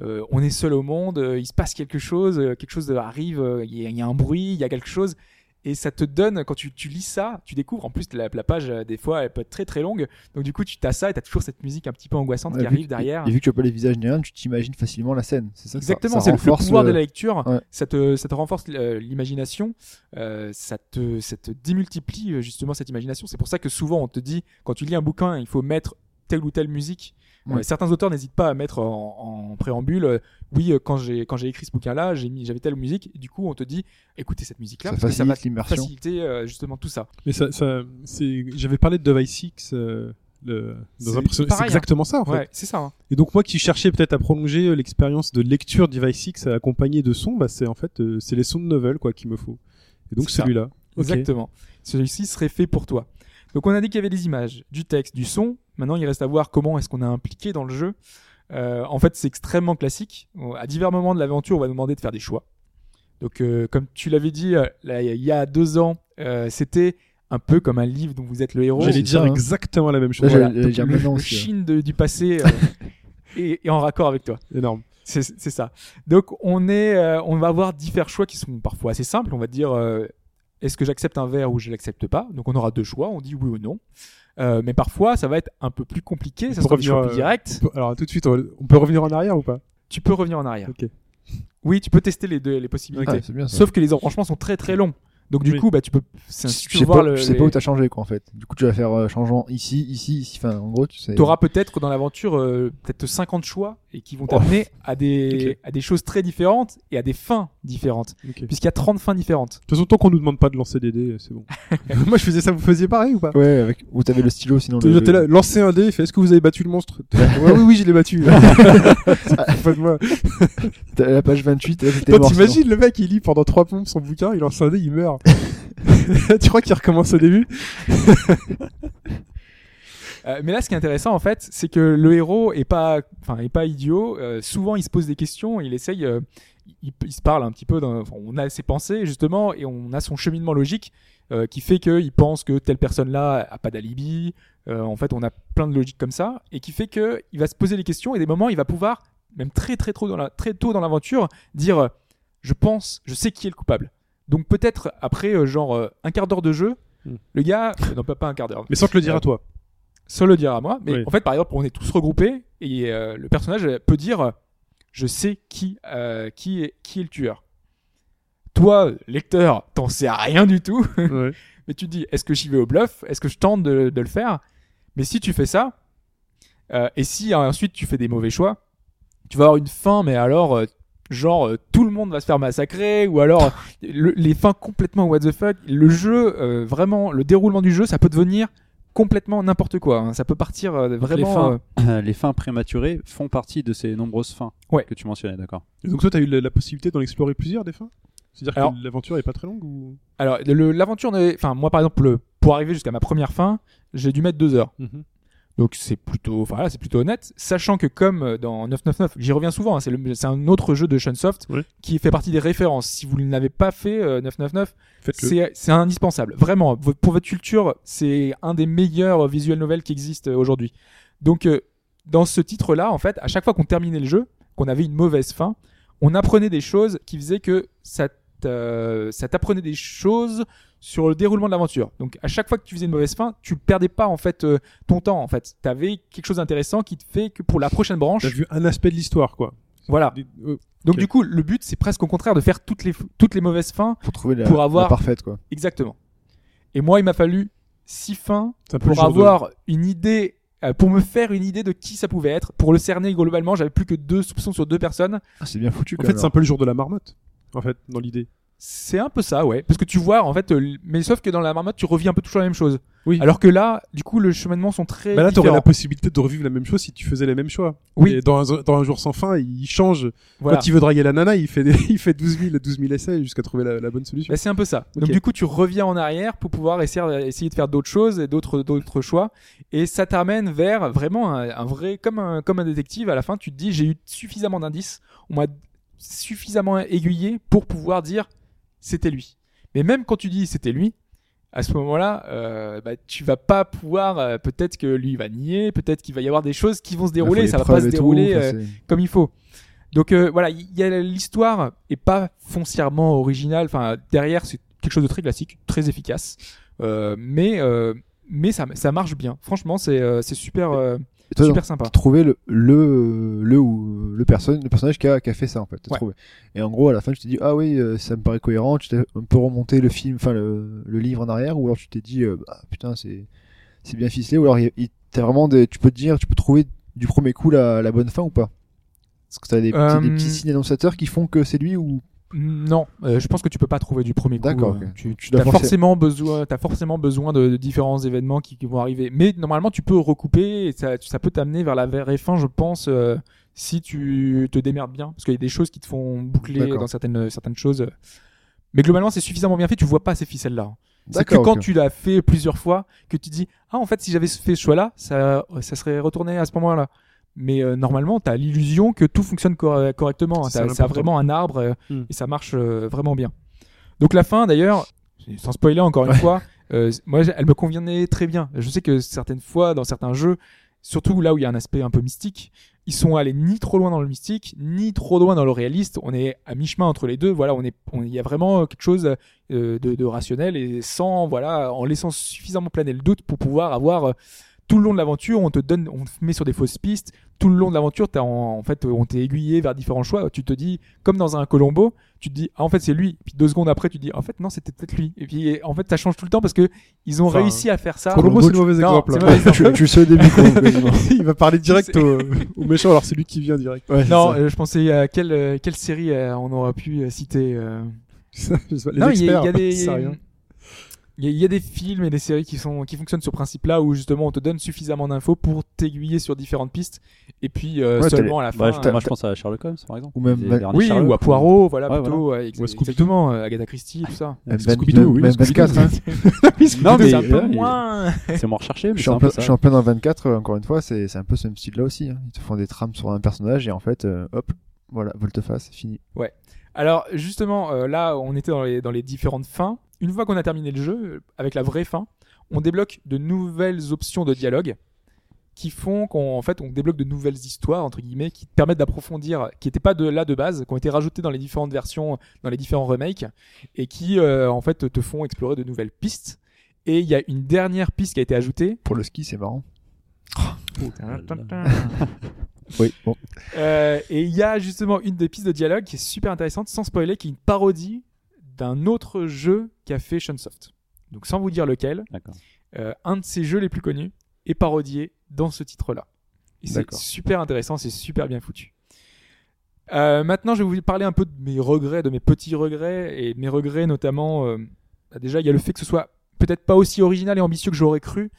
euh, on est seul au monde, euh, il se passe quelque chose, euh, quelque chose arrive, euh, il y, a- il y a un bruit, il y a quelque chose. Et ça te donne, quand tu, tu lis ça, tu découvres, en plus la, la page, euh, des fois, elle peut être très très longue. Donc du coup, tu t'as ça et t'as toujours cette musique un petit peu angoissante Ouais, qui vu arrive que- derrière. Et vu que tu vois pas les visages ni rien, tu t'imagines facilement la scène. C'est ça que ça- Exactement, ça c'est le- le renforce pouvoir le- de la lecture. Ouais. Ça, te, ça te renforce euh, l'imagination, euh, ça, te, ça te démultiplie euh, justement cette imagination. C'est pour ça que souvent on te dit, quand tu lis un bouquin, il faut mettre telle ou telle musique. Euh, Ouais. certains auteurs n'hésitent pas à mettre en, en préambule, euh, oui, euh, quand j'ai quand j'ai écrit ce bouquin-là, j'ai mis- j'avais telle musique. Du coup, on te dit, écoutez cette musique-là, Ça parce que ça va facilite l'immersion. faciliter euh, justement tout ça. Mais ça, ça c'est, j'avais parlé de Device 6 euh, le, C'est dans un personnage- pareil, hein. c'est exactement ça en fait. Ouais, c'est ça. hein. Et donc moi qui cherchais peut-être à prolonger euh, l'expérience de lecture Device 6 accompagnée de sons, bah c'est en fait euh, c'est les sons de novel quoi qu'il me faut. Et donc C'est ça. celui-là. Ok. Exactement. Celui-ci serait fait pour toi. Donc on a dit qu'il y avait des images, du texte, du son. Maintenant, il reste à voir comment est-ce qu'on a impliqué dans le jeu. Euh, en fait, c'est extrêmement classique. On- À divers moments de l'aventure, on va nous demander de faire des choix. Donc, euh, comme tu l'avais dit euh, là, il y a deux ans, euh, c'était un peu comme un livre dont vous êtes le héros. Ouais, J'allais c'est dire ça, hein. exactement la même Là, chose. j'allais- Voilà. j'allais dire maintenant le aussi, ouais. Chine de- du passé euh, est- est en raccord avec toi. Énorme. C'est c'est ça. Donc on est, euh, on va avoir différents choix qui sont parfois assez simples. On va dire, euh, est-ce que j'accepte un verre ou je l'accepte pas Donc on aura deux choix. On dit oui ou non. Euh, mais parfois, ça va être un peu plus compliqué. Ça Pour sera des choix revenir, plus euh, directs. Alors tout de suite on va- on peut revenir en arrière ou pas Tu peux revenir en arrière. Ok. Oui, tu peux tester les deux, les Ah, possibilités. c'est bien ça. Sauf que les embranchements sont très très longs. Donc du Oui. coup, bah tu peux, c'est- tu tu peux sais, voir pas, le. tu sais les- pas où t'as changé quoi en fait. Du coup tu vas faire euh, changeant ici, ici, ici. Enfin en gros tu sais. T'auras peut-être dans l'aventure euh, peut-être 50 choix et qui vont t'amener à des à des choses très différentes et à des fins différentes Ok. De puisqu'il y a 30 fins différentes. toute façon, tant qu'on nous demande pas de lancer des dés, euh, c'est bon. Moi, je faisais ça, vous faisiez Ah, pareil ou pas Ouais, avec... où t'avais le stylo sinon. le- T'es là, lancez un dé, fait est-ce que vous avez battu le monstre Ouais, Oui, oui, je l'ai battu. Pas de moi. T'as la page 28 et là t'étais Toi, mort, sinon. t'imagines le mec, il lit pendant trois pompes son bouquin, il lance un dé, il meurt. tu crois qu'il recommence au début Euh, mais là, ce qui est intéressant, en fait, c'est que le héros est pas, enfin, est pas idiot. Euh, souvent, il se pose des questions, il essaye, euh, il, il se parle un petit peu. d'un- enfin, on a ses pensées justement, et on a son cheminement logique euh, qui fait qu'il pense que telle personne-là a pas d'alibi. Euh, en fait, on a plein de logiques comme ça, et qui fait que il va se poser des questions et des moments, il va pouvoir, même très très tôt dans la, très tôt dans l'aventure, dire, euh, je pense, je sais qui est le coupable. Donc peut-être après euh, genre euh, un quart d'heure de jeu, Hmm. le gars, euh, non pas pas un quart d'heure, Euh, Mais sans te le dire à toi. sans le dire à moi. Mais Oui. en fait, par exemple, on est tous regroupés et euh, le personnage euh, peut dire euh, Je sais qui, euh, qui, est, qui est le tueur. Toi, euh, lecteur, t'en sais rien du tout, Ouais. mais tu te dis Est-ce que j'y vais au bluff Est-ce que je tente de, de le faire Mais si tu fais ça, euh, et si euh, ensuite tu fais des mauvais choix, tu vas avoir une fin, mais alors. euh, Genre euh, tout le monde va se faire massacrer ou alors le- les fins complètement what the fuck. Le jeu, euh, vraiment, le déroulement du jeu, ça peut devenir complètement n'importe quoi. hein. Ça peut partir euh, vraiment. les fins, euh, les fins prématurées font partie de ces nombreuses fins Ouais. que tu mentionnais, d'accord Et donc toi, t'as eu la, la possibilité d'en explorer plusieurs des fins C'est-à-dire Alors- que l'aventure est pas très longue ou Alors, le- l'aventure, ne- enfin, moi par exemple, le- pour arriver jusqu'à ma première fin, j'ai dû mettre deux heures. Donc c'est plutôt, enfin voilà, c'est plutôt honnête, sachant que comme euh, dans 999, j'y reviens souvent, hein, c'est le- c'est un autre jeu de Shunsoft Oui. qui fait partie des références. Si vous ne l'avez pas fait euh, 999, Faites-le. c'est c'est indispensable. Vraiment, vo- pour votre culture, c'est un des meilleurs visuels novels qui existent euh, aujourd'hui. Donc euh, dans ce titre-là, en fait, à chaque fois qu'on terminait le jeu, qu'on avait une mauvaise fin, on apprenait des choses qui faisaient que ça t'a- ça t'apprenait des choses sur le déroulement de l'aventure. Donc à chaque fois que tu faisais une mauvaise fin, tu perdais pas en fait euh, ton temps en fait. T'avais quelque chose d'intéressant qui te fait que pour la prochaine branche, T'as vu un aspect de l'histoire, quoi. voilà. Des- euh, Donc Ok. du coup, le but c'est presque au contraire de faire toutes les toutes les mauvaises fins pour trouver la, pour la avoir- parfaite quoi. exactement. Et moi, il m'a fallu six fins c'est un peu le pour jour de- avoir une idée, euh, pour me faire une idée de qui ça pouvait être. Pour le cerner globalement, j'avais plus que deux soupçons sur deux personnes. Ah, c'est bien En foutu quand fait, c'est même. un peu le jour de la marmotte. En fait, dans l'idée. C'est un peu ça, ouais. Parce que tu vois, en fait, euh, l- mais sauf que dans la marmotte, tu revis un peu toujours la même chose. Oui. Alors que là, du coup, le cheminement sont très. Bah là, t'aurais différents. la possibilité de revivre la même chose si tu faisais les mêmes choix. Oui. Et dans, un, dans un jour sans fin, il change. Voilà. Quand il veut draguer la nana, il fait, des- il fait 12 000, 12 000 essais jusqu'à trouver la, la bonne solution. Bah, c'est un peu ça. Ok. Donc du coup, tu reviens en arrière pour pouvoir essayer, essayer de faire d'autres choses et d'autres d'autres choix, et ça t'amène vers vraiment un, un vrai comme un comme un détective. À la fin, tu te dis j'ai eu suffisamment d'indices, on m'a suffisamment aiguillé pour pouvoir dire c'était lui. Mais même quand tu dis c'était lui, à ce moment-là, euh, bah, tu vas pas pouvoir. euh, peut-être que lui va nier, peut-être qu'il va y avoir des choses qui vont Bah, se dérouler, et ça va pas se dérouler. euh, comme il faut. Donc euh, voilà, il y a l'histoire est pas foncièrement originale. Enfin, derrière c'est quelque chose de très classique, très efficace, Euh, mais euh, mais ça ça marche bien. Franchement, c'est euh, c'est super euh, super sympa. trouver le le le ou le personne le personnage qui a, qui a fait ça en fait t'as Ouais. trouvé. et en gros à la fin je t'ai dit ah oui euh, ça me paraît cohérent tu t'es un peu remonté le film enfin le, le livre en arrière ou alors tu t'es dit euh, bah, putain c'est c'est bien ficelé ou alors il, il- t'as vraiment des- tu peux te dire tu peux trouver du premier coup la, la bonne fin ou pas parce que t'as des, petits- Euh, des petits signes annonciateurs qui font que c'est lui ou Non, euh, je pense que tu peux pas trouver du premier coup. D'accord, euh, ok. Tu, tu dois as forcer. forcément besoin, t'as forcément besoin de, de différents événements qui, qui vont arriver. Mais normalement, tu peux recouper et ça, ça peut t'amener vers la vraie fin, je pense, euh, si tu te démerdes bien, parce qu'il y a des choses qui te font boucler D'accord. dans certaines certaines choses. Mais globalement, c'est suffisamment bien fait. Tu vois pas ces ficelles là. C'est que d'accord quand ok. tu l'as fait plusieurs fois, que tu dis ah en fait si j'avais fait ce choix-là, ça, ça serait retourné à ce moment-là. Mais euh, normalement, t'as l'illusion que tout fonctionne cor- correctement. C'est hein. ça, T'as l'important. t'as vraiment un arbre euh, Hmm. et ça marche euh, vraiment bien. Donc la fin d'ailleurs, sans spoiler encore une fois, euh, moi j'ai- elle me convenait très bien. Je sais que certaines fois dans certains jeux, surtout là où il y a un aspect un peu mystique, ils sont allés ni trop loin dans le mystique, ni trop loin dans le réaliste. On est à mi-chemin entre les deux. Voilà, on est, on- il y a vraiment quelque chose euh, de, de rationnel et sans, voilà, en laissant suffisamment planer le doute pour pouvoir avoir euh, tout le long de l'aventure, on te donne, on te met sur des fausses pistes. Tout le long de l'aventure, t'as en, en fait, on t'est aiguillé vers différents choix. Tu te dis, comme dans un Colombo, tu te dis, ah, en fait, c'est lui. Puis deux secondes après, tu te dis, en fait, non, c'était peut-être lui. Et puis, en fait, ça change tout le temps parce que ils ont Enfin, réussi à faire ça. Colombo, c'est le mauvais Non, exemple. hein. c'est le mauvais exemple. tu, tu le sais au début quoi, quasiment. il va parler direct au, au méchant, alors c'est lui qui vient direct. Ouais, c'est Non, ça. euh, je pensais à quelle, euh, quelle série euh, on aurait pu euh, citer. euh, Je sais pas, Les Non, il y a- experts, il y a des- ça sert à rien. Il y, a- il y a des films et des séries qui, sont, qui fonctionnent sur ce principe-là où justement on te donne suffisamment d'infos pour t'aiguiller sur différentes pistes et puis euh, Ouais, t'as seulement à la fin. Bah, je- euh, moi, je pense à Sherlock Holmes, par exemple. Ou même- Les derniers oui, Sherlock. ou à Poirot, voilà, Ouais, plutôt. ouais, ex- Ou à Scooby-Doo. exactement, euh, Agatha Christie, tout ça. Même Parce que vingt- Scooby-Doo, oui, même Scooby-Doo. 24 hein. Non, mais c'est un peu ouais, moins. C'est moins recherché, mais Je c'est suis, un en peu plein, ça. je suis en plein dans 24, euh, encore une fois, c'est c'est un peu ce même style-là aussi. hein. Ils te font des trames sur un personnage et en fait, euh, hop, voilà, volte-face, c'est fini. Alors justement, euh, là, on était dans les, dans les différentes fins. Une fois qu'on a terminé le jeu, euh, avec la vraie fin, on débloque de nouvelles options de dialogue qui font qu'on en fait on débloque de nouvelles histoires entre guillemets qui te permettent d'approfondir qui n'étaient pas de là de base qui ont été rajoutées dans les différentes versions dans les différents remakes et qui euh, en fait te font explorer de nouvelles pistes et il y a une dernière piste qui a été ajoutée Pour le ski, c'est marrant. Voilà. Oui, bon. Euh, et il y a justement une des pistes de dialogue qui est super intéressante, sans spoiler, qui est une parodie d'un autre jeu qu'a fait Shunsoft. Donc sans vous dire lequel, D'accord. euh, un de ses jeux les plus connus est parodié dans ce titre-là. Et c'est D'accord. super intéressant, c'est super bien foutu. Euh, maintenant, je vais vous parler un peu de mes regrets, de mes petits regrets, et mes regrets notamment, euh, bah déjà, il y a le fait que ce soit peut-être pas aussi original et ambitieux que j'aurais cru,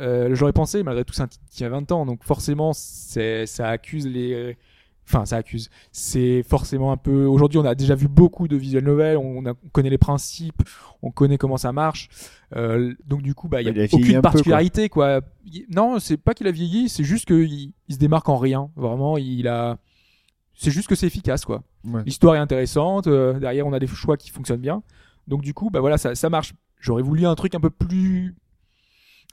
euh, j'aurais pensé, malgré tout, c'est un titre qui a 20 ans, donc forcément, c'est, ça accuse les... euh, Enfin, ça accuse. C'est forcément un peu... Aujourd'hui, on a déjà vu beaucoup de visual novels, on, a- on connaît les principes, on connaît comment ça marche, euh, donc du coup, bah, il Il y a a vieilli un aucune peu, particularité, quoi. Il- Non, c'est pas qu'il a vieilli, c'est juste qu'il il se démarque en rien, vraiment, il a... C'est juste que c'est efficace, quoi. Ouais. L'histoire est intéressante, euh, derrière on a des choix qui fonctionnent bien. Donc du coup, bah voilà, ça, ça marche. J'aurais voulu un truc un peu plus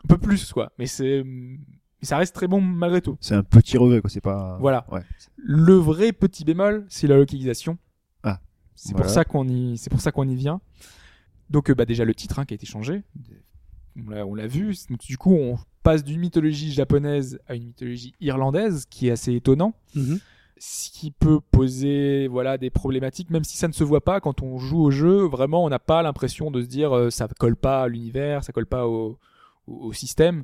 un peu plus quoi, mais c'est mais ça reste très bon malgré tout. C'est un petit regret, quoi. C'est pas. Voilà. Ouais. Le vrai petit bémol, c'est la localisation. Ah. C'est Voilà. pour ça qu'on y c'est pour ça qu'on y vient. Donc euh, bah déjà le titre hein, qui a été changé, on l'a- on l'a vu. Donc du coup, on passe d'une mythologie japonaise à une mythologie irlandaise qui est assez étonnant Mm-hmm. ce qui peut poser voilà des problématiques même si ça ne se voit pas quand on joue au jeu vraiment on n'a pas l'impression de se dire euh, ça colle pas à l'univers ça colle pas au, au- au système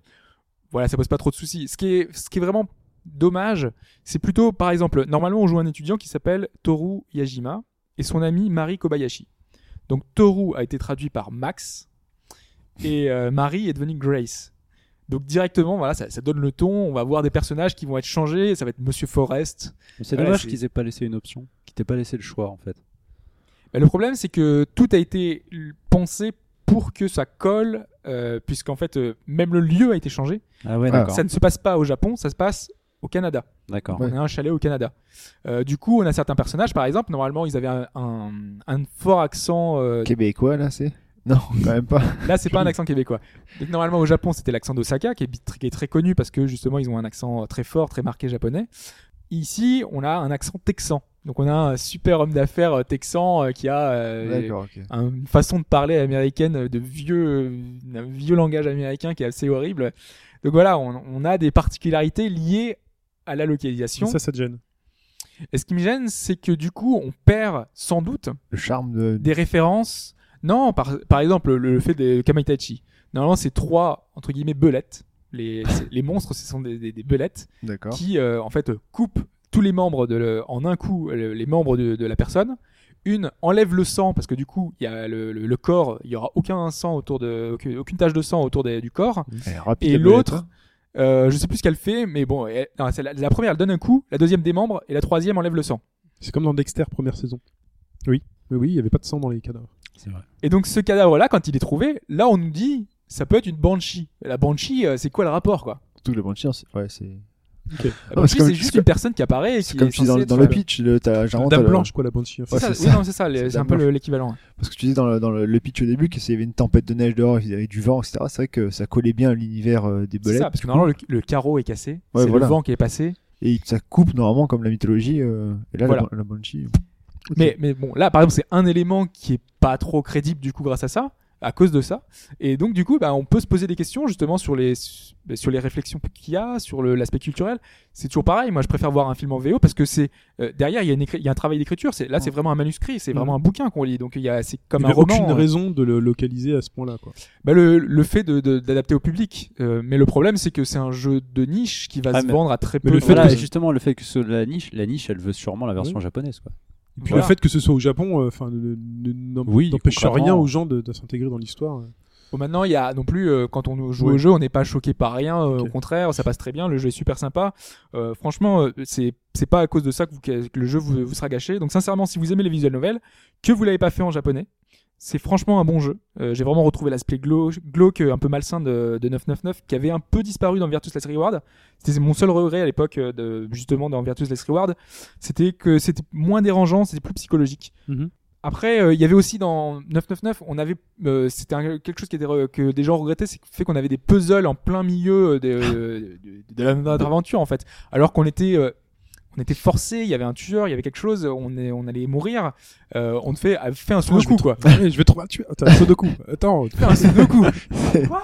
voilà ça pose pas trop de soucis ce qui est ce qui est vraiment dommage c'est plutôt par exemple normalement on joue un étudiant qui s'appelle Toru Yajima et son ami Mari Kobayashi Donc Toru a été traduit par Max et euh, Marie est devenue Grace. Donc directement, voilà, ça, ça donne le ton. On va voir des personnages qui vont être changés. Ça va être Monsieur Forrest. C'est Ouais, dommage c'est- qu'ils aient pas laissé une option, qu'ils t'aient pas laissé le choix en fait. Bah, le problème, c'est que tout a été l- pensé pour que ça colle, euh, puisqu'en fait, euh, même le lieu a été changé. Ah ouais, Ah. d'accord. Ça ne se passe pas au Japon, ça se passe au Canada. D'accord. Ouais. On a un chalet au Canada. Euh, du coup, on a certains personnages, par exemple, normalement, ils avaient un, un- un fort accent. euh, Québécois, là, c'est Non, quand même pas. là, c'est pas un accent québécois. Donc, normalement, au Japon, c'était l'accent d'Osaka, qui est, bi- qui est très connu parce que justement, ils ont un accent euh, très fort, très marqué japonais. Ici, on a un accent texan. Donc, on a un super homme d'affaires euh, texan euh, qui a euh, D'accord, ok. un- une façon de parler américaine, de vieux, euh, un vieux langage américain qui est assez horrible. Donc voilà, on, on a des particularités liées à la localisation. Ça, ça te gêne. Et ce qui me gêne, c'est que du coup, on perd sans doute Le charme de. des références. Non, par, par exemple, le, le fait des Kamaitachi. Normalement, c'est trois, entre guillemets, belettes. Les, c'est- les monstres, ce sont des, des, des belettes D'accord. qui, euh, en fait, coupent tous les membres de le- en un coup, le- les membres de, de la personne. Une enlève le sang parce que du coup, il y a le, le- le corps, il y aura aucun sang autour de, aucune, aucune tache de sang autour des- du corps. Elle est rapide, Et la belette, l'autre, hein. Euh, je sais plus ce qu'elle fait, mais bon, elle- non, c'est la, la première, elle donne un coup, la deuxième démembre et la troisième enlève le sang. C'est comme dans Dexter, première saison. Oui. Mais oui, il y avait pas de sang dans les cadavres. C'est vrai. Et donc ce cadavre-là, quand il est trouvé, là on nous dit ça peut être une banshee. La banshee, euh, c'est quoi le rapport quoi Tout le banshee, c'est- ouais, c'est. La Ah, parce banshee, que c'est comme- juste c'est une personne qui apparaît. Et qui C'est comme est tu dis dans, censée le- dans être- euh, le pitch, le, t'as, généralement, t'as Dame le- blanche, quoi, la banshie. C'est Ouais, ça, c'est oui, ça. non, c'est ça, les- C'est c'est un Dame peu le- l'équivalent. Parce que tu dis dans le, dans le, le pitch au début que s'il y avait une tempête de neige dehors, il y avait du vent, etc. C'est vrai que ça collait bien à l'univers euh, des C'est belettes. ça, parce que normalement le, le carreau est cassé, Ouais, c'est voilà. le vent qui est passé. Et ça coupe normalement comme la mythologie. euh, et là, la Voilà. ban- la, euh, banshee. Ok. Mais, mais bon, là par exemple, c'est un élément qui est pas trop crédible du coup grâce à ça, à cause de ça. Et donc du coup, bah, on peut se poser des questions justement sur les, bah, sur les réflexions qu'il y a, sur le- l'aspect culturel. C'est toujours pareil. Moi, je préfère voir un film en VO parce que c'est euh, derrière il y, a une écri- il y a un travail d'écriture. C'est là, c'est vraiment un manuscrit, c'est vraiment un bouquin qu'on lit. Donc il y a, c'est comme Il un n'y avait roman. aucune euh, raison de le localiser à ce point-là, quoi. bah, le, le fait de- de- d'adapter au public. Euh, mais le problème, c'est que c'est un jeu de niche qui va Ah, se mais- vendre à très peu mais le de fait Voilà, que- et justement le fait que ce- la niche, la niche, elle veut sûrement la version Oui. japonaise quoi. Et puis Voilà. le fait que ce soit au Japon, euh, enfin, ne- ne- n'em- Oui, n'empêche concrètement. rien aux gens de, de s'intégrer dans l'histoire. Bon, maintenant, il y a non plus, euh, quand on joue au Oui. jeu, on n'est pas choqué par rien. euh, Au Ok. contraire, ça passe très bien. Le jeu est super sympa. Euh, franchement, euh, c'est c'est pas à cause de ça que, vous- que le jeu vous, vous sera gâché. Donc, sincèrement, si vous aimez les visual novels, que vous l'avez pas fait en japonais, c'est franchement un bon jeu. Euh, J'ai vraiment retrouvé l'aspect glau- glauque, euh, un peu malsain de, de 999, qui avait un peu disparu dans Virtus Last Reward. C'était mon seul regret à l'époque, euh, de- justement, dans Virtus Last Reward. C'était que c'était moins dérangeant, c'était plus psychologique. Mhm. Après, euh, il y avait aussi dans 999, on avait, euh, c'était un- quelque chose qui était re- que des gens regrettaient, c'est le fait qu'on avait des puzzles en plein milieu euh, de, de, de- de la- de l'aventure en fait, alors qu'on était euh, on était forcé, il y avait un tueur, il y avait quelque chose, on, est, on allait mourir. Euh, on te fait, a fait un saut de Ah, je vais coup, quoi. Ouais, je vais trouver un tueur. Attends, un Sudoku. Attends. Fait un saut de coup. Quoi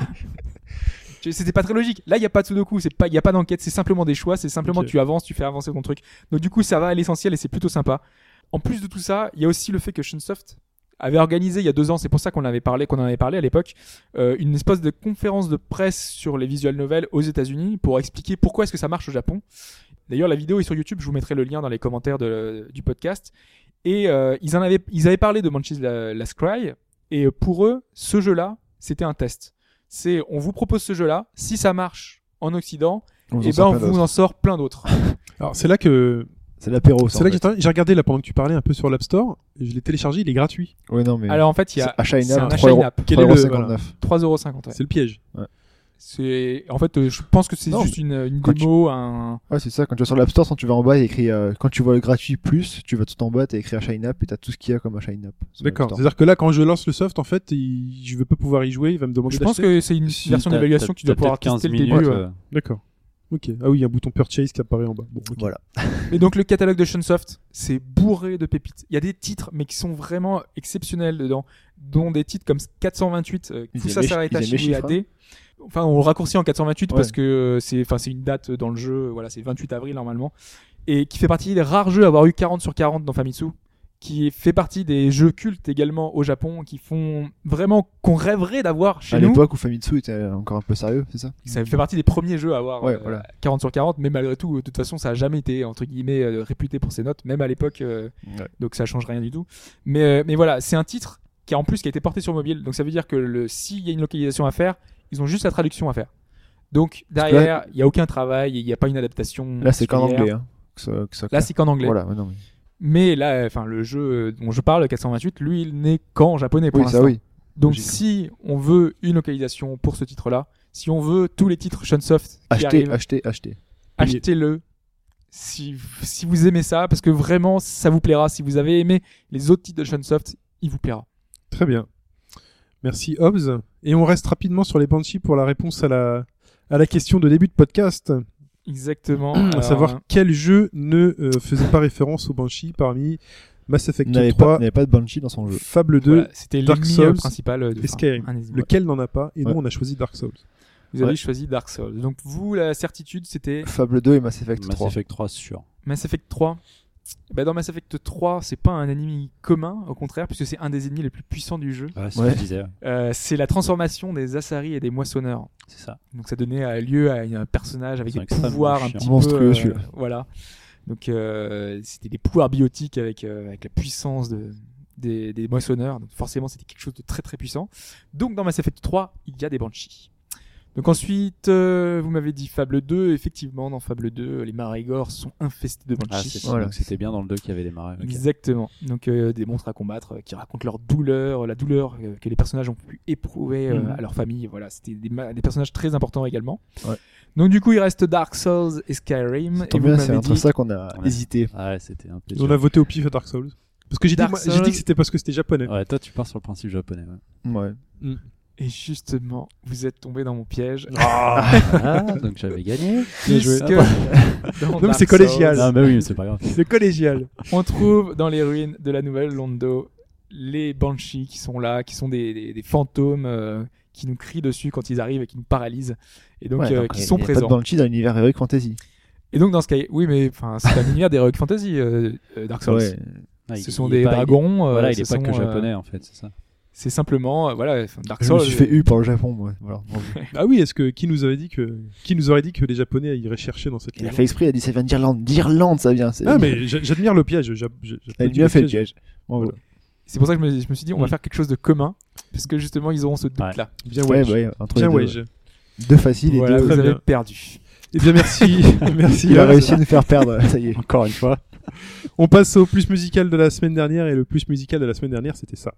Tu- C'était pas très logique. Là, il y a pas de saut de coup, c'est pas, il y a pas d'enquête, c'est simplement des choix, c'est simplement Ok. tu avances, tu fais avancer ton truc. Donc du coup, ça va à l'essentiel et c'est plutôt sympa. En plus de tout ça, il y a aussi le fait que Shunsoft avait organisé il y a deux ans, c'est pour ça qu'on avait parlé, qu'on en avait parlé à l'époque, euh, une espèce de conférence de presse sur les visual novels aux États-Unis pour expliquer pourquoi est-ce que ça marche au Japon. D'ailleurs, la vidéo est sur YouTube. Je vous mettrai le lien dans les commentaires de- du podcast. Et euh, ils en avaient, ils avaient parlé de Manchis la, la Scry. Et euh, pour eux, ce jeu-là, c'était un test. C'est, on vous propose ce jeu-là. Si ça marche en Occident, On vous et en ben sort on pas vous d'autres. en sort plein d'autres. Alors, c'est là que, C'est l'apéro, ça. c'est là en que j'ai- j'ai regardé, là, pendant que tu parlais un peu sur l'App Store. et Je l'ai téléchargé, il est gratuit. fait. Ouais, non, mais. Alors en fait, il y a c'est achat c'est un in-app, achat 3 euros. in-app. Quel est le- 3,59. 3,50€. ouais. C'est le piège. C'est, en fait, euh, je pense que c'est Non, juste une, une quand tu- démo, un. Ouais, c'est ça. Quand tu vas sur l'App Store, quand tu vas en bas, il y a écrit. euh, quand tu vois le gratuit plus, tu vas tout en bas, t'as écrit achat in-app et t'as tout ce qu'il y a comme achat in-app. sur l'App D'accord. Store. C'est-à-dire que là, quand je lance le soft, en fait, il- je vais pas pouvoir y jouer. Il va me demander Je pense d'acheter. que c'est une Si, version t'as- d'évaluation que tu t'as- dois t'as pouvoir peut-être tester le 15 début. minutes, ouais. euh, D'accord. Ok. Ah oui, il y a un bouton purchase qui apparaît en bas. Bon, ok. Voilà. Et donc le catalogue de Shunsoft, c'est bourré de pépites. Il y a des titres, mais qui sont vraiment exceptionnels dedans, dont des titres comme 428, euh, Ils Kusa aimaient- Saraieta ils aimaient Shibuya chiffres, hein. D. Enfin, on raccourcit en 428 Ouais. parce que euh, c'est, enfin, c'est une date dans le jeu. euh, Voilà, c'est 28 avril normalement, et qui fait partie des rares jeux à avoir eu 40 sur 40 dans Famitsu, qui fait partie des jeux cultes également au Japon, qui font vraiment qu'on rêverait d'avoir chez À nous. Mmh, l'époque où Famitsu était euh, encore un peu sérieux, c'est ça Ça fait partie des premiers jeux à avoir Ouais, euh, voilà. 40 sur 40, mais malgré tout, de toute façon, ça a jamais été entre guillemets euh, réputé pour ses notes, même à l'époque. euh, Ouais. donc ça change rien du tout. Mais, euh, mais voilà, c'est un titre qui a en plus qui a été porté sur mobile. Donc ça veut dire que le, s'il y a une localisation à faire, ils ont juste la traduction à faire. Donc que derrière, il n'y a aucun travail, il n'y a pas une adaptation. Là, c'est qu'en particulière. anglais. Hein, que ça- que ça Là, c'est qu'en anglais. Voilà, mais non, mais- Mais là, enfin, le jeu euh, dont je parle, 428, lui, il n'est qu'en japonais pour Oui, ça l'instant. oui. Donc Logique. si on veut une localisation pour ce titre-là, si on veut tous les titres Shunsoft qui Acheter, arrivent, acheter, acheter. payer. achetez-le. Si, si vous aimez ça, parce que vraiment, ça vous plaira. Si vous avez aimé les autres titres de Shunsoft, il vous plaira. Très bien. Merci Hobbs. Et on reste rapidement sur les Banshees pour la réponse à la, à la question de début de podcast, Exactement. à Alors, euh, savoir quel jeu ne euh, faisait pas référence aux Banshees parmi Mass Il Effect n'avait 3, pas, n'avait pas de Banshee dans son jeu. Fable 2, voilà, c'était Dark l'ennemi Souls euh, principal euh, de et enfin, Skyrim. un des- ouais. lequel n'en a pas, et Ouais. nous on a choisi Dark Souls. Vous avez Ouais. choisi Dark Souls. Donc vous, la certitude, c'était Fable 2 et Mass Effect Mass 3. Effect 3, c'est sûr. Mass Effect 3. Bah, dans Mass Effect 3, c'est pas un ennemi commun, au contraire, puisque c'est un des ennemis les plus puissants du jeu. Ouais, c'est Ouais. ce que je disais. ouais. Euh, c'est la transformation des Asari et des moissonneurs. C'est ça. Donc ça donnait euh, lieu à une- un personnage avec C'est des extrêmement pouvoirs un chiant. petit peu Monstrueux, euh, celui-là. voilà. Donc euh, c'était des pouvoirs biotiques avec euh, avec la puissance de des, des moissonneurs. Donc forcément c'était quelque chose de très très puissant. Donc dans Mass Effect 3 il y a des banshees. Donc ensuite euh, vous m'avez dit Fable 2. Effectivement dans Fable 2 les Marigors sont infestés de Ah, banshees. c'est ça. Voilà. Donc c'était bien dans le 2 qu'il y avait des marais. ok. Exactement. Donc euh, des monstres à combattre euh, qui racontent leur douleur, la douleur euh, que les personnages ont pu éprouver euh, Mhm. à leur famille. Voilà, c'était des, ma- des personnages très importants également. Ouais. Donc du coup, il reste Dark Souls et Skyrim. Et Tant vous bien, c'est m'avez entre dit, ça qu'on a On a- hésité. Ah ouais, c'était un peu On a voté au pif à Dark Souls. Parce que j'ai dit, Dark moi, j'ai dit Souls. que c'était parce que c'était japonais. Ah. Ouais, toi tu pars sur le principe japonais. ouais. Ouais. et justement, vous êtes tombé dans mon piège. Ah, donc j'avais gagné. puisque Ah, dans mais Dark c'est collégial. Souls, Ah bah oui, mais c'est pas grave. Le collégial. on trouve dans les ruines de la nouvelle Londo les Banshees qui sont là, qui sont des, des- des fantômes euh, qui nous crient dessus quand ils arrivent et qui nous paralysent. Et donc, Ouais, euh, donc, qui il y sont a présents. Pas de Banshee dans l'univers Heroic Fantasy. Et donc dans Sky, oui, mais enfin, c'est un univers d'Heroic Fantasy, euh, euh, Dark Souls. Ouais. Ah, il- Ce sont il est des pas- il est- dragons. euh, Voilà, il ce est pas sont, que euh, japonais en fait, c'est ça. C'est simplement, euh, voilà, enfin, Dark Je Souls. me suis fait U par le Japon, moi. Voilà. Bon, je- Ah oui, est-ce que qui nous avait dit que qui nous aurait dit que les japonais iraient chercher dans cette Il a légende fait exprès, il a dit ça vient d'Irlande. D'Irlande, ça vient. c'est- Ah mais j'a- j'admire le piège. j'a- j'a- Elle j'applaudis lui a fait le piège. piège. Bon, voilà. C'est pour ça que je me, je me suis dit, on va Mm. faire quelque chose de commun, parce que justement, ils auront ce doute-là. Bien Ouais, wedge. ouais, entre Bien les deux, wedge. ouais. Deux faciles et Voilà, deux. vous Très avez bien. perdu. Eh bien merci, merci. Il a Hobbs. réussi à nous faire perdre, ça y est. Encore une fois. On passe au plus musical de la semaine dernière et le plus musical de la semaine dernière c'était ça.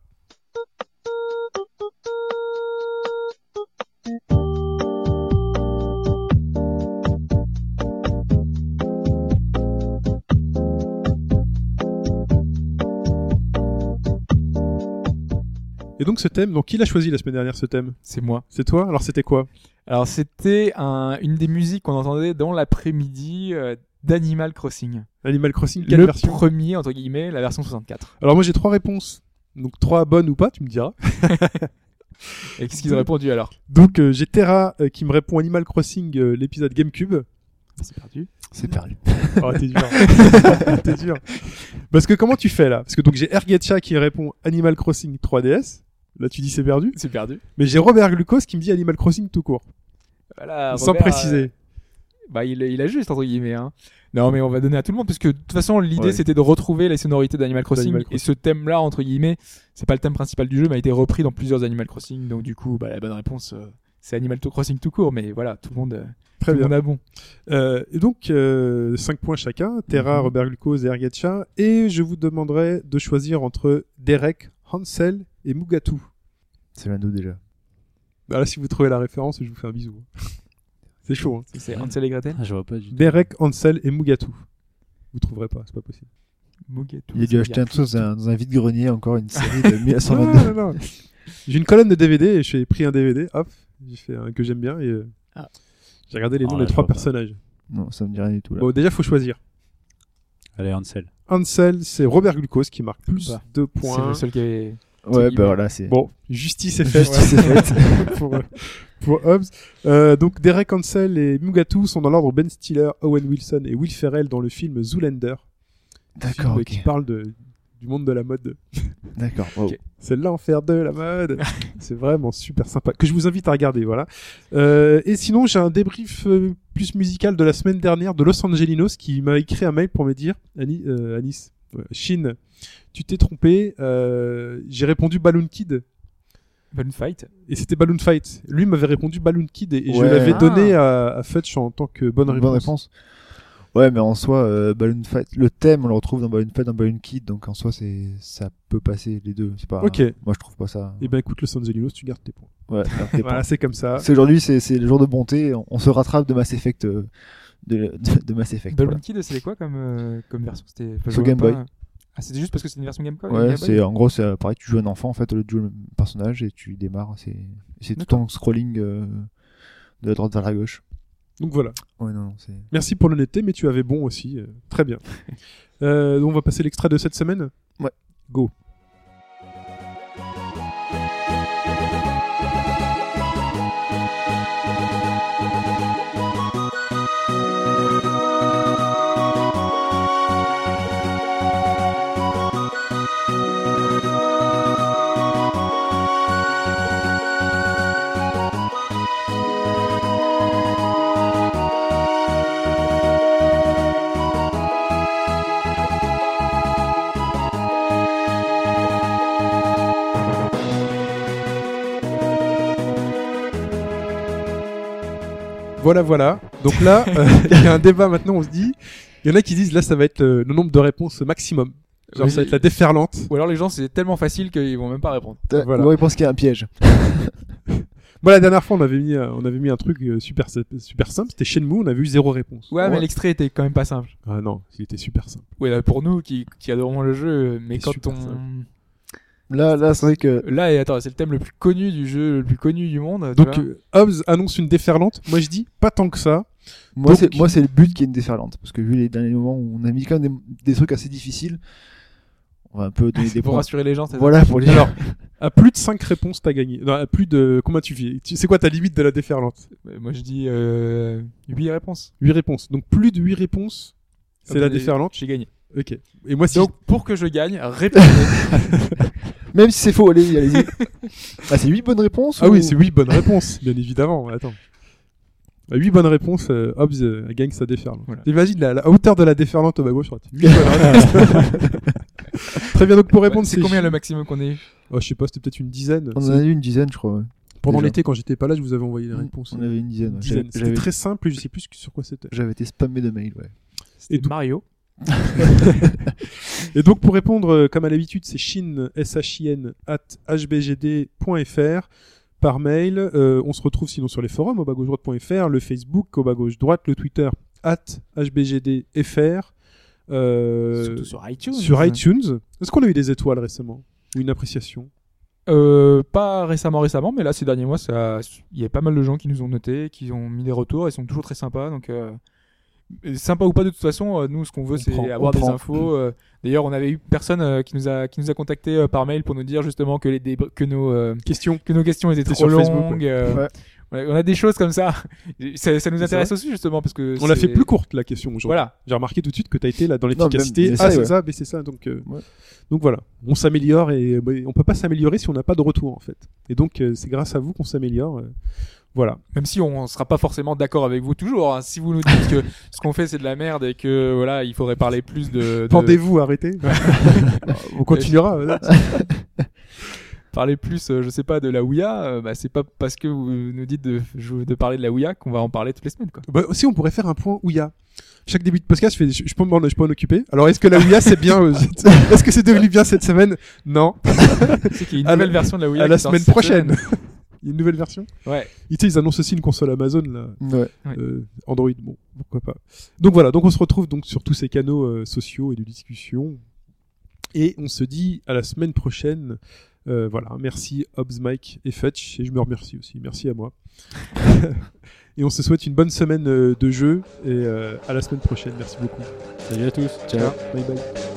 Et donc ce thème, donc qui l'a choisi la semaine dernière ce thème C'est moi. C'est toi Alors c'était quoi Alors c'était un- une des musiques qu'on entendait dans l'après-midi euh, d'Animal Crossing, Animal Crossing, quelle le version premier entre guillemets, la version 64. Alors moi j'ai trois réponses. Donc trois bonnes ou pas, tu me diras. Et qu'est-ce qu'ils Mm. ont répondu alors Donc euh, j'ai Terra euh, qui me répond Animal Crossing, euh, l'épisode GameCube. C'est perdu. C'est perdu. Oh, t'es dur. t'es dur. Parce que comment tu fais là Parce que donc j'ai Ergetcha qui répond Animal Crossing 3DS. Là tu dis c'est perdu. C'est perdu. Mais j'ai Robert Glucos qui me dit Animal Crossing tout court. Voilà, sans Robert, préciser. Bah, il, il a juste, entre guillemets. Hein. Non, mais on va donner à tout le monde, parce que de toute façon, l'idée, Ouais. c'était de retrouver les sonorités d'Animal Crossing, D'Animal Et ce thème-là, entre guillemets, c'est pas le thème principal du jeu, mais a été repris dans plusieurs Animal Crossing. Donc, du coup, bah, la bonne réponse, euh, c'est Animal Crossing tout court. Mais voilà, tout le monde, euh, Très tout le bien. monde a bon. Euh, et donc 5 points chacun. Terra, Mhm. Robert Glucos et Ergetcha. Et je vous demanderai de choisir entre Derek, Hansel et Mugatu. C'est l'un d'eux déjà. Bah, là si vous trouvez la référence, je vous fais un bisou. c'est chaud. Hein. C'est Hansel et Gretel Ah, je vois pas du tout. Derek, Hansel et Mugatu. Vous trouverez pas, c'est pas possible. Mugetu, Il a dû c'est acheter bien. un truc dans un, dans un vide-grenier, encore une série de Non, 1122. non, non. J'ai une colonne de DVD et j'ai pris un DVD, hop, j'ai fait un que j'aime bien et euh, Ah. j'ai regardé les Ah noms là, des je trois vois pas. personnages. Non, ça me dit rien du tout là. Bon, déjà, faut choisir. Allez, Hansel. Hansel, c'est Robert Glucos qui marque plus Bah, deux C'est points. le seul qui avait. ouais, c'est- bah voilà, c'est. Bon, justice est faite Justice est faite. ouais, pour, euh, pour Hobbs. Euh, donc, Derek Hansel et Mugatu sont dans l'ordre Ben Stiller, Owen Wilson et Will Ferrell dans le film Zoolander, D'accord, film ok. qui parle de, du monde de la mode. D'accord. wow. Ok. C'est l'enfer de la mode. c'est vraiment super sympa. Que je vous invite à regarder, voilà. Euh, et sinon, j'ai un débrief euh, plus musical de la semaine dernière de Los Angelinos qui m'a écrit un mail pour me dire, Annie, euh, Anis, euh, Chine, tu t'es trompé. euh, J'ai répondu Balloon Kid Bonne fight. et c'était Balloon Fight. Lui m'avait répondu Balloon Kid et, et je Ouais. l'avais Ah. donné à, à Fetch en tant que bonne Bonne réponse. réponse. Ouais, mais en soi, euh, Balloon Fight, le thème, on le retrouve dans Balloon Fight, dans Balloon Kid, donc en soi, c'est, ça peut passer les deux. C'est pas, Ok. moi, je trouve pas ça. Et ben écoute, le San Zelinos, tu gardes tes points. Ouais, alors, t'es Voilà, pas- c'est comme ça. c'est aujourd'hui, c'est, c'est le jour de bonté, on, on se rattrape de Mass Effect, euh, de, de, de Mass Effect. Balloon voilà. Kid, c'était quoi comme, euh, comme version C'était enfin, je Sur vois Game pas. Boy. Ah, c'était juste parce que c'était une version Game Boy Ouais, Game Boy c'est, en gros, c'est euh, pareil, tu joues un enfant, en fait, au lieu de jouer le même personnage, et tu démarres, c'est, c'est tout en scrolling, euh, de la droite vers la gauche. Donc voilà. Ouais, non, non, c'est. Merci pour l'honnêteté, mais tu avais bon aussi. euh, très bien. Euh, on va passer l'extrait de cette semaine. Ouais. Go. Voilà, voilà. Donc là, euh, il y a un débat maintenant. On se dit, il y en a qui disent là, ça va être le, le nombre de réponses maximum. Genre, Oui. ça va être la déferlante. Ou alors les gens, c'est tellement facile qu'ils vont même pas répondre. Voilà. Moi, je pense qu'il y a un piège. Bon, la dernière fois, on avait mis, euh, on avait mis un truc euh, super, super simple. C'était Shenmue. On a vu zéro réponse. Ouais, mais Ouais. l'extrait était quand même pas simple. Ah non, il était super simple. Ouais, là, pour nous qui, qui adorons le jeu, euh, mais C'est quand super on. simple. Là, là, c'est vrai que, Là, et attends, c'est le thème le plus connu du jeu, le plus connu du monde. tu Donc vois. euh, Hobbes annonce une déferlante. Moi, je dis pas tant que ça. Moi, Donc- c'est, moi, c'est le but qui est une déferlante. Parce que vu les derniers moments où on a mis quand même des, des trucs assez difficiles, on va un peu Ah, donner c'est des pour points. rassurer les gens. c'est ça euh, Voilà pour les Alors, à plus de 5 réponses, t'as gagné. Non, à plus de combien tu fais Tu- C'est quoi ta limite de la déferlante Euh, Moi, je dis euh, 8 réponses. 8 réponses. Donc plus de 8 réponses, c'est Hop, la et déferlante. J'ai gagné. Ok. Et moi, si Ah bah, Donc, pour que je gagne, répondez. Même si c'est faux, allez, allez-y. ah, c'est 8 bonnes réponses Ah ou- oui, c'est 8 bonnes réponses, bien évidemment. Attends. À 8 bonnes réponses, euh, Hobbes euh, gagne sa déferlante. Voilà. Imagine la, la hauteur de la déferlante au bas gauche. 8 bonnes réponses. Très bien, donc pour répondre, c'est combien le maximum qu'on ait eu oh, Je sais pas, c'était peut-être une dizaine. On en a eu une dizaine, je crois. ouais. Pendant déjà. l'été, quand j'étais pas là, je vous avais envoyé les réponses. On avait une dizaine. ouais. Une J'avais- dizaine. C'était J'avais, très simple, et je sais plus sur quoi c'était. j'avais été spammé de mails, ouais. Et donc- Mario. Et donc pour répondre, euh, comme à l'habitude, c'est chine, S-H-I-N, at hbgd.fr par mail. Euh, on se retrouve sinon sur les forums, au bas gauche droite.fr, le Facebook, au bas gauche droite, le Twitter, at hbgdfr. euh, Surtout sur iTunes. sur iTunes. Est-ce qu'on a eu des étoiles récemment Ou une appréciation Euh, pas récemment, récemment, mais là, ces derniers mois, ça, il y a pas mal de gens qui nous ont notés, qui ont mis des retours, ils sont toujours très sympas. Donc, euh, sympa ou pas, de toute façon, euh, nous, ce qu'on veut, On c'est prend, avoir on des prend. infos. euh, D'ailleurs, on avait eu personne euh, qui nous a qui nous a contacté euh, par mail pour nous dire justement que les débr- que nos euh, Question. que nos questions étaient C'était trop sur longues. Facebook, euh, Ouais. ouais, on a des choses comme ça. ça, ça nous C'est intéresse aussi justement parce que On l'a c'est- fait plus courte la question aujourd'hui. Voilà. J'ai remarqué tout de suite que tu as été là dans mais même l'efficacité. les Ah, essais, c'est ouais. ça, mais c'est ça. Donc, euh, Ouais. donc voilà, on s'améliore et bah, on peut pas s'améliorer si on n'a pas de retour en fait. Et donc euh, c'est grâce à vous qu'on s'améliore. euh, voilà. Même si on sera pas forcément d'accord avec vous toujours. hein. Si vous nous dites que ce qu'on fait c'est de la merde et que voilà, il faudrait parler plus de, Bah, de- Pendez-vous, arrêtez. on continuera. euh, parler plus, euh, je sais pas, de la Ouya, euh, bah, c'est pas parce que vous nous dites de, jou- de parler de la Ouya qu'on va en parler toutes les semaines. Quoi. bah, aussi, on pourrait faire un point où il y a. Chaque début de podcast, je, fais- je, je peux m'en, je peux m'en occuper. Alors, est-ce que la Ouya, c'est bien euh, cette- Est-ce que c'est devenu bien cette semaine Non. C'est qu'il y a une À la- nouvelle version de la Ouya. à la qui sort semaine cette prochaine. semaine. Une nouvelle version Ouais. Et tu sais, ils annoncent aussi une console Amazon, là. Ouais. Euh, Android, bon, pourquoi pas. Donc voilà, donc on se retrouve donc sur tous ces canaux euh, sociaux et de discussion. Et on se dit à la semaine prochaine. Euh, voilà, merci Hobbs, Mike et Fetch. Et je me remercie aussi. Merci à moi. et on se souhaite une bonne semaine euh, de jeu. Et euh, à la semaine prochaine. Merci beaucoup. Salut à tous. Ciao. Bye bye.